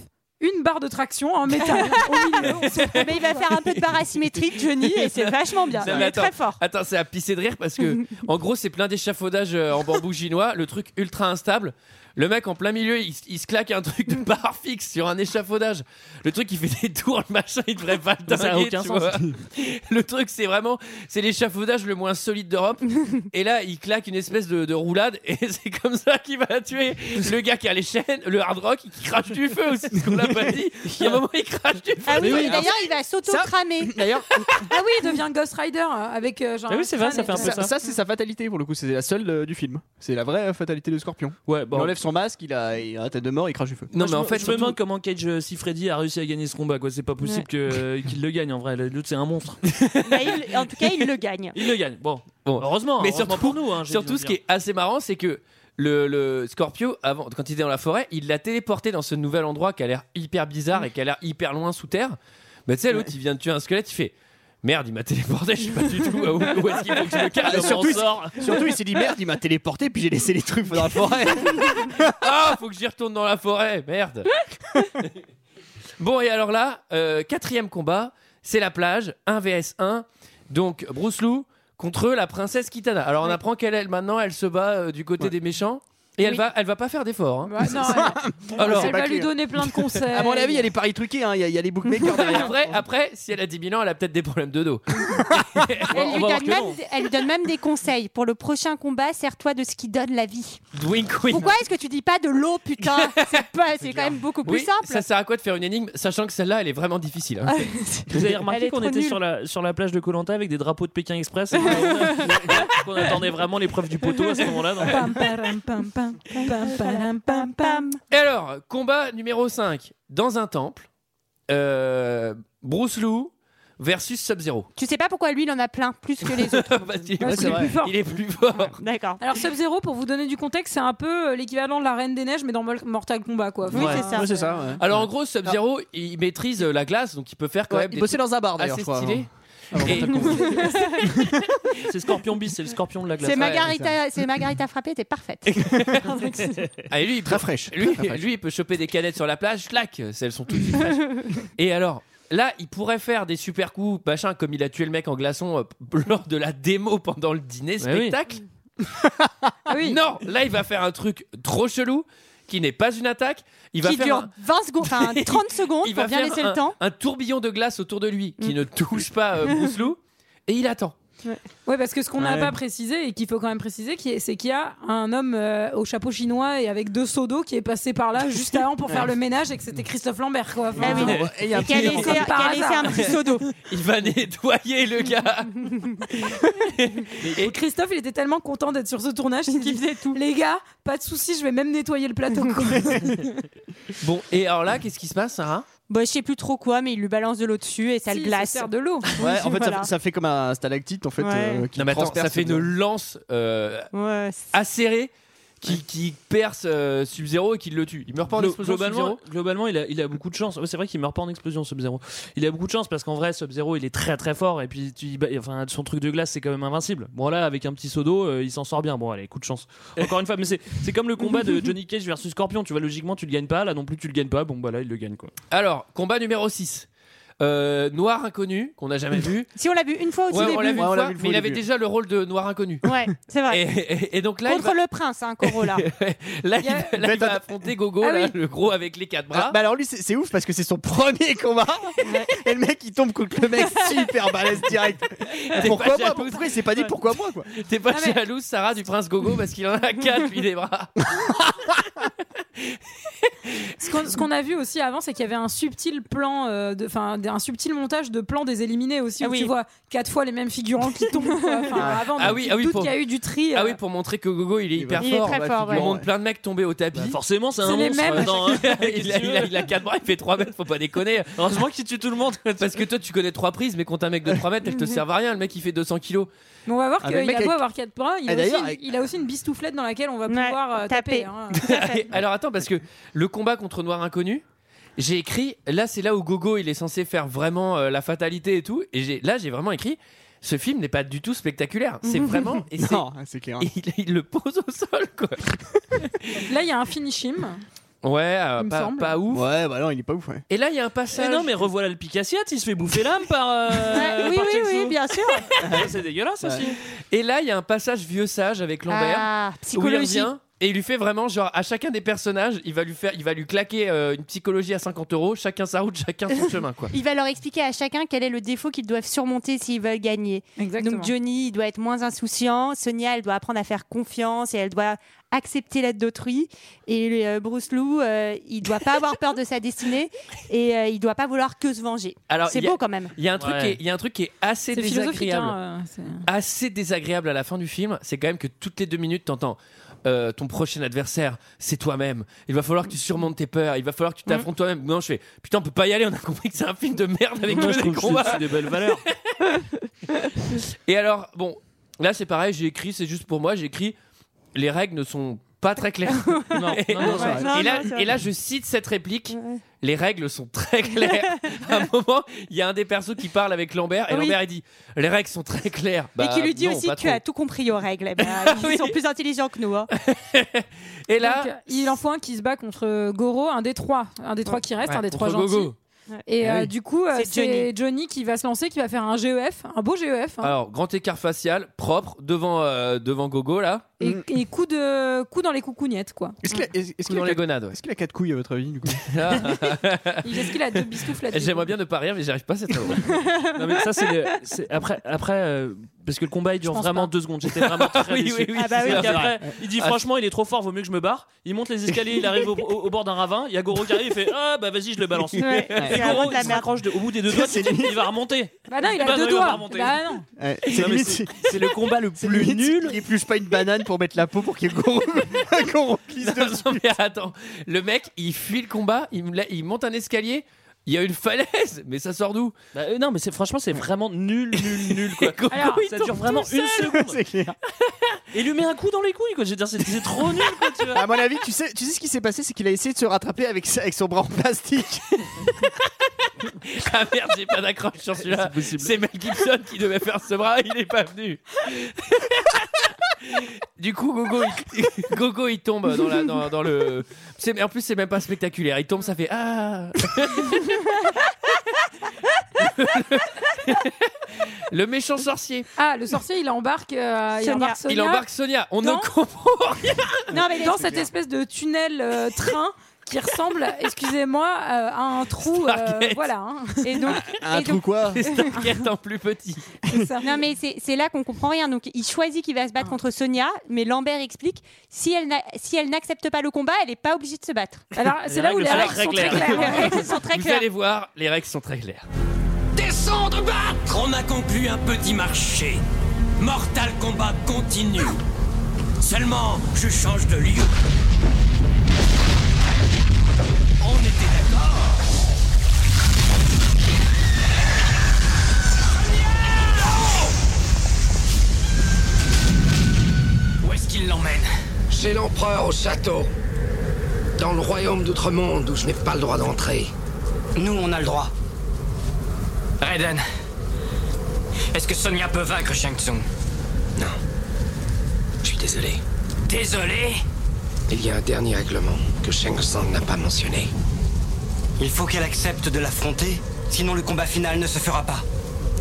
Speaker 7: une barre de traction
Speaker 1: (laughs)
Speaker 7: en métal au milieu. On se
Speaker 9: Oh, (laughs) Mais il va faire un peu de barre asymétrique, Johnny, et c'est vachement bien.
Speaker 1: Non,
Speaker 9: Il
Speaker 1: mais
Speaker 9: est très fort.
Speaker 1: Attends, c'est à pisser de rire parce que, en gros, c'est plein d'échafaudages euh, en bambou chinois, le truc ultra instable. Le mec en plein milieu, il, s- il se claque un truc de barre fixe sur un échafaudage. Le truc, il fait des tours, le machin, il devrait pas le
Speaker 6: Ça a
Speaker 1: dinguer,
Speaker 6: aucun
Speaker 1: tu
Speaker 6: sens.
Speaker 1: vois. (laughs) Le truc, c'est vraiment, c'est l'échafaudage le moins solide d'Europe. Et là, il claque une espèce de, de roulade et (laughs) c'est comme ça qu'il va tuer le gars qui a les chaînes, le hard rock, qui crache du feu aussi, ce qu'on l'a pas dit. Il y a un moment, il crache du feu.
Speaker 9: Ah oui,
Speaker 6: Mais oui,
Speaker 9: et
Speaker 6: alors-
Speaker 9: d'ailleurs, il va s'auto-cramer.
Speaker 10: (laughs) D'ailleurs,
Speaker 7: Ah oui, il devient Ghost Rider euh, avec euh, genre.
Speaker 6: Ah oui, c'est vrai, ça fait un peu
Speaker 10: ça, ça, c'est sa fatalité pour le coup, c'est la seule euh, du film. C'est la vraie euh, fatalité de Scorpion.
Speaker 6: ouais bon
Speaker 10: Il enlève son masque, il a, il a la tête de mort, il crache du feu.
Speaker 1: Non, mais
Speaker 6: je
Speaker 1: en
Speaker 6: me-
Speaker 1: fait,
Speaker 6: je me
Speaker 1: surtout-
Speaker 6: demande comment Cage euh, si Freddy a réussi à gagner ce combat quoi c'est pas possible que- euh, qu'il le gagne en vrai l'autre c'est un monstre
Speaker 9: Mais il- en tout cas, il le gagne.
Speaker 6: il le gagne bon,
Speaker 1: Bon.
Speaker 6: heureusement
Speaker 1: Mais
Speaker 6: heureusement
Speaker 1: surtout-
Speaker 6: pour nous hein, j'ai
Speaker 1: Surtout,
Speaker 6: envie de
Speaker 1: ce
Speaker 6: dire.
Speaker 1: qui est assez marrant, c'est que le, le Scorpio, avant, quand il était dans la forêt, il l'a téléporté dans ce nouvel endroit qui a l'air hyper bizarre et qui a l'air hyper loin sous terre. Mais tu sais, l'autre, il vient de tuer un squelette, il fait Merde, il m'a téléporté, (laughs) je sais pas du tout où, où est-ce qu'il faut que je le (laughs) cache.
Speaker 10: Ah,
Speaker 6: Comment on
Speaker 10: surtout,
Speaker 6: sort
Speaker 10: Surtout, il s'est dit merde, il m'a téléporté, puis j'ai laissé les trucs dans la
Speaker 7: (laughs)
Speaker 10: forêt.
Speaker 1: Ah, faut que j'y retourne dans la forêt,
Speaker 6: (laughs)
Speaker 1: merde. bon, et alors là, euh, quatrième combat, c'est la plage, 1 vs 1. Donc, Bruce Lou contre la princesse Kitana. Alors, on apprend qu'elle, elle, maintenant, elle se bat euh, du côté
Speaker 10: Ouais.
Speaker 1: des méchants. Et elle va, elle va pas faire d'efforts. hein.
Speaker 7: Bah,
Speaker 6: (laughs)
Speaker 7: non,
Speaker 6: Ah,
Speaker 7: elle-
Speaker 1: Alors-
Speaker 7: elle va lui donner plein de conseils.
Speaker 10: À mon avis, il y a les paris truqués, hein, il y, a- il y a les bookmakers derrière.
Speaker 1: Après, après, si elle a 10 000 ans, elle a peut-être des problèmes de dos.
Speaker 9: Elle lui,
Speaker 1: On va voir
Speaker 9: donne
Speaker 1: que
Speaker 9: même,
Speaker 1: non.
Speaker 9: elle lui donne même des conseils. Pour le prochain combat, sers-toi de ce qui donne la vie.
Speaker 1: Wink, wink.
Speaker 9: Pourquoi est-ce que tu dis pas de l'eau, putain C'est pas- c'est quand même beaucoup plus
Speaker 1: Oui,
Speaker 9: simple.
Speaker 1: Ça sert à quoi de faire une énigme, sachant que celle-là, elle est vraiment difficile. hein.
Speaker 6: Vous avez
Speaker 9: Elle
Speaker 6: remarqué
Speaker 9: est
Speaker 6: qu'on
Speaker 9: trop
Speaker 6: était
Speaker 9: nulle.
Speaker 6: sur la, sur la plage de Colanta avec des drapeaux de Pékin Express (laughs) et qu'on- qu'on attendait vraiment l'épreuve du poteau à ce moment-là. non
Speaker 7: Pam, param, pam, pam, pam, param, pam, pam.
Speaker 1: Et alors, combat numéro 5 dans un temple. euh, Bruce Lou versus Sub-Zero.
Speaker 9: Tu sais pas pourquoi lui, il en a plein, plus que les autres.
Speaker 1: Parce qu'il est
Speaker 7: Parce
Speaker 1: plus
Speaker 7: qu'il est
Speaker 1: fort.
Speaker 7: plus fort.
Speaker 1: Il est plus fort.
Speaker 9: (laughs) D'accord.
Speaker 7: Alors Sub-Zero, pour vous donner du contexte, c'est un peu euh, l'équivalent de la Reine des Neiges, mais dans Mol- Mortal Kombat, quoi.
Speaker 9: Oui, c'est ça.
Speaker 10: Ouais, c'est ça. ouais.
Speaker 1: (laughs) Alors en gros, Sub-Zero, il maîtrise euh, la glace, donc il peut faire quand
Speaker 10: Ouais,
Speaker 1: même
Speaker 10: il
Speaker 1: des
Speaker 10: bossait dans un bar
Speaker 1: trucs
Speaker 10: d'ailleurs,
Speaker 1: assez
Speaker 10: je crois, hein.
Speaker 1: stylés.
Speaker 10: avant- avant
Speaker 1: Et- (laughs)
Speaker 10: Mortal Kombat.
Speaker 6: C'est Scorpion Bis, c'est le scorpion de la glace.
Speaker 9: C'est Margarita, c'est Margarita frappée, t'es parfaite.
Speaker 1: Ah, et lui, il peut-
Speaker 10: Très fraîche.
Speaker 1: lui, lui, il peut choper des canettes sur la plage, clac, elles sont toutes fraîches.
Speaker 10: (laughs)
Speaker 1: Et alors, là, il pourrait faire des super coups, machin, comme il a tué le mec en glaçon euh, (laughs) lors de la démo pendant le dîner
Speaker 6: Ouais, oui.
Speaker 9: (laughs)
Speaker 1: spectacle.
Speaker 7: Ah oui.
Speaker 1: Non, là, il va faire un truc trop chelou qui n'est pas une attaque. Il va
Speaker 9: qui
Speaker 1: faire
Speaker 9: dure
Speaker 1: un-
Speaker 9: 20 secondes, enfin 30 secondes
Speaker 1: (laughs) il
Speaker 9: pour
Speaker 1: va
Speaker 9: bien
Speaker 1: faire
Speaker 9: laisser
Speaker 1: un,
Speaker 9: le temps. Mm.
Speaker 1: un tourbillon de glace autour de lui qui ne touche pas euh, Bruce Lou, et il attend.
Speaker 7: Ouais, parce que ce qu'on n'a
Speaker 6: Ouais.
Speaker 7: pas précisé et qu'il faut quand même préciser, qui est- c'est qu'il y a un homme euh, au chapeau chinois et avec deux seaux d'eau qui est passé par là juste avant pour faire le ménage et que c'était Christophe Lambert, quoi. Enfin,
Speaker 9: Ah oui.
Speaker 10: Et il y a un
Speaker 9: Et qui a
Speaker 10: petit-
Speaker 9: laissé,
Speaker 7: comme par
Speaker 9: qui a laissé
Speaker 7: hasard.
Speaker 9: un petit seau d'eau.
Speaker 1: Il va (laughs) nettoyer le
Speaker 9: (laughs)
Speaker 1: gars.
Speaker 7: Et Christophe, il était tellement content d'être sur ce tournage qu'il faisait tout. Les gars, pas de souci, je vais même nettoyer le plateau. quoi.
Speaker 1: Bon, et alors là, qu'est-ce qui se passe, Sarah
Speaker 9: Bah, je sais plus trop quoi, mais il lui balance de l'eau dessus et ça
Speaker 7: Si,
Speaker 9: le glace.
Speaker 7: sert de l'eau.
Speaker 10: Ouais, en fait, ça-
Speaker 9: Voilà.
Speaker 10: ça, fait comme un stalactite en fait.
Speaker 9: Ouais.
Speaker 10: euh, qui
Speaker 1: Non, mais attends,
Speaker 10: transperce
Speaker 1: ça fait
Speaker 10: le-
Speaker 1: une lance euh,
Speaker 9: Ouais,
Speaker 1: acérée qui, qui perce euh, Sub-Zero et qui le tue. Il meurt pas en
Speaker 6: Glo-
Speaker 1: explosion,
Speaker 6: globalement,
Speaker 1: Sub-Zero
Speaker 6: globalement il, a, il a beaucoup de chance. Ouais, c'est vrai qu'il meurt pas en explosion, Sub-Zero. Il a beaucoup de chance parce qu'en vrai, Sub-Zero, il est très très fort. Et puis, tu, bah, enfin, son truc de glace, c'est quand même invincible. Bon, là, avec un petit seau d'eau, euh, il s'en sort bien. Bon, allez, coup de chance. Encore une fois, mais c'est c'est comme le combat de Johnny Cage versus Scorpion. Tu vois, logiquement, tu le gagnes pas. Là non plus, tu le gagnes pas. Bon, bah là, il le gagne quoi.
Speaker 1: Alors, combat numéro 6. noir inconnu, qu'on n'a jamais vu.
Speaker 9: Si on l'a vu une fois au tout
Speaker 1: Ouais, on l'a
Speaker 9: début.
Speaker 1: vu
Speaker 10: Ouais,
Speaker 1: une
Speaker 10: on l'a
Speaker 1: fois,
Speaker 10: vu une fois
Speaker 1: mais
Speaker 10: au
Speaker 1: il avait
Speaker 10: début.
Speaker 1: déjà le rôle de noir inconnu.
Speaker 9: Ouais, c'est
Speaker 1: Et,
Speaker 9: vrai.
Speaker 1: et- et donc là, il
Speaker 9: Contre
Speaker 1: va,
Speaker 9: le prince, hein, Corolla.
Speaker 1: là, il
Speaker 7: y a-
Speaker 1: va- là, il va affronter Gogo,
Speaker 7: Ah
Speaker 1: là,
Speaker 7: oui.
Speaker 1: le gros avec les quatre bras.
Speaker 10: Ah, bah alors lui c'est c'est ouf parce que c'est son (laughs) premier combat et le mec il tombe contre le mec super balèze direct. Pourquoi
Speaker 1: pas
Speaker 10: moi
Speaker 1: jalouse.
Speaker 10: Pourquoi il s'est pas dit pourquoi moi quoi
Speaker 1: T'es pas
Speaker 7: Ah, mais-
Speaker 1: jalouse, Sarah, du prince Gogo parce qu'il en a quatre, lui, des bras.
Speaker 7: Ce qu'on ce qu'on a vu aussi avant, c'est qu'il y avait un subtil plan, euh, de- enfin un subtil montage de plans des éliminés aussi,
Speaker 9: Ah
Speaker 7: où
Speaker 9: oui.
Speaker 7: tu vois quatre fois les mêmes figurants qui tombent. quoi. Enfin,
Speaker 10: Ouais.
Speaker 7: Avant,
Speaker 1: Ah
Speaker 7: donc
Speaker 1: oui,
Speaker 7: tu
Speaker 1: ah
Speaker 7: te
Speaker 1: oui,
Speaker 7: doutes
Speaker 1: pour-
Speaker 7: qu'il y a eu du tri.
Speaker 1: Ah
Speaker 7: euh,
Speaker 1: oui, pour montrer que Gogo, il est hyper
Speaker 9: Il est
Speaker 1: fort.
Speaker 9: très
Speaker 10: bah,
Speaker 9: fort,
Speaker 1: Il
Speaker 9: ouais.
Speaker 1: monte plein de mecs tombés au tapis.
Speaker 6: Bah, forcément, c'est un
Speaker 7: C'est les
Speaker 6: monstre.
Speaker 7: mêmes.
Speaker 6: (laughs) maintenant, hein.
Speaker 1: il, a, il, a, il a quatre bras, il fait 3 mètres, faut pas déconner.
Speaker 6: Heureusement qu'il tue tout le monde.
Speaker 1: Parce que toi, tu connais trois prises, mais contre un mec de 3 mètres, elles
Speaker 7: (laughs)
Speaker 1: te servent à rien. Le mec, il fait 200 kilos.
Speaker 7: Mais on va voir
Speaker 10: Ah,
Speaker 7: qu'il
Speaker 10: mais le
Speaker 7: a
Speaker 10: mec
Speaker 7: beau
Speaker 10: avec-
Speaker 7: avoir quatre bras, il,
Speaker 10: Ah,
Speaker 7: a aussi,
Speaker 10: d'ailleurs,
Speaker 7: une-
Speaker 10: avec-
Speaker 7: il a aussi une bistouflette dans laquelle on va
Speaker 9: Ouais,
Speaker 7: pouvoir euh, taper.
Speaker 9: taper.
Speaker 7: hein.
Speaker 1: Et alors, attends, parce que le combat contre Noir Inconnu, j'ai écrit. Là, c'est là où Gogo, il est censé faire vraiment euh, la fatalité et tout. Et j'ai- là, j'ai vraiment écrit. Ce film n'est pas du tout spectaculaire.
Speaker 7: (laughs)
Speaker 1: C'est vraiment. Et c'est-
Speaker 10: Non, c'est clair.
Speaker 1: et (laughs) il, il le pose au sol, quoi.
Speaker 7: Là, il y a un finish him.
Speaker 1: Ouais, euh,
Speaker 7: Il me
Speaker 1: pas,
Speaker 7: semble.
Speaker 1: pas ouf.
Speaker 10: Ouais, bah non, il est pas ouf. Ouais.
Speaker 1: Et là, il y a un
Speaker 6: Mais
Speaker 1: passage.
Speaker 6: non, mais revoilà le Picassiette, il se fait bouffer l'âme par. euh,
Speaker 9: oui,
Speaker 6: par
Speaker 9: oui,
Speaker 6: Kelso.
Speaker 9: oui, bien sûr.
Speaker 6: Ah, C'est dégueulasse aussi.
Speaker 1: Et là, il y a un passage vieux sage avec (laughs) Lambert.
Speaker 9: Ah,
Speaker 1: où il
Speaker 9: psychologie.
Speaker 1: revient et il lui fait vraiment genre à chacun des personnages il va lui faire il va lui claquer euh, une psychologie à 50 euros chacun sa route (laughs) chacun son chemin quoi
Speaker 9: Il va leur expliquer à chacun quel est le défaut qu'ils doivent surmonter s'ils veulent gagner.
Speaker 7: Exactement.
Speaker 9: Donc Johnny, il doit être moins insouciant. Sonia, elle doit apprendre à faire confiance et elle doit accepter l'aide d'autrui. Et euh, Bruce Lou, euh, il doit pas avoir peur de
Speaker 1: (laughs)
Speaker 9: sa destinée et euh, il doit pas vouloir que se venger.
Speaker 1: alors
Speaker 9: C'est
Speaker 1: il y, a-
Speaker 9: beau quand même.
Speaker 1: il y a un truc
Speaker 6: Ouais.
Speaker 1: qui est, il y a un truc qui est assez
Speaker 7: c'est philosophique.
Speaker 1: désagréable
Speaker 7: hein, euh, c'est-
Speaker 1: assez désagréable à la fin du film c'est quand même que toutes les deux minutes t'entends euh, ton prochain adversaire, c'est toi-même. Il va falloir que tu surmontes tes peurs. Il va falloir que tu t'affrontes
Speaker 9: Mm.
Speaker 1: toi-même. Non, je fais putain, on peut pas y aller. On a compris que c'est un film de merde avec
Speaker 6: Moi,
Speaker 1: tous
Speaker 6: je
Speaker 1: les
Speaker 6: trouve que
Speaker 1: combats.
Speaker 6: c'est- c'est des belles valeurs.
Speaker 1: (laughs) Et alors, bon, là c'est pareil, j'ai écrit, c'est juste pour moi, j'ai écrit, les règles ne sont pas très
Speaker 9: (laughs)
Speaker 1: claires.
Speaker 6: Non, non,
Speaker 1: Et-
Speaker 6: non, c'est
Speaker 10: vrai.
Speaker 9: Non,
Speaker 1: et, là,
Speaker 9: non, c'est vrai.
Speaker 1: et là, je cite cette réplique.
Speaker 9: Ouais.
Speaker 1: Les règles sont très
Speaker 9: (laughs)
Speaker 1: claires. à un moment, il y a un des persos qui parle avec Lambert et
Speaker 9: Oui.
Speaker 1: Lambert il dit Les règles sont très claires.
Speaker 9: Mais
Speaker 1: Bah,
Speaker 9: qui lui dit
Speaker 1: non,
Speaker 9: aussi
Speaker 1: pas
Speaker 9: tu
Speaker 1: trop.
Speaker 9: as tout compris
Speaker 1: (laughs)
Speaker 9: aux règles. Eh ben,
Speaker 1: Oui.
Speaker 9: Ils sont plus intelligents que nous. hein.
Speaker 1: Et
Speaker 7: Donc,
Speaker 1: là,
Speaker 7: euh, il en faut un qui se bat contre Goro, un des trois, un des trois qui reste,
Speaker 1: Ouais,
Speaker 7: ah, un des
Speaker 1: contre
Speaker 7: trois gentils.
Speaker 1: Gogo.
Speaker 7: Et
Speaker 1: Ah
Speaker 7: euh,
Speaker 1: oui.
Speaker 7: du coup, euh,
Speaker 9: C'est
Speaker 7: c'est Johnny. qui va se lancer, qui va faire un GEF, un beau GEF. hein.
Speaker 1: Alors, grand écart facial, propre, devant, euh, devant Gogo, là.
Speaker 7: Et, et coup, de, coup dans les coucougnettes, quoi.
Speaker 10: Est-ce qu'il a, est-ce-
Speaker 1: Ou
Speaker 10: est-ce qu'il a
Speaker 1: dans les
Speaker 10: quatre-
Speaker 7: (laughs)
Speaker 1: gonades, ouais.
Speaker 10: est-ce qu'il a quatre couilles à votre avis du coup
Speaker 7: Il- Est-ce qu'il a deux bistoufles
Speaker 1: (laughs)
Speaker 7: là-dessus
Speaker 1: Eh, J'aimerais bien ne pas rire, mais j'arrive pas, c'est très drôle.
Speaker 6: Non, mais ça, c'est. le- c'est- Après, après euh, parce que le combat, il dure
Speaker 7: pense
Speaker 6: vraiment
Speaker 7: pas.
Speaker 6: deux secondes. J'étais vraiment très
Speaker 1: Oui,
Speaker 6: déçu.
Speaker 1: oui, oui,
Speaker 6: Ah bah
Speaker 1: c'est
Speaker 6: (laughs) oui,
Speaker 1: vrai.
Speaker 6: puis après, il dit
Speaker 1: Ah.
Speaker 6: franchement, il est trop fort, vaut mieux que je me barre. Il monte les escaliers, il arrive au, au- au bord d'un ravin. Il y a Goro qui arrive, il fait Ah bah vas-y, je le balance.
Speaker 9: Ouais,
Speaker 6: Et
Speaker 9: c'est vraiment
Speaker 6: Goro,
Speaker 9: de
Speaker 6: il
Speaker 9: la
Speaker 6: se
Speaker 9: merde.
Speaker 6: raccroche de- au bout des deux doigts, tu te dis, il va remonter.
Speaker 7: Bah non, il a
Speaker 6: Bah non,
Speaker 7: deux
Speaker 6: il va pas
Speaker 7: doigts.
Speaker 6: remonter.
Speaker 7: Bah non.
Speaker 10: Ouais, C'est
Speaker 6: Non, mais
Speaker 10: limite,
Speaker 6: c'est-
Speaker 10: c'est-
Speaker 6: C'est le combat le
Speaker 10: (laughs) c'est
Speaker 6: plus
Speaker 10: limite,
Speaker 6: nul.
Speaker 10: Il épluche pas une banane pour mettre la peau pour qu'il y ait (laughs) Goro- Goro glisse
Speaker 1: Non,
Speaker 6: Bah,
Speaker 10: dessus.
Speaker 1: (laughs) non, mais attends, le mec, il fuit le combat, il, me la- il monte un escalier, il y a une falaise, mais ça sort d'où
Speaker 6: Bah, euh, non, mais c'est franchement, c'est vraiment nul, nul, nul quoi.
Speaker 1: Gogo,
Speaker 7: Alors,
Speaker 1: il
Speaker 6: ça
Speaker 1: tombe
Speaker 6: dure vraiment
Speaker 1: tout
Speaker 6: une
Speaker 1: seul.
Speaker 10: (laughs)
Speaker 6: seconde.
Speaker 10: C'est clair.
Speaker 6: Et il lui met un coup dans les couilles quoi. Je veux dire, c'est c'est trop nul quoi, tu vois.
Speaker 10: Bah, À mon avis, tu sais, tu sais ce qui s'est passé, c'est qu'il a essayé de se rattraper avec, sa- avec son bras en plastique.
Speaker 1: Ah
Speaker 6: bah,
Speaker 1: merde, j'ai pas d'accroche sur celui-là. (laughs) C'est Mel Gibson qui devait faire ce bras, il est pas venu. (laughs) Du coup, Gogo, il, (laughs) Gogo, il tombe dans, la, dans, dans le. c'est- En plus, c'est même pas spectaculaire. Il tombe, ça fait ah. (laughs) le méchant sorcier.
Speaker 7: Ah, le sorcier, il embarque, euh, il
Speaker 9: Sonia.
Speaker 7: embarque Sonia
Speaker 1: Il embarque Sonia. On
Speaker 7: Non.
Speaker 1: ne comprend
Speaker 7: (laughs)
Speaker 1: rien.
Speaker 7: non, mais dans cette espèce de tunnel euh, train qui ressemble, excusez-moi, euh, à un trou. euh,
Speaker 1: Stargate.
Speaker 7: voilà. hein. (laughs)
Speaker 9: Et donc,
Speaker 10: Un
Speaker 9: Et
Speaker 10: trou quoi
Speaker 1: C'est Stargate en plus petit.
Speaker 7: C'est ça.
Speaker 9: non, mais c'est c'est là qu'on comprend rien. Donc, il choisit qu'il va se battre contre Sonia, mais Lambert explique si elle n'a- si elle n'accepte pas le combat, elle n'est pas obligée de se battre.
Speaker 7: Alors, c'est là où
Speaker 6: règles
Speaker 7: les
Speaker 6: sont
Speaker 7: règles
Speaker 6: très
Speaker 7: sont très
Speaker 6: claires.
Speaker 9: Les
Speaker 7: claires.
Speaker 9: règles sont très
Speaker 1: Vous
Speaker 9: claires.
Speaker 1: allez voir, les règles sont très claires.
Speaker 3: Descendre, battre On a conclu un petit marché. Mortal Kombat continue. Seulement, je change de lieu. On était d'accord
Speaker 2: Où est-ce qu'il l'emmène
Speaker 4: Chez l'empereur au château. Dans le royaume d'Outre-Monde où je n'ai pas le droit d'entrer.
Speaker 2: Nous, on a le droit. Raiden, est-ce que Sonia peut vaincre Shang Tsung
Speaker 4: Non. Je suis désolé.
Speaker 2: Désolé,
Speaker 4: Il y a un dernier règlement que Shang Tsung n'a pas mentionné.
Speaker 3: Il faut qu'elle accepte de l'affronter, sinon le combat final ne se fera pas.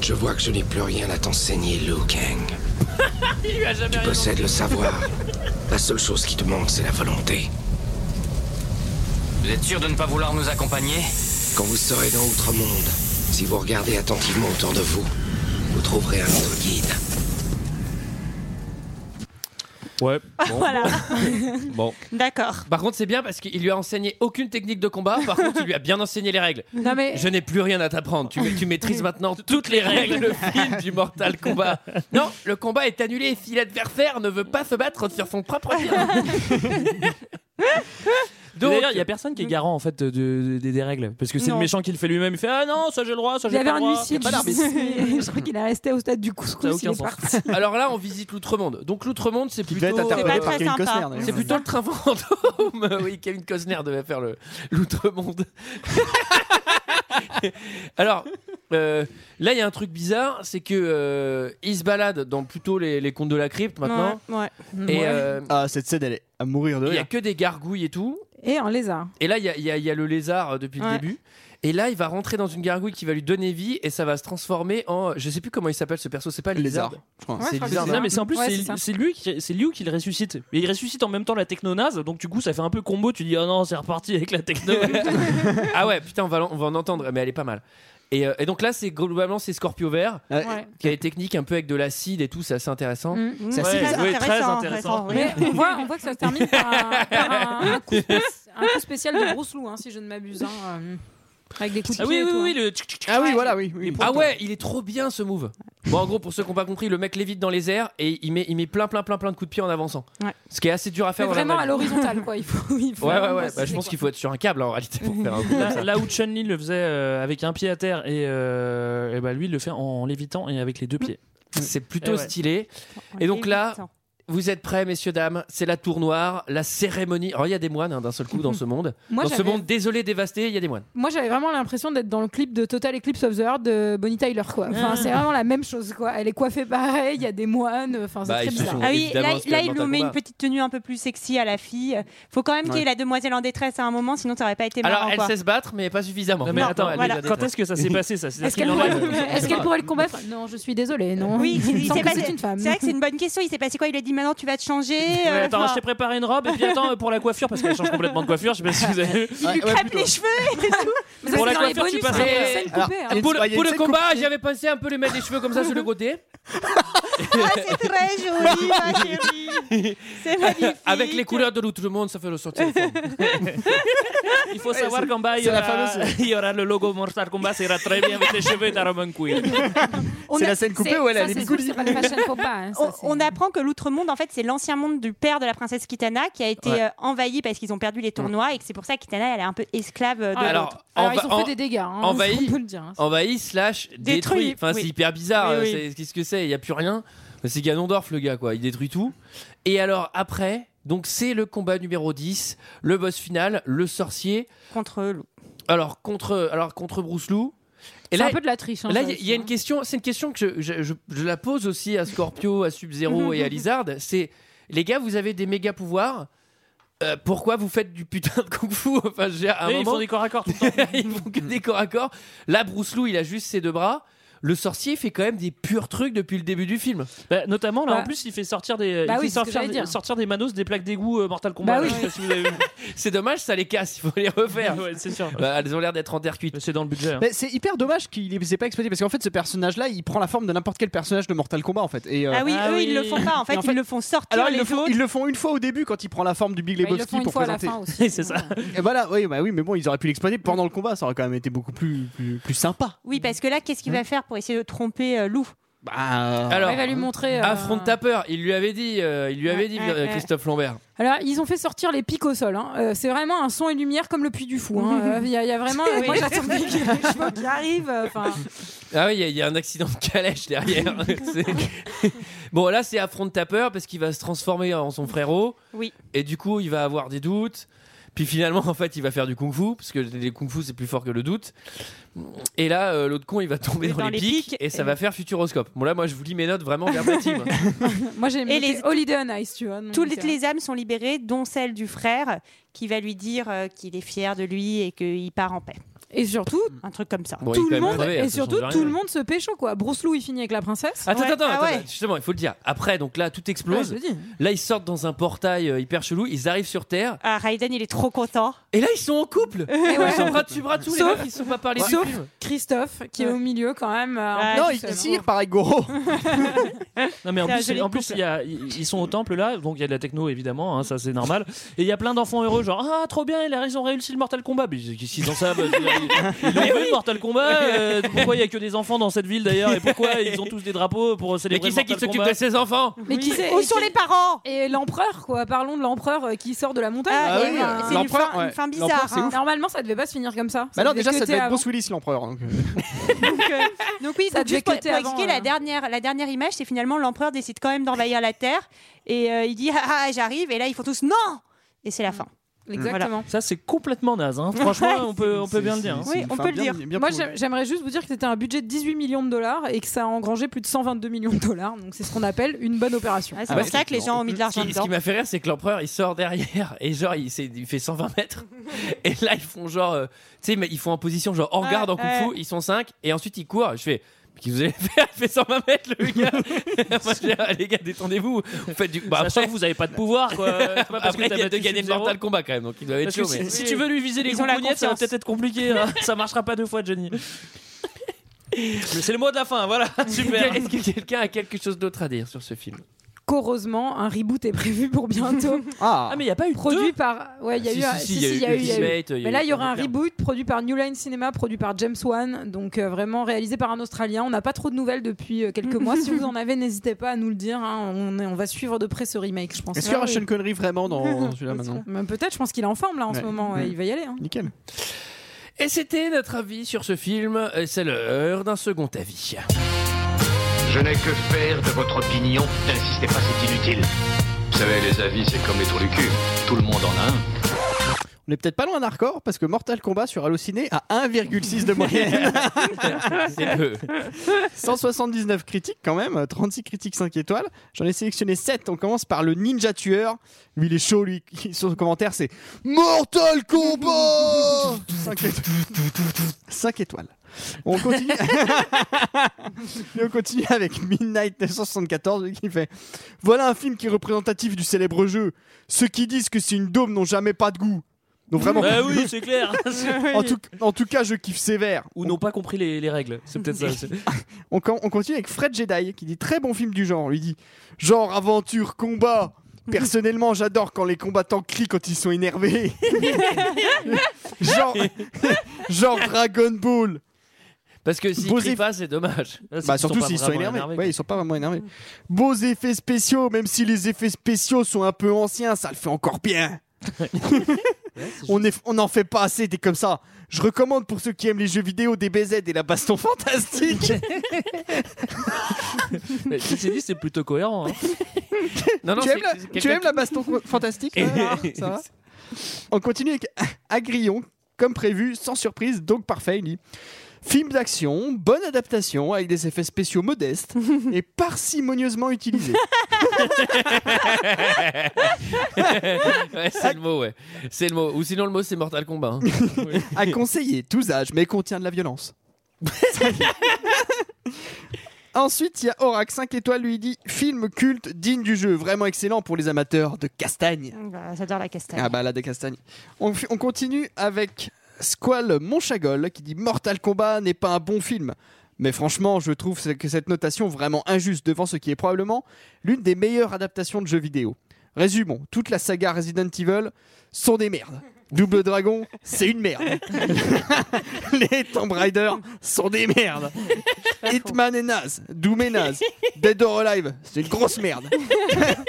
Speaker 4: Je vois que je n'ai plus rien à t'enseigner, Liu Kang. tu possèdes le savoir. La seule chose qui te manque, c'est la volonté.
Speaker 2: vous êtes sûr de ne pas vouloir nous accompagner
Speaker 4: Quand vous serez dans Outre-Monde, si vous regardez attentivement autour de vous, vous trouverez un autre guide.
Speaker 1: Ouais. Bon.
Speaker 9: Voilà.
Speaker 1: bon.
Speaker 9: D'accord.
Speaker 1: Par contre, c'est bien parce qu'il lui a enseigné aucune technique de combat. Par contre, il lui a bien enseigné les règles.
Speaker 7: Non, mais
Speaker 1: Je n'ai plus rien à t'apprendre. Tu, tu
Speaker 6: (laughs)
Speaker 1: maîtrises maintenant toutes les règles le film du Mortal Kombat. Non, le combat est annulé si l'adversaire ne veut pas se battre sur son
Speaker 6: (laughs)
Speaker 1: propre terrain. Donc,
Speaker 6: D'ailleurs, il y a personne qui est garant en fait de- de- de- des règles parce que c'est le
Speaker 9: Non.
Speaker 6: méchant qui le fait lui-même. Il fait ah non, ça j'ai le droit, ça
Speaker 7: il y
Speaker 6: j'ai
Speaker 7: avait
Speaker 6: pas le
Speaker 7: un
Speaker 6: droit.
Speaker 7: huissier.
Speaker 6: Y a pas
Speaker 7: je- (laughs)
Speaker 6: d'arbitre.
Speaker 7: Je crois qu'il est resté au stade du
Speaker 6: Ça a
Speaker 7: couscous.
Speaker 6: aucun
Speaker 7: Il est
Speaker 6: sens.
Speaker 7: parti.
Speaker 1: alors là, on visite l'outre-monde. Donc l'outre-monde, c'est
Speaker 10: Qui
Speaker 1: plutôt euh,
Speaker 10: devait être interprété
Speaker 9: pas
Speaker 10: par
Speaker 9: très
Speaker 10: Kevin
Speaker 9: sympa.
Speaker 10: Costner. d'ailleurs.
Speaker 1: c'est plutôt le train fantôme. (laughs) Oui, Kevin Costner devait faire le l'outre-monde. (laughs) Alors euh, là, il y a un truc bizarre, c'est que euh, il se balade dans plutôt les, les contes de la crypte maintenant.
Speaker 9: Ouais, ouais.
Speaker 1: Et
Speaker 7: Ouais.
Speaker 1: euh,
Speaker 10: Ah, cette scène, elle est à mourir de
Speaker 1: Il y a
Speaker 10: rire.
Speaker 1: que des gargouilles et tout.
Speaker 7: Et un lézard.
Speaker 1: Et là, il y a, il y a- il y a le lézard euh, depuis le
Speaker 9: Ouais.
Speaker 1: début. Et là, il va rentrer dans une gargouille qui va lui donner vie et ça va se transformer en. Je sais plus comment il s'appelle ce perso, c'est pas le lézard.
Speaker 10: Lézard, je crois.
Speaker 7: Ouais,
Speaker 1: c'est
Speaker 7: je crois que
Speaker 1: bizarre,
Speaker 7: c'est
Speaker 6: Non, mais c'est en plus
Speaker 7: Ouais,
Speaker 6: c'est-
Speaker 7: c'est ça.
Speaker 6: c'est lui qui c'est Liu qui le ressuscite. Mais il ressuscite en même temps la technonaze, donc du coup ça fait un peu combo. Tu dis ah non c'est reparti avec la techno.
Speaker 1: ah ouais, putain, on va, l'en- on va en entendre, mais elle est pas mal. Et, euh, et donc là, c'est globalement, c'est Scorpio Vert
Speaker 10: Ouais.
Speaker 7: Ouais.
Speaker 1: qui a des techniques un peu avec de l'acide et tout, c'est assez intéressant.
Speaker 6: Hum.
Speaker 7: Mm.
Speaker 10: Ça, c'est-
Speaker 9: Très
Speaker 6: ouais,
Speaker 9: intéressant.
Speaker 6: très intéressant. hein.
Speaker 9: oui.
Speaker 7: Mais on voit, on voit que ça se termine par un, par (laughs) un- un coup, spéc- un coup spécial de Bruce Lee, hein, si je ne m'abuse. hein, euh, avec des coups de
Speaker 6: ah
Speaker 7: pied
Speaker 6: oui
Speaker 7: et
Speaker 6: oui
Speaker 7: tout,
Speaker 6: oui
Speaker 7: hein.
Speaker 6: le tchic, tchic, tchic.
Speaker 10: Ah oui, voilà, oui. oui.
Speaker 1: Ah ouais, il est trop bien ce move. Bon, en gros, pour ceux qui n'ont pas compris, le mec lévite dans les airs et il met, il met plein, plein, plein, plein de coups de pied en avançant.
Speaker 9: Ouais.
Speaker 1: Ce qui est assez dur à
Speaker 7: Mais
Speaker 1: faire. dans la
Speaker 7: vraiment
Speaker 1: vraie
Speaker 7: à hein,
Speaker 1: vie.
Speaker 7: l'horizontale, quoi. Il faut, il faut
Speaker 1: Ouais, ouais,
Speaker 7: vraiment
Speaker 1: ouais. Bah, je
Speaker 7: cibler,
Speaker 1: pense qu'il
Speaker 7: quoi.
Speaker 1: faut être sur un câble hein, en réalité pour faire un
Speaker 7: (laughs)
Speaker 1: coup comme ça.
Speaker 6: Là, là où Chun Li le faisait euh, avec un pied à terre et, euh,
Speaker 9: Mm.
Speaker 6: eh ben, lui il le fait en, lévitant et avec les deux pieds.
Speaker 1: C'est plutôt
Speaker 6: Et ouais.
Speaker 9: hein.
Speaker 1: stylé. Et donc là, vous êtes prêts, messieurs, dames C'est la tour noire, la cérémonie. Alors, il y a des moines hein, d'un seul coup dans ce
Speaker 9: (laughs)
Speaker 1: monde.
Speaker 7: Moi,
Speaker 1: dans ce
Speaker 7: j'avais-
Speaker 1: monde désolé, dévasté, il y a des moines.
Speaker 7: Moi, j'avais vraiment l'impression d'être dans le clip de Total Eclipse of the Heart de Bonnie Tyler, quoi. Enfin, c'est vraiment la même chose, quoi. Elle est coiffée pareil, il y a des moines, enfin, c'est
Speaker 1: Bah,
Speaker 7: très
Speaker 1: ils se
Speaker 7: bizarre.
Speaker 1: sont
Speaker 9: Ah oui,
Speaker 1: évidemment
Speaker 9: là, là,
Speaker 1: inspirés
Speaker 9: il
Speaker 1: de
Speaker 9: nous met
Speaker 1: Mortal
Speaker 9: une petite tenue un peu plus sexy à la fille. Faut quand même qu'il y ait
Speaker 1: Ouais.
Speaker 9: la demoiselle en détresse à un moment, sinon ça aurait pas été marrant.
Speaker 1: Alors, elle
Speaker 9: quoi.
Speaker 1: sait se battre, mais pas suffisamment.
Speaker 6: mais
Speaker 1: Non,
Speaker 6: attends,
Speaker 1: elle
Speaker 9: voilà.
Speaker 1: les a
Speaker 6: Quand
Speaker 1: détruits.
Speaker 6: est-ce que ça s'est passé ça C'est-à-dire
Speaker 7: Est-ce
Speaker 6: qu'il
Speaker 7: qu'elle
Speaker 6: en
Speaker 7: pourrait,
Speaker 6: rêve
Speaker 7: est-ce qu'elle pourrait le combattre Non, je suis désolée, non. (laughs)
Speaker 9: Oui,
Speaker 7: il me
Speaker 9: il
Speaker 7: semble
Speaker 9: s'est
Speaker 7: que
Speaker 9: passé-
Speaker 7: c'est une femme.
Speaker 9: C'est vrai que c'est une bonne question. Il s'est passé quoi Il a dit maintenant tu vas te changer.
Speaker 6: Ouais,
Speaker 9: euh,
Speaker 6: attends,
Speaker 9: enfin,
Speaker 6: je t'ai préparé une robe et puis attends euh, pour la coiffure parce qu'elle change complètement de coiffure. Je sais pas si vous avez vu.
Speaker 9: il lui crêpe les cheveux et tout.
Speaker 7: Mais ça,
Speaker 6: Pour
Speaker 7: c'est
Speaker 6: la
Speaker 7: dans les
Speaker 6: coiffure, tu
Speaker 7: bonus,
Speaker 6: passes-
Speaker 7: hein,
Speaker 1: Et-
Speaker 7: c'est une
Speaker 10: alors,
Speaker 7: coupée, hein.
Speaker 10: elle-
Speaker 1: Pour
Speaker 10: Ah, il y
Speaker 1: le,
Speaker 10: a
Speaker 1: pour
Speaker 10: une
Speaker 1: le
Speaker 10: scène
Speaker 1: combat, j'avais pensé un peu lui mettre des cheveux comme ça sur
Speaker 9: (laughs)
Speaker 1: le côté,
Speaker 9: Ah, c'est très joli, ma chérie. C'est magnifique.
Speaker 1: avec les couleurs de l'outre-monde, ça fait ressortir.
Speaker 9: (laughs)
Speaker 1: les formes.
Speaker 6: Il faut savoir qu'en bas, il y,
Speaker 10: c'est la
Speaker 6: aura, (laughs) il y aura le logo Mortal Kombat, ça ira très bien avec les cheveux et ta robe en cuir.
Speaker 9: On
Speaker 10: C'est
Speaker 9: a-
Speaker 10: la scène coupée
Speaker 7: C'est-
Speaker 10: où elle
Speaker 7: ça,
Speaker 10: a les
Speaker 7: c'est sûr,
Speaker 10: bigoulis.
Speaker 7: C'est pas le fashion faux pas. hein, ça,
Speaker 9: On,
Speaker 7: c'est-
Speaker 9: on apprend que l'outre-monde, en fait, c'est l'ancien monde du père de la princesse Kitana qui a été
Speaker 1: Ouais.
Speaker 9: euh, envahi parce qu'ils ont perdu les tournois et que c'est pour ça que Kitana, elle est un peu esclave euh, de
Speaker 1: Alors,
Speaker 9: l'autre.
Speaker 7: Alors,
Speaker 1: enva-
Speaker 7: ils ont
Speaker 1: en-
Speaker 7: fait des dégâts, hein,
Speaker 1: envahi-
Speaker 7: on peut le dire. hein.
Speaker 1: Envahi slash détruit.
Speaker 9: Détruit,
Speaker 1: Enfin,
Speaker 9: oui.
Speaker 1: c'est hyper bizarre.
Speaker 9: Oui,
Speaker 1: euh,
Speaker 9: oui.
Speaker 1: c'est- Qu'est-ce que c'est Il n'y a plus rien. C'est Ganondorf, le gars, quoi. Il détruit tout. Et alors, après, donc c'est le combat numéro 10, le boss final, le sorcier.
Speaker 9: Contre loup.
Speaker 1: Alors, contre, alors, contre Bruce Lou. Et
Speaker 7: C'est
Speaker 1: là,
Speaker 7: un peu de la triche. hein,
Speaker 1: Là,
Speaker 7: ça
Speaker 1: il y,
Speaker 7: aussi,
Speaker 1: y a
Speaker 7: hein.
Speaker 1: une question. C'est une question que je, je- je- je la pose aussi à Scorpio, à
Speaker 7: (laughs)
Speaker 1: Sub-Zero et à Lizard. C'est les gars, vous avez des méga pouvoirs. euh, pourquoi vous faites du putain de kung-fu Enfin, je veux dire, à un
Speaker 6: Et ils
Speaker 1: moment,
Speaker 6: font des corps à corps tout le temps.
Speaker 1: (laughs) ils font que des corps à corps. Là, Bruce Lou, il a juste ses deux bras. Le sorcier fait quand même des purs trucs depuis le début du film.
Speaker 6: Bah, notamment, là,
Speaker 7: Bah-
Speaker 6: en plus, il fait sortir des,
Speaker 7: Bah
Speaker 6: il
Speaker 7: oui, c'est
Speaker 6: fait
Speaker 7: ce que
Speaker 6: sortir,
Speaker 7: j'allais dire.
Speaker 6: sortir des manos des plaques d'égout euh, Mortal
Speaker 7: Bah
Speaker 6: Kombat.
Speaker 7: oui.
Speaker 6: je sais pas si vous avez vu.
Speaker 1: C'est dommage, ça les casse. Il faut les refaire.
Speaker 6: (laughs) Ouais, c'est sûr.
Speaker 1: Bah, elles ont l'air d'être en terre cuite.
Speaker 6: Mais C'est dans le budget. hein.
Speaker 10: Mais c'est hyper dommage qu'il les ait pas exploité parce qu'en fait ce personnage là il prend la forme de n'importe quel personnage de Mortal Kombat en fait. Et, euh,
Speaker 9: Ah oui,
Speaker 6: Ah
Speaker 9: eux,
Speaker 6: oui.
Speaker 9: ils le font pas. En fait,
Speaker 10: en fait-
Speaker 9: ils le font sortir.
Speaker 10: Alors ils
Speaker 9: les
Speaker 10: le, font,
Speaker 9: autres.
Speaker 10: ils le font une fois au début quand il prend la forme du Big
Speaker 7: Bah, Ils le
Speaker 10: Lebowski
Speaker 7: font une
Speaker 10: pour
Speaker 7: fois à la
Speaker 10: présenter.
Speaker 7: fin aussi. euh.
Speaker 6: C'est ça.
Speaker 10: Et voilà, oui, bah oui, mais bon, ils auraient pu l'exploiter pendant le combat, ça aurait quand même été beaucoup plus, plus, plus sympa.
Speaker 9: Oui, parce que là, qu'est-ce qu'il va faire pour essayer de tromper euh, loup
Speaker 10: Bah,
Speaker 1: Alors,
Speaker 7: Ouais, il va lui montrer. euh,
Speaker 1: affronte ta peur. Il lui avait dit, euh, il lui avait
Speaker 9: Ouais,
Speaker 1: dit
Speaker 9: ouais,
Speaker 1: euh,
Speaker 9: ouais.
Speaker 1: Christophe Lambert.
Speaker 7: Alors, ils ont fait sortir les pics au sol. hein. Euh, c'est vraiment un son et lumière comme le puits du fou. hein. Euh, Il y, a- il y a vraiment. Moi, j'attendais qu'il y ait des chevaux qui arrivent. euh,
Speaker 9: (laughs)
Speaker 7: Enfin,
Speaker 1: Ah oui, il y a- il y, a un accident de calèche derrière.
Speaker 7: (laughs)
Speaker 1: C'est- bon, là, c'est affronte ta peur parce qu'il va se transformer en son frérot.
Speaker 9: Oui.
Speaker 1: Et du coup, il va avoir des doutes. Puis finalement, en fait, il va faire du kung-fu parce que les kung-fu c'est plus fort que le doute. Et là, euh, l'autre con, il va tomber
Speaker 9: Et
Speaker 1: dans,
Speaker 9: dans
Speaker 1: les
Speaker 9: les
Speaker 1: pics,
Speaker 9: pics,
Speaker 1: et ça
Speaker 9: et-
Speaker 1: va faire Futuroscope. Bon là, moi, je vous lis mes notes vraiment
Speaker 7: (laughs)
Speaker 1: verbatim.
Speaker 7: moi, j'ai aimé.
Speaker 9: les-
Speaker 7: Holiday on Ice, tu vois. donc,
Speaker 9: Tous les,
Speaker 7: euh,
Speaker 9: les âmes sont libérées, dont celle du frère, qui va lui dire euh, qu'il est fier de lui et qu'il part en paix.
Speaker 7: Et surtout,
Speaker 9: Un truc comme ça.
Speaker 1: Bon, il est
Speaker 7: tout
Speaker 1: quand
Speaker 7: le
Speaker 1: même
Speaker 7: monde.
Speaker 1: crevé,
Speaker 7: et
Speaker 1: ça change
Speaker 7: surtout,
Speaker 1: rien.
Speaker 7: tout le monde se pécho, quoi. Bruce Lou, il finit avec la princesse.
Speaker 1: Attends,
Speaker 9: Ouais.
Speaker 1: attends,
Speaker 9: Ah
Speaker 1: attends,
Speaker 9: ouais.
Speaker 1: attends, justement, il faut le dire. Après, donc là, tout
Speaker 7: Ouais, je
Speaker 1: explose.
Speaker 7: le dis.
Speaker 1: Là, ils sortent dans un portail euh, hyper chelou. Ils arrivent sur Terre.
Speaker 9: Ah, Raiden, il est trop content.
Speaker 1: Et là, ils sont en couple. Ils sont bras dessus, bras dessous. Les
Speaker 7: Sauf-
Speaker 1: mecs, ils se sont pas parlé
Speaker 7: Sauf
Speaker 1: du film.
Speaker 7: Christophe, qui est
Speaker 9: Ouais.
Speaker 7: au milieu quand même. euh, un
Speaker 9: Ouais.
Speaker 7: peu
Speaker 10: non,
Speaker 7: tout
Speaker 10: il
Speaker 7: seul.
Speaker 10: tire par Goro.
Speaker 6: Non mais en
Speaker 9: C'est un
Speaker 6: plus,
Speaker 9: joli
Speaker 6: en plus
Speaker 9: couple.
Speaker 6: il y a- ils ils sont au temple là, donc il y a de la techno évidemment, hein, ça c'est normal. Et il y a plein d'enfants heureux, genre ah trop bien, ils ont réussi le Mortal Kombat. Mais qu'est-ce qu'ils en savent Ils ils l'ont vu le Mortal Kombat. euh, pourquoi il y a que des enfants dans cette ville d'ailleurs Et pourquoi ils ont tous des drapeaux pour
Speaker 1: Mais
Speaker 6: célébrer
Speaker 1: qui c'est qui
Speaker 6: Mortal
Speaker 1: s'occupe
Speaker 6: Kombat
Speaker 1: de ses enfants
Speaker 7: Mais qui c'est
Speaker 9: Où sont Oh, les parents
Speaker 7: Et l'empereur, quoi. Parlons de l'empereur euh, qui sort de la montagne.
Speaker 9: Ah,
Speaker 10: Ah
Speaker 9: et
Speaker 10: oui,
Speaker 9: ben,
Speaker 10: euh,
Speaker 9: c'est une
Speaker 10: l'empereur,
Speaker 9: fin, une
Speaker 10: ouais.
Speaker 9: fin
Speaker 10: L'empereur,
Speaker 9: bizarre.
Speaker 10: c'est
Speaker 9: hein.
Speaker 7: Normalement, ça devait pas se finir comme ça.
Speaker 10: Bah non, déjà, ça
Speaker 7: cuter
Speaker 10: devait être
Speaker 7: avant. Ah,
Speaker 10: Bruce Willis l'empereur. donc, euh.
Speaker 9: Ah, Donc oui,
Speaker 7: Ça
Speaker 9: donc
Speaker 7: devait
Speaker 9: juste pour,
Speaker 7: cutter
Speaker 9: pour
Speaker 7: avant,
Speaker 9: expliquer
Speaker 7: euh.
Speaker 9: la dernière, la dernière image, c'est finalement l'empereur décide quand même d'envahir la Terre et euh, il dit ah, ah, j'arrive et là ils font tous non et
Speaker 7: Mm.
Speaker 9: c'est la fin. Ah,
Speaker 10: Ah
Speaker 7: Exactement.
Speaker 6: Ça c'est complètement naze. hein. Franchement, on peut on peut bien le dire. hein.
Speaker 10: C'est-
Speaker 9: Oui,
Speaker 10: c'est une
Speaker 9: on
Speaker 10: fin
Speaker 9: peut le
Speaker 10: bien-
Speaker 9: dire.
Speaker 10: bien
Speaker 7: Moi,
Speaker 10: prouvée.
Speaker 7: j'aim- j'aimerais juste vous dire que c'était un budget de 18 millions de dollars et que ça a engrangé plus de 122 millions de dollars. Donc, c'est ce qu'on appelle une bonne opération.
Speaker 9: Ouais, c'est
Speaker 10: Ah
Speaker 9: pour
Speaker 10: ouais,
Speaker 9: ça que les gens ont mis de
Speaker 1: Ce
Speaker 9: l'argent
Speaker 1: qui, ce
Speaker 9: dedans.
Speaker 1: qui m'a fait rire, c'est que l'empereur il sort derrière (laughs) et genre il, s'est- il fait 120 mètres. Et là, ils font genre, euh, tu sais, mais ils font en position genre en garde en kung fu.
Speaker 9: ouais.
Speaker 1: Ils sont 5 et ensuite ils courent. Je fais. mais Qu'est-ce que vous allez (laughs) faire Il fait 120 mètres le gars Moi, je dis, ah, Les gars, détendez-vous Vous faites du. Bah,
Speaker 6: Sachant
Speaker 1: après,
Speaker 6: que vous avez pas de pouvoir quoi. C'est pas parce
Speaker 1: après,
Speaker 6: que t'as
Speaker 1: il y a de
Speaker 6: battu
Speaker 1: gagner le
Speaker 6: Sub-Zero.
Speaker 1: Mortal Combat quand même, donc il doit être
Speaker 6: Parce que
Speaker 1: chaud.
Speaker 6: si,
Speaker 1: Mais...
Speaker 6: si tu veux lui viser les
Speaker 9: Ils ont la
Speaker 6: gougounettes, ça va
Speaker 9: confiance.
Speaker 6: peut-être être compliqué. hein. ça marchera pas deux fois, Johnny. Mais c'est le mot de la fin, hein, voilà. (laughs)
Speaker 1: (laughs)
Speaker 6: Super.
Speaker 1: Est-ce que quelqu'un a quelque chose d'autre à dire sur ce film
Speaker 7: Qu'heureusement, un reboot est prévu pour
Speaker 9: (laughs)
Speaker 7: bientôt.
Speaker 10: Ah,
Speaker 6: Ah mais il y a pas eu de
Speaker 7: produit par. Ouais, il y a eu un.
Speaker 1: Ah, Si, si, il y a eu
Speaker 7: il y a eu.
Speaker 1: Ultimate. il y a
Speaker 7: Mais
Speaker 1: eu
Speaker 7: là, il y aura un
Speaker 1: plein de
Speaker 7: reboot produit par New Line Cinema, produit par James Wan, donc euh, vraiment réalisé par un Australien. On n'a pas trop de nouvelles depuis euh, quelques mois. Si vous en avez, n'hésitez pas à nous le dire. hein. On, est- on va suivre de près ce remake, je pense.
Speaker 10: est-ce qu'il y aura
Speaker 7: Ah oui.
Speaker 10: Sean Connery vraiment dans
Speaker 9: (laughs)
Speaker 10: dans celui-là maintenant
Speaker 7: Mais Peut-être, je pense qu'il est en forme là en
Speaker 10: Ouais.
Speaker 7: ce moment. ouais,
Speaker 10: Ouais.
Speaker 7: Il va y aller. hein.
Speaker 10: Nickel.
Speaker 1: Et c'était notre avis sur ce film. Et C'est l'heure d'un second avis.
Speaker 8: Je n'ai que faire de votre opinion. N'insistez pas, c'est inutile.
Speaker 12: Vous savez, les avis, c'est comme les trous du cul. Tout le monde en a un.
Speaker 10: On est peut-être pas loin d'un record parce que Mortal Kombat sur Allociné a 1,6 de
Speaker 9: (laughs)
Speaker 10: moyenne.
Speaker 1: C'est peu.
Speaker 10: 179 critiques quand même, 36 critiques 5 étoiles. J'en ai sélectionné 7. On commence par le Ninja Tueur. Lui, il est chaud, lui. (laughs) Son commentaire, c'est Mortal
Speaker 6: (laughs)
Speaker 10: Kombat 5 étoiles. 5 étoiles. On
Speaker 6: (laughs)
Speaker 10: continue. Et on continue avec Midnight 974 lui, qui fait Voilà un film qui est représentatif du célèbre jeu. Ceux qui disent que c'est une dôme n'ont jamais pas de goût. Donc vraiment.
Speaker 6: Bah
Speaker 10: (laughs)
Speaker 6: oui, c'est clair.
Speaker 10: en, tout, en tout cas, je kiffe sévère.
Speaker 6: Ou n'ont pas compris les, les règles. C'est peut-être ça.
Speaker 10: (laughs)
Speaker 6: c'est-
Speaker 10: On, com- on continue avec Fred Jedi qui dit très bon film du genre. Lui dit genre aventure combat. Personnellement, j'adore quand les combattants crient quand ils sont énervés. genre, genre Dragon Ball.
Speaker 1: Parce que s'ils
Speaker 10: Beaux
Speaker 1: crient
Speaker 10: eff-
Speaker 1: pas, c'est dommage. Là, c'est
Speaker 10: Bah
Speaker 1: qu'ils
Speaker 10: surtout
Speaker 1: pas
Speaker 10: s'ils sont
Speaker 1: vraiment
Speaker 10: énervés. Ouais, ils sont pas vraiment énervés. Beaux effets spéciaux, même si les effets spéciaux sont un peu anciens, ça le fait encore bien. on est- on n'en fait pas assez des comme ça. Je recommande pour ceux qui aiment les jeux vidéo des BZ et la baston fantastique.
Speaker 6: Mais ceci dit, c'est
Speaker 10: (laughs)
Speaker 6: plutôt cohérent. hein.
Speaker 10: tu, aimes la, tu aimes la baston co- (laughs) fantastique toi, Gérard Ça va On continue avec Agrillon, comme prévu, sans surprise, donc parfait. il dit, Film d'action, bonne adaptation, avec des effets spéciaux (laughs) modestes et parcimonieusement (laughs) utilisés.
Speaker 1: ouais, c'est le mot, ouais. C'est le mot. Ou sinon, le mot, c'est Mortal Kombat. hein.
Speaker 10: (laughs) à conseiller, tous âges, mais contient de la (laughs) violence. Ensuite, il y a Orac 5 étoiles, lui il dit film culte digne du jeu, vraiment excellent pour les amateurs de castagne.
Speaker 7: Mm,
Speaker 9: J'adore la castagne.
Speaker 10: Ah bah là, des castagnes. On, fi- on continue avec Squall Monchagol qui dit Mortal Kombat n'est pas un bon film. Mais franchement, je trouve ce- que cette notation vraiment injuste devant ce qui est probablement l'une des meilleures adaptations de jeux vidéo. Résumons, toute la saga Resident Evil sont des merdes. Double Dragon, c'est une merde. (laughs) Les Tomb Raider sont des (laughs) merdes. Hitman est naze, Doom est naze, Dead or Alive, c'est une grosse merde. (laughs)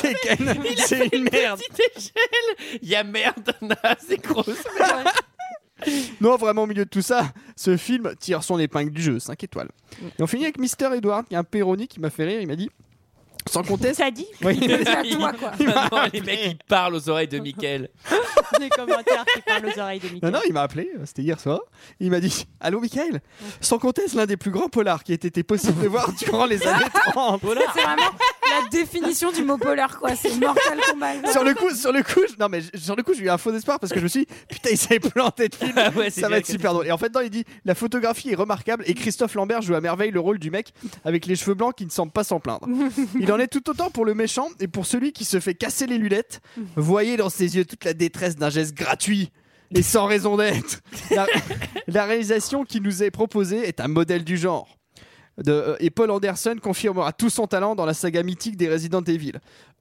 Speaker 10: Tekken, c'est une merde.
Speaker 1: Il y a merde, (laughs) c'est grosse.
Speaker 10: Non, vraiment, au milieu de tout ça, ce film tire son épingle du jeu, 5 étoiles. Et on finit avec Mister Edward, qui est un péroni qui m'a fait rire, il m'a dit. Sans compter.
Speaker 9: Ça dit
Speaker 10: (laughs) Oui.
Speaker 9: C'est à toi, quoi.
Speaker 1: Non,
Speaker 10: Ah,
Speaker 1: les mecs, ils parlent aux oreilles de Mickaël.
Speaker 10: (laughs)
Speaker 9: Des commentaires qui parlent aux oreilles de Mickey.
Speaker 10: Non, non, il m'a appelé, euh, c'était hier soir. Il m'a dit Allô, Michael Sans compter, c'est l'un des plus grands polars qui ait été possible de voir durant les années 30.
Speaker 7: (laughs) C'est vraiment la définition du mot polaire, quoi. C'est Mortal Kombat.
Speaker 10: Sur le coup, sur le coup, je- non mais je- sur le coup, j'ai eu un faux espoir parce que je me suis dit, putain, il s'est planté de film, (laughs)
Speaker 1: ouais, c'est bien
Speaker 10: ça va être super drôle. Et en fait, non, il dit la photographie est remarquable et Christophe Lambert joue à merveille le rôle du mec avec les cheveux blancs qui ne semble pas
Speaker 1: (laughs)
Speaker 10: s'en plaindre. Il en est tout autant pour le méchant et pour celui qui se fait casser
Speaker 1: (laughs)
Speaker 10: les lunettes. Voyez dans ses yeux toute la détresse d'un geste gratuit et sans raison d'être.
Speaker 1: (laughs)
Speaker 10: La, la réalisation qui nous est proposée est un modèle du genre. De, euh, et Paul Anderson confirmera tout son talent dans la saga mythique des Resident Evil.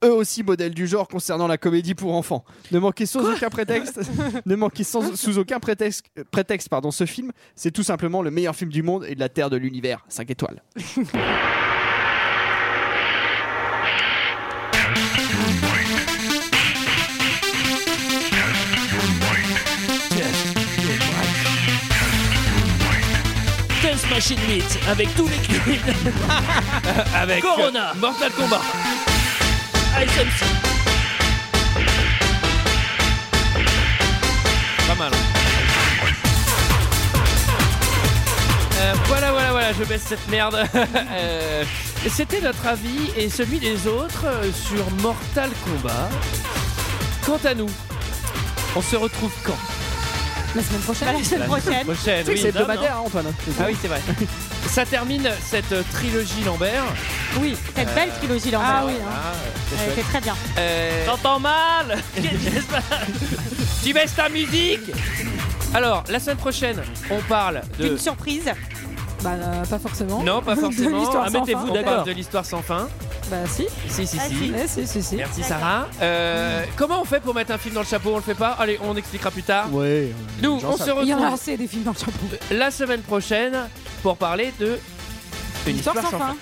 Speaker 10: Eux aussi modèles du genre concernant la comédie pour enfants. Ne manquez sans aucun prétexte, ne manquez sans- sous aucun prétexte, euh, prétexte pardon, ce film, c'est tout simplement le meilleur film du monde et de la terre de l'univers. 5 étoiles.
Speaker 6: Dance Machine Meat avec tous les criminels.
Speaker 1: (laughs) Avec
Speaker 6: Corona.
Speaker 1: euh, Mortal Kombat.
Speaker 6: ISMC.
Speaker 1: Pas mal. hein. Euh, voilà, voilà, voilà, je baisse cette merde. (laughs) Euh, C'était notre avis et celui des autres euh, sur Mortal Kombat. Quant à nous, on se retrouve quand
Speaker 7: (laughs) La semaine prochaine.
Speaker 9: la semaine prochaine.
Speaker 1: Prochaine, oui.
Speaker 10: c'est hebdomadaire, hein, Antoine.
Speaker 1: Ah oui, c'est vrai. (laughs) Ça termine cette euh, trilogie Lambert.
Speaker 9: Oui, cette belle
Speaker 1: Euh,
Speaker 9: trilogie là.
Speaker 7: Ah oui. hein.
Speaker 1: Ah, euh, c'est
Speaker 9: Elle
Speaker 1: chouette.
Speaker 9: était très bien.
Speaker 1: Euh, (laughs)
Speaker 6: T'entends mal
Speaker 1: tu baisses ta musique Alors, la semaine prochaine, on parle
Speaker 10: Euh,
Speaker 1: de...
Speaker 9: Une surprise.
Speaker 7: Bah, euh, pas forcément.
Speaker 1: Non, pas
Speaker 7: (laughs) De
Speaker 1: forcément.
Speaker 7: l'histoire
Speaker 1: Ah,
Speaker 7: sans
Speaker 1: mettez-vous
Speaker 7: fin.
Speaker 1: on parle de l'histoire sans fin.
Speaker 7: Bah, si.
Speaker 1: Si, si,
Speaker 9: Ah,
Speaker 1: si.
Speaker 9: si.
Speaker 7: Eh, si, si, si.
Speaker 1: Merci Sarah. Euh,
Speaker 7: Mm.
Speaker 1: comment on fait pour mettre un film dans le chapeau On le fait pas Allez, on expliquera plus tard.
Speaker 10: Ouais.
Speaker 1: Nous, on se
Speaker 7: Il y en a
Speaker 1: retrouve
Speaker 7: assez des films dans le chapeau.
Speaker 1: la semaine prochaine pour parler de
Speaker 7: Une histoire sans fin.